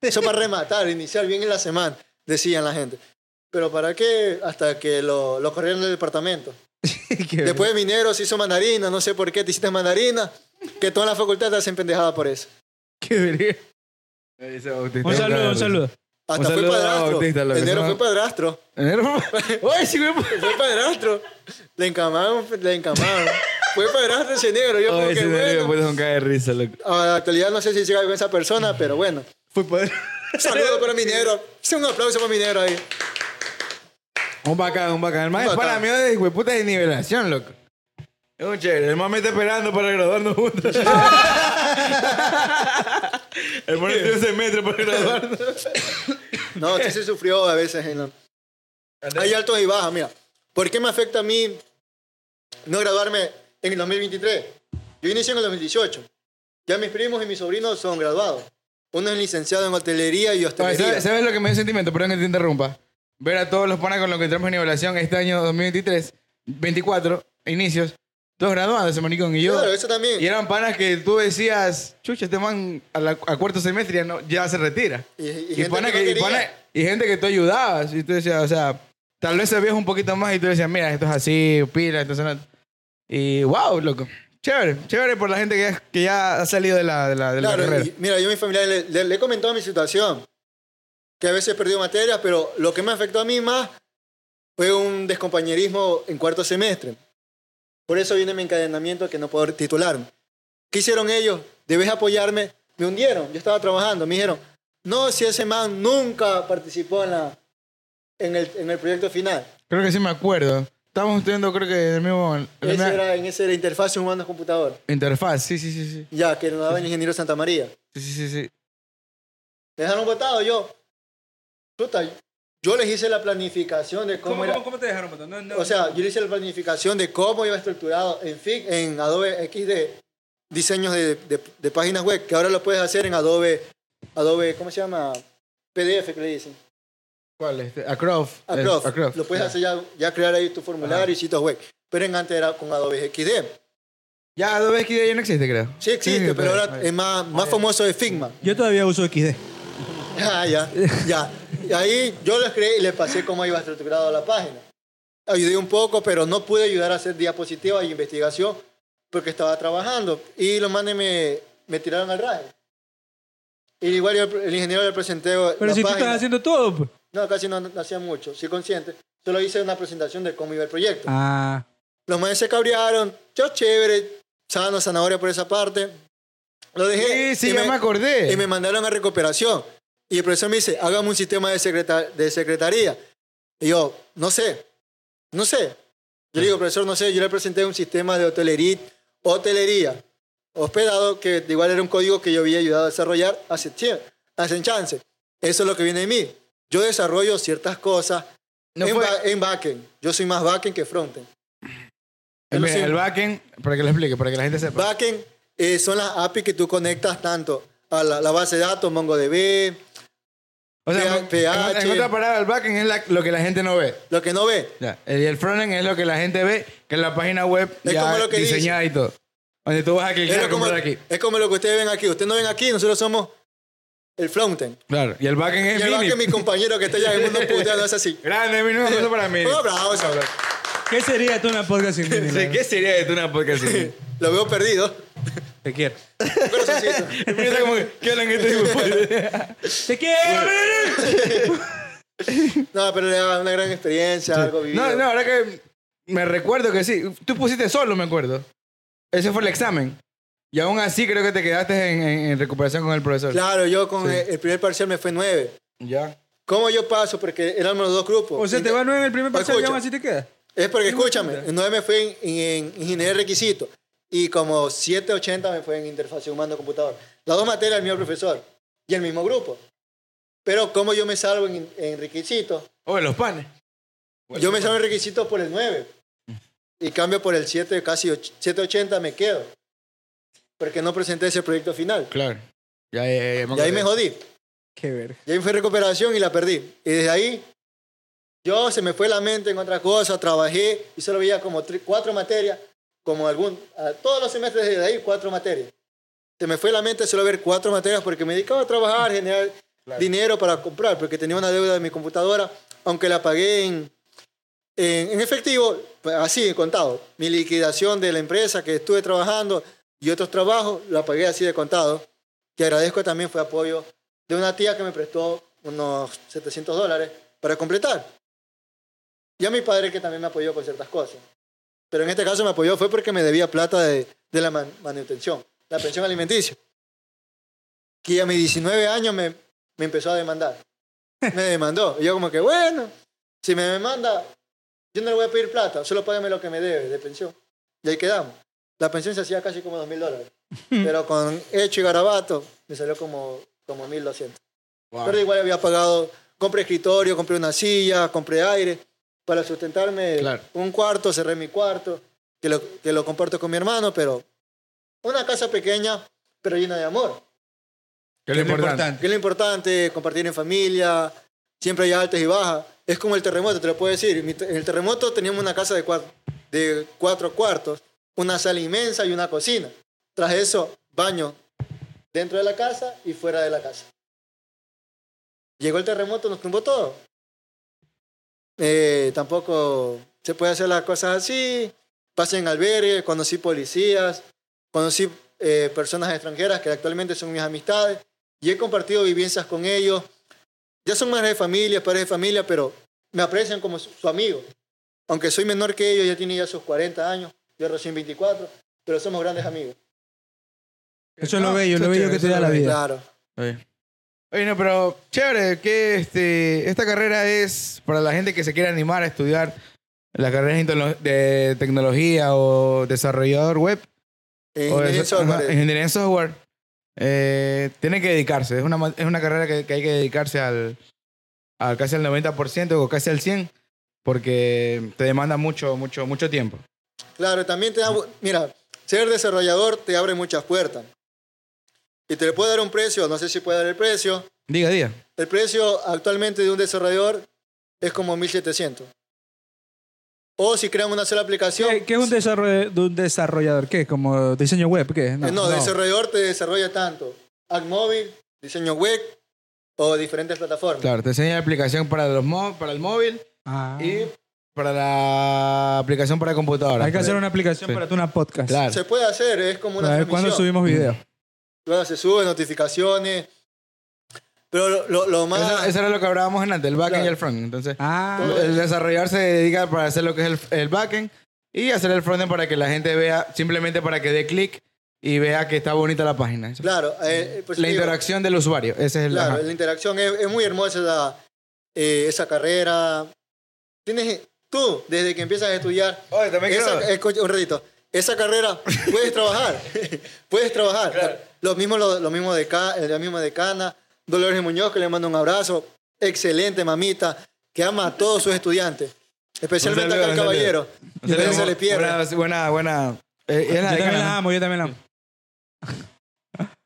Speaker 1: Eso para rematar, iniciar bien en la semana, decían la gente. Pero ¿para qué? Hasta que lo, lo corrieron del departamento.
Speaker 3: Qué-
Speaker 1: Después de Minero se hizo mandarina, no sé por qué te hiciste mandarina, que toda la facultad te hacen pendejada por eso.
Speaker 3: qué verga.
Speaker 2: Ese Bautista,
Speaker 3: Un saludo,
Speaker 2: claro.
Speaker 3: un saludo.
Speaker 1: Hasta
Speaker 2: Un
Speaker 1: fue
Speaker 2: saludo a
Speaker 1: padrastro.
Speaker 2: Bautista, loco.
Speaker 1: Enero
Speaker 2: Se
Speaker 1: fue
Speaker 2: llama-
Speaker 1: padrastro.
Speaker 2: Oye, sí, güey. pues.
Speaker 1: Fue padrastro. Le encamaron, le encamaron. fue padrastro ese negro. Yo como
Speaker 2: Oye,
Speaker 1: que
Speaker 2: ese pues,
Speaker 1: bueno.
Speaker 2: nervio puede un caer de risa, loco.
Speaker 1: A Ah, la actualidad no sé si sigue con esa persona, pero bueno.
Speaker 2: Fue poder.
Speaker 1: Saludos para mi negro. Sí, un aplauso para mi negro ahí.
Speaker 2: Un bacán, un bacán. El más
Speaker 1: Un
Speaker 2: es
Speaker 1: bacán.
Speaker 2: para mí de güey, puta desnivelación, loco. Es un chévere. El más me está esperando para graduarnos juntos. el más tiene un semestre para graduarnos.
Speaker 1: No, sí se sufrió a veces. En la- Hay altos y bajas, mira. ¿Por qué me afecta a mí no graduarme en el 2023? Yo inicié en el 2018. Ya mis primos y mis sobrinos son graduados. Uno es licenciado en hotelería y
Speaker 2: Oye,
Speaker 1: hostelería.
Speaker 2: ¿sabes, sabes lo que me dio sentimiento? Perdón que te interrumpa. Ver a todos los panas con los que entramos en nivelación este año 2023, 24, inicios, todos graduándose, manicón, y yo.
Speaker 1: Claro, eso también.
Speaker 2: Y eran panas que tú decías, chucha, este man a, la- a cuarto semestre ya, no- ya se retira.
Speaker 1: Y- y
Speaker 2: Y,
Speaker 1: gente
Speaker 2: pana
Speaker 1: que no
Speaker 2: que- y
Speaker 1: quería.
Speaker 2: pana- y gente que tú ayudabas. Y tú decías, o sea, tal vez sabías un poquito más y tú decías, mira, esto es así, pila, esto es no. Y wow, loco. Chévere, chévere por la gente que, ya- que ya ha salido de la, de la, de la
Speaker 1: Claro,
Speaker 2: carrera.
Speaker 1: y mira, yo a mi familia le, le- le he comentado mi situación, que a veces he perdido materias, pero lo que me afectó a mí más fue un descompañerismo en cuarto semestre. Por eso viene mi encadenamiento que no puedo titularme. ¿Qué hicieron ellos? Debes apoyarme. Me hundieron, yo estaba trabajando, me dijeron, no, si ese man nunca participó en, la, en, el, en el proyecto final.
Speaker 2: Creo que sí me acuerdo. Estábamos estudiando, creo que en el mismo. en la
Speaker 1: Ese
Speaker 2: misma
Speaker 1: era, en ese era interfaz humano computador,
Speaker 2: Interfaz, sí, sí, sí, sí.
Speaker 1: ya que nos daba el ingeniero Santa María.
Speaker 2: Sí, sí, sí. sí.
Speaker 1: Me dejaron votado yo. Chuta, yo les hice la planificación de cómo,
Speaker 3: ¿Cómo,
Speaker 1: era.
Speaker 3: cómo, cómo te dejaron, botón? No, no.
Speaker 1: O sea, yo le hice la planificación de cómo iba estructurado en, fin, en Adobe XD, diseños de, de- de páginas web, que ahora lo puedes hacer en Adobe, Adobe, ¿cómo se llama? PDF que le dicen.
Speaker 2: ¿Cuál? Este, Acrof. El-
Speaker 1: Acrof.
Speaker 2: Acrof.
Speaker 1: Lo puedes hacer ya, ya crear ahí tu formulario y sitios web. Pero en antes era con Adobe XD.
Speaker 2: Ya, Adobe XD ya no existe, creo.
Speaker 1: Sí existe,
Speaker 2: sí,
Speaker 1: pero
Speaker 2: pues,
Speaker 1: ahora
Speaker 2: pues.
Speaker 1: es más, más famoso de Figma.
Speaker 3: yo todavía uso XD.
Speaker 1: Ah, ya, ya. Y ahí yo les creé y les pasé cómo iba estructurado la página. Ayudé un poco, pero no pude ayudar a hacer diapositivas y investigación porque estaba trabajando. Y los manes me, me tiraron al raje. Y igual yo, el ingeniero le presenté
Speaker 3: Pero
Speaker 1: la
Speaker 3: si tú
Speaker 1: página.
Speaker 3: estás haciendo todo, pues.
Speaker 1: No, casi no, no hacía mucho, sí consciente. Solo hice una presentación de cómo iba el proyecto.
Speaker 3: Ah.
Speaker 1: Los manes se cabrearon. Yo chévere, sano, zanahoria por esa parte. Lo dejé.
Speaker 2: Sí, sí,
Speaker 1: y
Speaker 2: ya me, acordé.
Speaker 1: y me mandaron a recuperación. Y el profesor me dice, hágame un sistema de, secreta- de secretaría. Y yo, no sé, no sé. Yo le digo, profesor, no sé, yo le presenté un sistema de hotelería, hotelería hospedado, que igual era un código que yo había ayudado a desarrollar hace tiempo, hace chance. Eso es lo que viene de mí. Yo desarrollo ciertas cosas
Speaker 2: No
Speaker 1: en,
Speaker 2: fue-
Speaker 1: ba- en backend. Yo soy más backend que frontend.
Speaker 2: Eh, mira,
Speaker 1: sí.
Speaker 2: el backend, para que lo explique, para que la gente sepa.
Speaker 1: Backend eh, son las API que tú conectas tanto a la, la base de datos, MongoDB,
Speaker 2: O sea,
Speaker 1: P-
Speaker 2: en- en,
Speaker 1: PH.
Speaker 2: en otra palabra, el backend es la- lo que la gente no ve.
Speaker 1: lo que no ve.
Speaker 2: Ya. El- Y el frontend es lo que la gente ve, que es la página web
Speaker 1: Es
Speaker 2: ya
Speaker 1: como lo que
Speaker 2: diseñada y todo. Donde tú vas a
Speaker 1: Es
Speaker 2: clicar
Speaker 1: lo
Speaker 2: a
Speaker 1: como,
Speaker 2: comprar aquí.
Speaker 1: es como lo que ustedes ven aquí. Ustedes no ven aquí, nosotros somos el frontend.
Speaker 2: Claro. Y el backend
Speaker 1: Y
Speaker 2: es
Speaker 1: el
Speaker 2: mini.
Speaker 1: que mi compañero que está allá en el mundo puteando es así.
Speaker 2: Grande, mini, un aplauso para mí.
Speaker 1: Un aplauso.
Speaker 3: Eh, ¿Qué sería tú una podcast sin mí?
Speaker 2: Sí, ¿Qué sería de tú una podcast? así?
Speaker 1: Lo veo perdido.
Speaker 3: Te quiero.
Speaker 1: Un corazoncito.
Speaker 2: El mini está como que, ¿qué hablan este tipo?
Speaker 3: ¡Te quiero!
Speaker 1: No, pero le da una gran experiencia, algo vivido.
Speaker 2: No, no, ahora que me recuerdo que sí. Tú pusiste solo, me acuerdo. Ese fue el examen. Y aún así creo que te quedaste en, en- en recuperación con el profesor.
Speaker 1: Claro, yo con
Speaker 2: Sí.
Speaker 1: el, el primer parcial me fue nueve.
Speaker 2: Ya.
Speaker 1: ¿Cómo yo paso? Porque éramos los dos grupos.
Speaker 3: O sea, te va nueve en el primer
Speaker 1: Escucha.
Speaker 3: paseo y aún así te queda.
Speaker 1: Es porque, escúchame, en nueve me fue en, en, en ingeniería de requisitos y como 780 me fue en interfaz humano-computador. Las dos materias, el mismo profesor y el mismo grupo. Pero como yo me salvo en, en requisitos,
Speaker 2: Oye, los panes.
Speaker 1: Yo me salgo en requisitos por el 9. Y cambio por el 7, casi och- 780 me quedo. Porque no presenté ese proyecto final.
Speaker 2: Claro. Ya, ya, ya, ya me
Speaker 1: Y ahí
Speaker 2: acordé.
Speaker 1: me jodí.
Speaker 3: Qué verga.
Speaker 1: Y ahí fue recuperación y la perdí. Y desde ahí, yo se me fue la mente en otra cosa, trabajé y solo veía como tre- cuatro materias, como algún, a todos los semestres desde ahí, cuatro materias. Se me fue la mente solo ver cuatro materias porque me dedicaba a trabajar, generar dinero para comprar, porque tenía una deuda de mi computadora, aunque la pagué en, en, en efectivo, pues, así, de contado. Mi liquidación de la empresa que estuve trabajando y otros trabajos, la pagué así de contado. Que agradezco también fue apoyo de una tía que me prestó unos 700 dólares para completar. Y a mi padre que también me apoyó con ciertas cosas. Pero en este caso me apoyó fue porque me debía plata de, de la man- manutención, la pensión alimenticia. Que a mis 19 años me, me empezó a demandar. Me demandó. Y yo como que, bueno, si me demanda, yo no le voy a pedir plata, solo págame lo que me debe de pensión. Y ahí quedamos. La pensión se hacía casi como 2 mil dólares. Pero con hecho y garabato me salió como, como 1200.
Speaker 2: Ah.
Speaker 1: Pero igual había pagado, compré escritorio, compré una silla, compré aire para sustentarme
Speaker 2: Claro.
Speaker 1: un cuarto, cerré mi cuarto, que lo, que lo comparto con mi hermano, pero una casa pequeña, pero llena de amor.
Speaker 2: Que es lo importante.
Speaker 1: Que es lo importante, compartir en familia, siempre hay altas y bajas. Es como el terremoto, te lo puedo decir. Mi te- En el terremoto teníamos una casa de cuatro, de cuatro cuartos, una sala inmensa y una cocina. Tras eso, baño dentro de la casa y fuera de la casa. Llegó el terremoto, nos tumbó todo. Eh, tampoco se puede hacer las cosas así. Pasé en albergue, conocí policías, conocí eh, personas extranjeras que actualmente son mis amistades y he compartido vivencias con ellos. Ya son madres de familia, padres de familia, pero me aprecian como su, su amigo. Aunque soy menor que ellos, ya tiene ya sus 40 años, yo recién 24, pero somos grandes amigos.
Speaker 3: Eso es lo
Speaker 2: No,
Speaker 3: bello,
Speaker 2: está
Speaker 3: lo bello
Speaker 2: chévere,
Speaker 3: que te
Speaker 2: eso
Speaker 3: da
Speaker 2: es
Speaker 3: la
Speaker 2: lo bello.
Speaker 3: vida.
Speaker 1: Claro.
Speaker 2: Oye, no, pero chévere, que este, esta carrera es para la gente que se quiere animar a estudiar las carreras de intelo- de tecnología o desarrollador web.
Speaker 3: Oh,
Speaker 1: Eh,
Speaker 2: o
Speaker 1: ingeniería en
Speaker 2: desa-
Speaker 1: software,
Speaker 2: ajá,
Speaker 1: eh,
Speaker 2: ingeniería en software. Eh, tiene que dedicarse. Es una, ma- es una carrera que, que hay que dedicarse al, al casi al 90% o casi al 100% porque te demanda mucho, mucho, mucho tiempo.
Speaker 1: Claro, también te da... bu- Mira, ser desarrollador te abre muchas puertas. Y te le puede dar un precio, no sé si puede dar el precio.
Speaker 2: Diga, diga.
Speaker 1: El precio actualmente de un desarrollador es como 1.700. O si crean una sola aplicación...
Speaker 3: ¿Qué, qué es un, desarroll- de un desarrollador? ¿Qué? ¿Como diseño web? ¿Qué?
Speaker 1: Eh, No, desarrollador te desarrolla tanto. App móvil, diseño web o diferentes plataformas.
Speaker 2: Claro, te enseña la aplicación para, los mo- para el móvil
Speaker 3: Ah.
Speaker 2: y para la aplicación para computadora.
Speaker 3: Hay que hacer una aplicación
Speaker 2: Sí.
Speaker 3: para tu una podcast.
Speaker 2: Claro.
Speaker 1: Se puede hacer, es como una
Speaker 3: A ver cuándo
Speaker 1: transmisión.
Speaker 3: subimos video.
Speaker 1: Luego se suben notificaciones. Pero lo, lo- lo más...
Speaker 2: Eso, eso era lo que hablábamos en antes, el backend
Speaker 1: Ah. Claro.
Speaker 2: y el frontend. Entonces,
Speaker 3: Ah,
Speaker 2: el desarrollador se dedica para hacer lo que es el, el backend y hacer el frontend para que la gente vea, simplemente para que dé clic y vea que está bonita la página. Eso.
Speaker 1: Claro, eh, eh, pues
Speaker 2: la
Speaker 1: te digo,
Speaker 2: interacción del usuario, ese es el...
Speaker 1: Claro,
Speaker 2: ajá.
Speaker 1: la interacción es, es muy hermosa esa, eh, esa carrera. Tienes, tú, desde que empiezas a estudiar,
Speaker 2: Oye, también
Speaker 1: esa,
Speaker 2: creo-
Speaker 1: escucha, un ratito, esa carrera puedes trabajar, puedes trabajar. Lo mismo, lo, lo mismo de ca, eh, la misma decana, Dolores Muñoz, que le mando un abrazo, excelente mamita, que ama a todos sus estudiantes, especialmente
Speaker 2: Un saludo,
Speaker 1: acá al
Speaker 2: un saludo.
Speaker 1: caballero, que no se le pierde.
Speaker 2: Buena, buena... buena eh, es
Speaker 3: yo
Speaker 2: la de
Speaker 3: también
Speaker 2: Cana,
Speaker 3: la
Speaker 2: ¿no?
Speaker 3: amo, yo también la amo.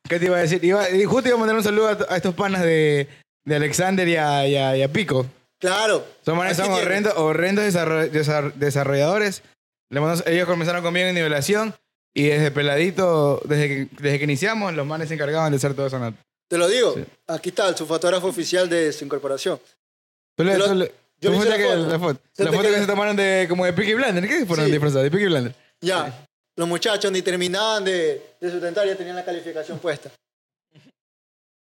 Speaker 2: ¿Qué te iba a decir? Iba- y justo iba a mandar un saludo a, a estos panas de, de Alexander y a, y a- y a Pico.
Speaker 1: Claro.
Speaker 2: Son, manes-
Speaker 1: así
Speaker 2: son
Speaker 1: tiene.
Speaker 2: horrendos, horrendos desarro- desar- desarrolladores. Le mando- ellos comenzaron conmigo en nivelación y desde peladito, desde que, desde que iniciamos, los manes se encargaban de hacer todo eso. ¿no?
Speaker 1: Te lo digo,
Speaker 2: Sí.
Speaker 1: aquí está, su fotógrafo oficial de su incorporación.
Speaker 2: Tú le,
Speaker 1: Pero-
Speaker 2: tú le-
Speaker 1: yo
Speaker 2: tú
Speaker 1: le hice
Speaker 2: fuiste
Speaker 1: la
Speaker 2: que-
Speaker 1: foto.
Speaker 2: la foto,
Speaker 1: Yo
Speaker 2: la
Speaker 1: te
Speaker 2: foto que
Speaker 1: quedé-
Speaker 2: se tomaron de, como de Peaky Blinders. ¿Qué fueron
Speaker 1: Sí.
Speaker 2: disfrazados? De Peaky Blinders.
Speaker 1: Ya, los muchachos ni terminaban de, de sustentar, ya tenían la calificación puesta.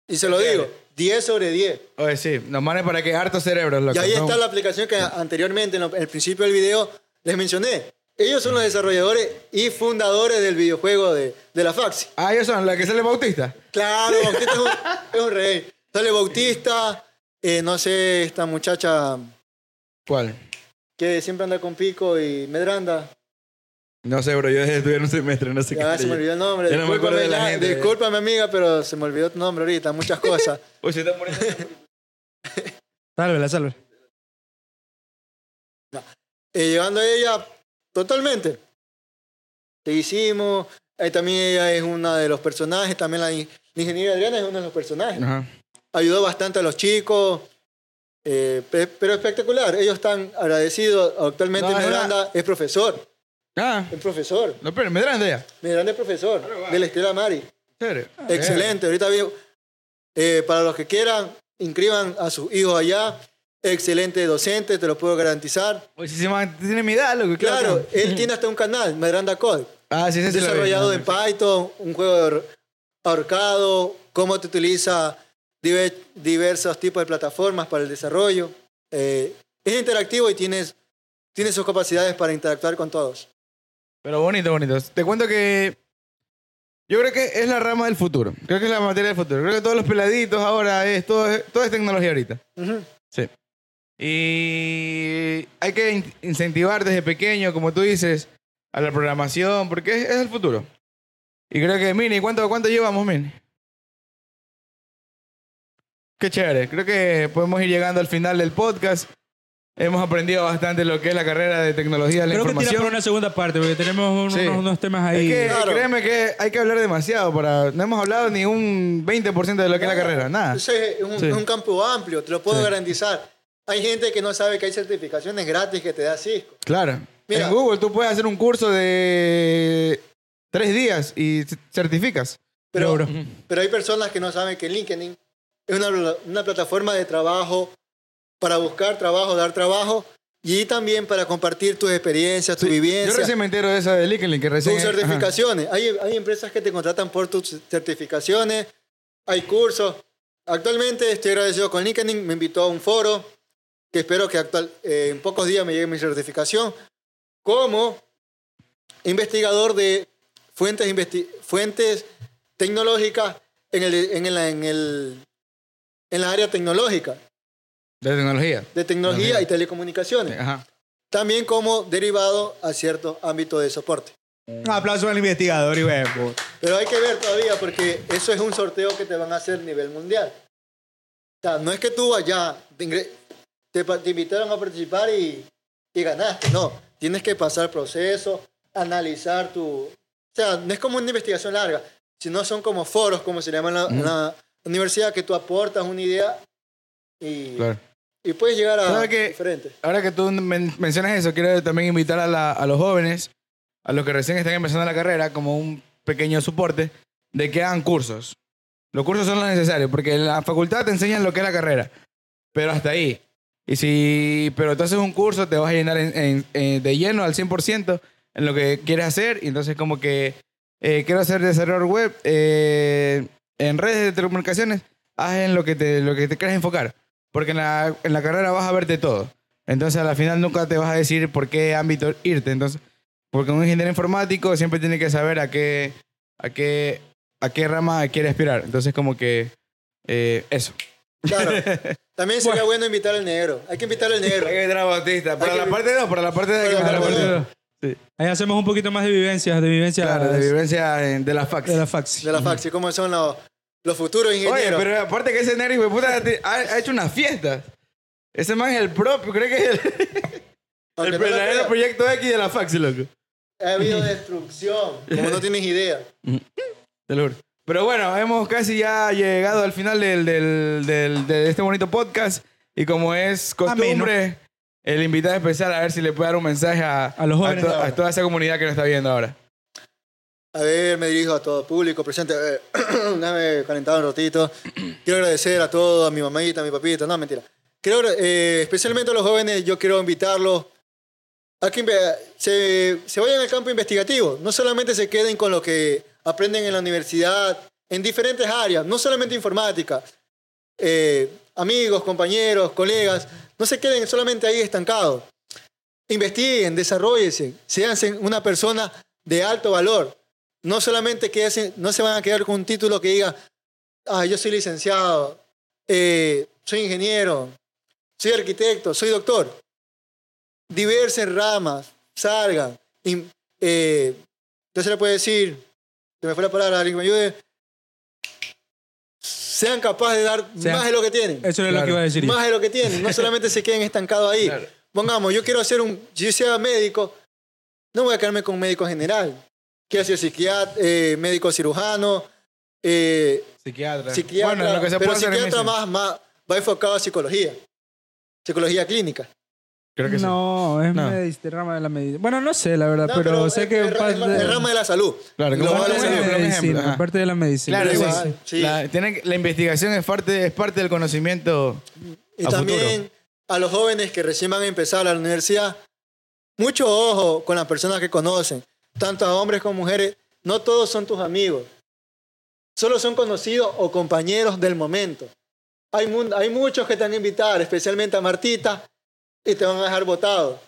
Speaker 1: Y se lo digo, 10 sobre 10.
Speaker 2: Oye, sí, los manes para que hartos cerebros, loco.
Speaker 1: Y ahí
Speaker 2: son-
Speaker 1: está la aplicación que anteriormente, en lo- el principio del video, les mencioné. Ellos son los desarrolladores y fundadores del videojuego de, de la Faxi.
Speaker 2: Ah, ellos son, la que sale Bautista.
Speaker 1: Claro, Bautista es un, es un rey. Sale Bautista, eh, no sé, esta muchacha
Speaker 2: ¿Cuál?
Speaker 1: que siempre anda con pico y medranda.
Speaker 2: No sé, bro, yo desde estudiar un semestre, no sé
Speaker 1: Ya
Speaker 2: qué.
Speaker 1: se me olvidó el nombre.
Speaker 2: Ya no me acuerdo
Speaker 1: Discúlpame,
Speaker 2: de la
Speaker 1: ya,
Speaker 2: gente.
Speaker 1: discúlpame, amiga, pero se me olvidó tu nombre ahorita, muchas cosas.
Speaker 2: Uy, se está muriendo.
Speaker 3: Sálvela, sálvela.
Speaker 1: eh, llevando a ella totalmente. Te hicimos. eh, también ella es una de los personajes. También la, in- la ingeniera Adriana es uno de los personajes.
Speaker 2: Ajá.
Speaker 1: Ayudó bastante a los chicos. eh, pe- pero espectacular. Ellos están agradecidos. Actualmente
Speaker 2: No, era-
Speaker 1: Miranda es profesor.
Speaker 2: Ah,
Speaker 1: Es profesor.
Speaker 2: no, pero me darán de ella.
Speaker 1: Miranda es profesor. De la Estela Mari.
Speaker 2: Chévere.
Speaker 1: Excelente, ahorita vivo. Eh, para los que quieran, inscriban a sus hijos allá. Excelente docente, te lo puedo garantizar.
Speaker 2: Oye, sí, sí, man, tiene mi edad, loco.
Speaker 1: Claro, él tiene hasta un canal, Medranda Code,
Speaker 2: Ah, sí, sí, sí. lo vi.
Speaker 1: desarrollado en Python, un juego ahor- ahorcado, cómo te utiliza diver- diversos tipos de plataformas para el desarrollo. Eh, es interactivo y tienes, tiene sus capacidades para interactuar con todos.
Speaker 2: Pero bonito, bonito. Te cuento que yo creo que es la rama del futuro. Creo que es la materia del futuro. Creo que todos los peladitos ahora es todo, es- todo es tecnología ahorita.
Speaker 1: Ujú.
Speaker 2: Y hay que in- incentivar desde pequeño, como tú dices, a la programación, porque es, es el futuro. Y creo que, Mini, ¿cuánto, cuánto llevamos, Mini? Qué chévere. Creo que podemos ir llegando al final del podcast. Hemos aprendido bastante lo que es la carrera de tecnología de la
Speaker 3: Creo que tiras
Speaker 2: información.
Speaker 3: por una segunda parte, porque tenemos un-
Speaker 2: Sí.
Speaker 3: unos, unos temas
Speaker 2: Es
Speaker 3: ahí.
Speaker 2: que
Speaker 1: Claro.
Speaker 2: créeme que hay que hablar demasiado para... No hemos hablado ni un 20% de lo que es la carrera, nada.
Speaker 1: Sí, es un,
Speaker 2: Ah. Sí.
Speaker 1: es un campo amplio, te lo puedo garantizar. Hay gente que no sabe que hay certificaciones gratis que te da Cisco.
Speaker 2: Claro.
Speaker 1: Mira.
Speaker 2: En Google tú puedes hacer un curso de tres días y c- certificas.
Speaker 1: Pero,
Speaker 3: No, bro.
Speaker 1: pero hay personas que no saben que LinkedIn es una, una plataforma de trabajo para buscar trabajo, dar trabajo y también para compartir tus experiencias, tu
Speaker 2: Yo
Speaker 1: vivencia,
Speaker 2: recién me entero de esa de LinkedIn que recién...
Speaker 1: tus certificaciones. Hay, hay empresas que te contratan por tus certificaciones, hay cursos. Actualmente estoy agradecido con LinkedIn, me invitó a un foro que espero que actual, eh, en pocos días me llegue mi certificación como investigador de fuentes, investi- fuentes tecnológicas en el, en, el, en, el, en la área tecnológica,
Speaker 2: Ajá, de tecnología.
Speaker 1: de tecnología
Speaker 2: Ajá.
Speaker 1: y telecomunicaciones,
Speaker 2: Ajá.
Speaker 1: también como derivado a ciertos ámbitos de soporte.
Speaker 3: Un aplauso al investigador y vemos.
Speaker 1: Pero hay que ver todavía porque eso es un sorteo que te van a hacer a nivel mundial. O sea, no es que tú allá te, ingre- te pa- te invitaron a participar y, y ganaste. No, tienes que pasar proceso, analizar tu... O sea, no es como una investigación larga, sino son como foros, como se llama en la, en la universidad, que tú aportas una idea y,
Speaker 2: Claro.
Speaker 1: y puedes llegar a
Speaker 2: ¿Sabes qué?
Speaker 1: diferente.
Speaker 2: Ahora que tú men- mencionas eso, quiero también invitar a, la- a los jóvenes, a los que recién están empezando la carrera, como un pequeño soporte, de que hagan cursos. Los cursos son los necesarios, porque en la facultad te enseñan lo que es la carrera, pero hasta ahí. Y si, pero tú haces un curso, te vas a llenar en- en- eh, de lleno al 100% en lo que quieres hacer, y entonces como que eh, quiero hacer desarrollador web eh, en redes de telecomunicaciones, haz en lo que te, lo que te quieras enfocar, porque en la, en la carrera vas a verte todo. Entonces, a la final nunca te vas a decir por qué ámbito irte. Entonces, porque un ingeniero informático siempre tiene que saber a qué, a qué, a qué rama quiere aspirar. Entonces, como que eh, eso.
Speaker 1: Claro. También sería bueno invitar al negro. Hay que invitar al negro.
Speaker 2: que entrar Bautista.
Speaker 1: Para la
Speaker 2: parte 2, para la parte de
Speaker 1: que- para la parte dos.
Speaker 3: Ahí hacemos un poquito más de vivencias, de vivencias
Speaker 2: Claro, de
Speaker 3: de,
Speaker 2: vivencia en- de la fax.
Speaker 3: la fax.
Speaker 1: De la faxi, cómo son los, los futuros
Speaker 2: Oye,
Speaker 1: ingenieros.
Speaker 2: pero aparte que ese nerd hijo de puta, te- ha, ha hecho una fiesta. Ese man es el propio, creo que es el,
Speaker 1: Aunque no
Speaker 2: el
Speaker 1: lo
Speaker 2: verdadero
Speaker 1: creas.
Speaker 2: proyecto X de la fax, loco.
Speaker 1: Ha habido destrucción, como no tienes idea.
Speaker 2: Te lo juro. Pero bueno, hemos casi ya llegado al final del, del- del- de este bonito podcast. Y como es costumbre, el invitado especial, a ver si le puede dar un mensaje a,
Speaker 3: A los jóvenes
Speaker 2: to-
Speaker 3: ahora.
Speaker 2: a toda esa comunidad que nos está viendo ahora.
Speaker 1: A ver, me dirijo a todo público presente. A ver, dame calentado un ratito. Quiero agradecer a todos, a mi mamadita, a mi papito. No, mentira. Quiero, eh, especialmente a los jóvenes, yo quiero invitarlos a que inve- se, se vayan al campo investigativo. No solamente se queden con lo que aprenden en la universidad, en diferentes áreas, no solamente informática. Eh, amigos, compañeros, colegas, no se queden solamente ahí estancados. investiguen, desarrollense, sean una persona de alto valor. No solamente que ese- no se van a quedar con un título que diga, ah, yo soy licenciado, eh, soy ingeniero, soy arquitecto, soy doctor. Diversas ramas, salgan. Y, eh, ¿qué se le puede decir? Se me fue la palabra, alguien que me ayude. Sean capaces de dar
Speaker 3: Sean-
Speaker 1: más de lo que tienen
Speaker 3: Eso era lo
Speaker 2: Claro.
Speaker 3: que iba a decir. yo.
Speaker 1: más de lo que tienen. No solamente se queden estancados ahí.
Speaker 2: Claro.
Speaker 1: Pongamos, yo quiero hacer un. Yo sea médico, no voy a quedarme con un médico general. Quiero ser psiquiatra, médico cirujano, eh,
Speaker 2: Psiquiatra.
Speaker 1: psiquiatra.
Speaker 2: Bueno, lo que se
Speaker 1: pero
Speaker 2: puede hacer en
Speaker 1: psiquiatra
Speaker 2: Messi.
Speaker 1: más, más va enfocado a psicología. Psicología clínica.
Speaker 2: Creo que sí.
Speaker 3: No, es
Speaker 2: No.
Speaker 3: medis- rama de la medicina. Bueno, no sé, la verdad,
Speaker 1: No,
Speaker 3: pero, sé
Speaker 1: es-
Speaker 3: que
Speaker 1: es, ra-
Speaker 3: parte
Speaker 1: es ra- es rama de la salud.
Speaker 2: Claro,
Speaker 1: Lo
Speaker 2: como
Speaker 1: va a
Speaker 2: la
Speaker 1: hacer-
Speaker 3: de
Speaker 2: salud.
Speaker 3: la
Speaker 2: ejemplo,
Speaker 3: medicina,
Speaker 2: ajá.
Speaker 3: parte de la medicina.
Speaker 2: Claro,
Speaker 1: Sí,
Speaker 2: sí,
Speaker 1: va,
Speaker 2: sí.
Speaker 1: sí.
Speaker 2: La, tiene que- la investigación es parte, es parte del conocimiento.
Speaker 1: Y
Speaker 2: a
Speaker 1: también a los jóvenes que recién van a empezar a la universidad, mucho ojo con las personas que conocen, tanto a hombres como mujeres, no todos son tus amigos, solo son conocidos o compañeros del momento. Hay, mun- hay muchos que te van a invitar, especialmente a Martita, y te van a dejar votado.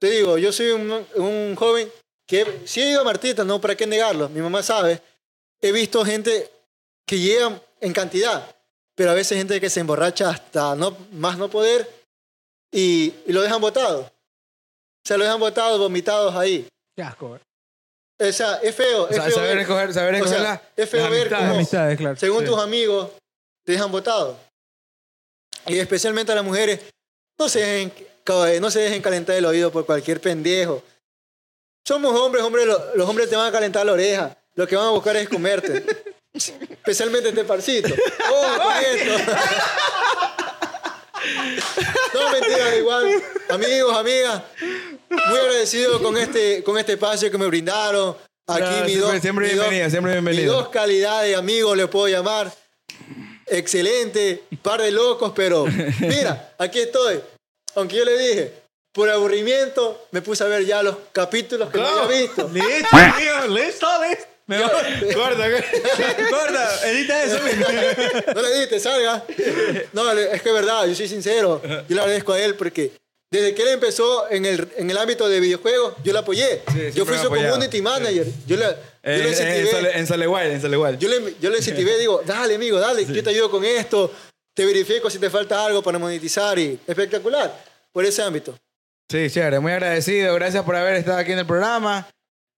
Speaker 1: Te digo, yo soy un, un joven que sí he ido a Martita, no, ¿para qué negarlo? Mi mamá sabe. He visto gente que llega en cantidad, pero a veces gente que se emborracha hasta no, más no poder y, y lo dejan votado. Se lo dejan votado, vomitados ahí.
Speaker 3: Qué asco, eh.
Speaker 1: O sea, es feo.
Speaker 2: O sea,
Speaker 1: es feo
Speaker 2: saber
Speaker 1: ver-
Speaker 2: escoger, saber
Speaker 1: o sea,
Speaker 2: escoger las-
Speaker 1: es feo
Speaker 2: las
Speaker 1: ver
Speaker 2: amistades.
Speaker 3: Las
Speaker 1: cómo-
Speaker 3: amistades, claro.
Speaker 1: según
Speaker 2: Sí.
Speaker 1: tus amigos, te dejan votado. Y especialmente a las mujeres, no se dejen, ca- no se dejen calentar el oído por cualquier pendejo. Somos hombres, hombres lo- los hombres te van a calentar la oreja. Lo que van a buscar es comerte. especialmente este parcito. Oh, con esto. no, mentira, igual. Amigos, amigas, muy agradecido con este, con este espacio que me brindaron. Aquí
Speaker 2: Claro,
Speaker 1: mi dos-
Speaker 2: siempre, siempre
Speaker 1: mi dos-
Speaker 2: bienvenida, siempre
Speaker 1: y
Speaker 2: bienvenida.
Speaker 1: dos calidades, amigos, le puedo llamar. Excelente, par de locos, pero mira, aquí estoy. Aunque yo le dije, por aburrimiento, me puse a ver ya los capítulos que no había visto.
Speaker 3: Listo, tío, listo, listo. Me voy.
Speaker 2: Corta, Eh,
Speaker 3: Corta, edita eso. men.
Speaker 1: No le diste, salga. No, le- es que es verdad, yo soy sincero. Yo le agradezco a él porque desde que él empezó en el, en el ámbito de videojuegos, yo lo apoyé.
Speaker 2: siempre
Speaker 1: yo fui
Speaker 2: lo
Speaker 1: su
Speaker 2: apoyaba.
Speaker 1: community manager. Yo le, yo le
Speaker 2: En, eh, en,
Speaker 1: incentivé.
Speaker 2: Sole- en Soleguay, en Soleguay.
Speaker 1: Yo le, yo le incentivé, digo, dale, amigo, dale, yo te ayudo con esto, te verifico si te falta algo para monetizar y espectacular, por ese ámbito.
Speaker 2: Sí, chévere, muy agradecido. Gracias por haber estado aquí en el programa.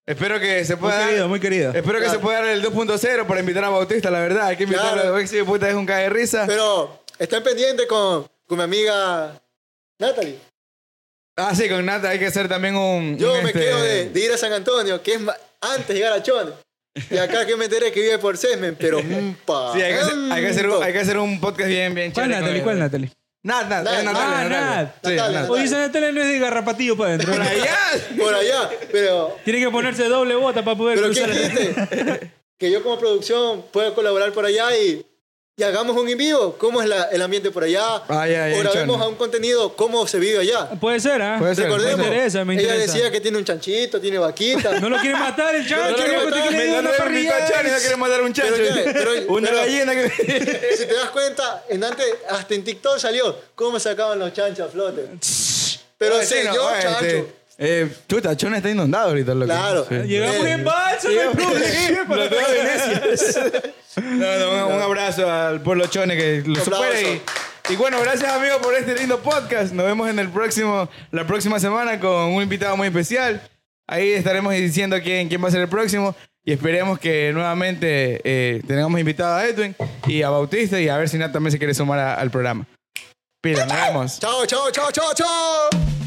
Speaker 2: Espero que se
Speaker 3: Muy
Speaker 2: pueda.
Speaker 3: querido, muy querido.
Speaker 2: Espero que
Speaker 1: Claro.
Speaker 2: se pueda dar el 2.0 para invitar a Bautista, la verdad. Hay que invitarlo.
Speaker 1: Claro.
Speaker 2: Hoy sí, puta, es un cae de risa.
Speaker 1: Pero estén pendientes con, con mi amiga Natalie.
Speaker 2: Ah, sí, con Nata hay que hacer también un.
Speaker 1: Yo
Speaker 2: un,
Speaker 1: me
Speaker 2: este,
Speaker 1: quedo de, de ir a San Antonio, que es ma- antes de llegar a Chone. Y acá que me enteré que vive por Sesmen, pero... mm, pa-
Speaker 2: Sí, hay que, hacer, hay, que hacer un, hay que hacer un podcast bien, bien
Speaker 3: ¿Cuál
Speaker 2: chévere.
Speaker 3: Natalie?
Speaker 2: con
Speaker 3: ¿Cuál
Speaker 1: Ah,
Speaker 2: ella.
Speaker 3: Natalie?
Speaker 2: Nat, Nat,
Speaker 1: Nat.
Speaker 2: es Natalia,
Speaker 3: Ah,
Speaker 2: Natalia.
Speaker 3: Nat.
Speaker 2: Sí,
Speaker 1: Natalia.
Speaker 2: Nat.
Speaker 3: Oye, esa Natalia no es de garrapatillo para adentro.
Speaker 2: Por allá.
Speaker 1: Por allá, pero...
Speaker 3: Tiene que ponerse doble bota para poder
Speaker 1: Pero ¿qué
Speaker 3: cruzar.
Speaker 1: dijiste? que yo como producción puedo colaborar por allá y, y hagamos un en vivo. ¿Cómo es la- el ambiente por allá?
Speaker 2: Ah, ya, ya,
Speaker 1: o grabemos
Speaker 2: chon.
Speaker 1: a un contenido, ¿cómo se vive allá?
Speaker 3: Puede ser, ¿ah?
Speaker 2: Puede ser.
Speaker 1: Recordemos,
Speaker 3: me interesa, me interesa.
Speaker 1: ella decía que tiene un chanchito, tiene vaquita.
Speaker 3: No lo quiere matar el
Speaker 1: No
Speaker 3: chancho,
Speaker 1: lo quiere
Speaker 3: loco, te
Speaker 1: matar, me
Speaker 3: quiere ir a
Speaker 1: lo
Speaker 3: una
Speaker 2: Natalia invitó a
Speaker 3: parrilla.
Speaker 2: Chani, no quiere matar un chancho.
Speaker 1: Pero, pero,
Speaker 2: Una
Speaker 1: pero-
Speaker 2: gallina que.
Speaker 1: si te das cuenta, en antes, hasta en TikTok salió cómo sacaban los chanchos a flote. Pero
Speaker 2: Oye,
Speaker 1: se
Speaker 2: sí, no,
Speaker 1: dio
Speaker 2: oye,
Speaker 1: chancho.
Speaker 2: este, eh, chuta, Chone está inundado ahorita, loco.
Speaker 1: Claro.
Speaker 2: Sí.
Speaker 3: Llegamos
Speaker 1: Eh,
Speaker 3: en balsa, no hay problema.
Speaker 2: Lo tengo de necios. No, no, un, un abrazo al pueblo chone que
Speaker 1: Un
Speaker 2: lo supere.
Speaker 1: aplauso.
Speaker 2: Y, y bueno, gracias amigos por este lindo podcast. Nos vemos en el próximo, la próxima semana con un invitado muy especial. Ahí estaremos diciendo quién, quién va a ser el próximo. Y esperemos que nuevamente eh, tengamos invitado a Edwin y a Bautista y a ver si Nat también se quiere sumar a- al programa. Pila, nos vemos.
Speaker 1: Chao, chao, chao, chao, chao.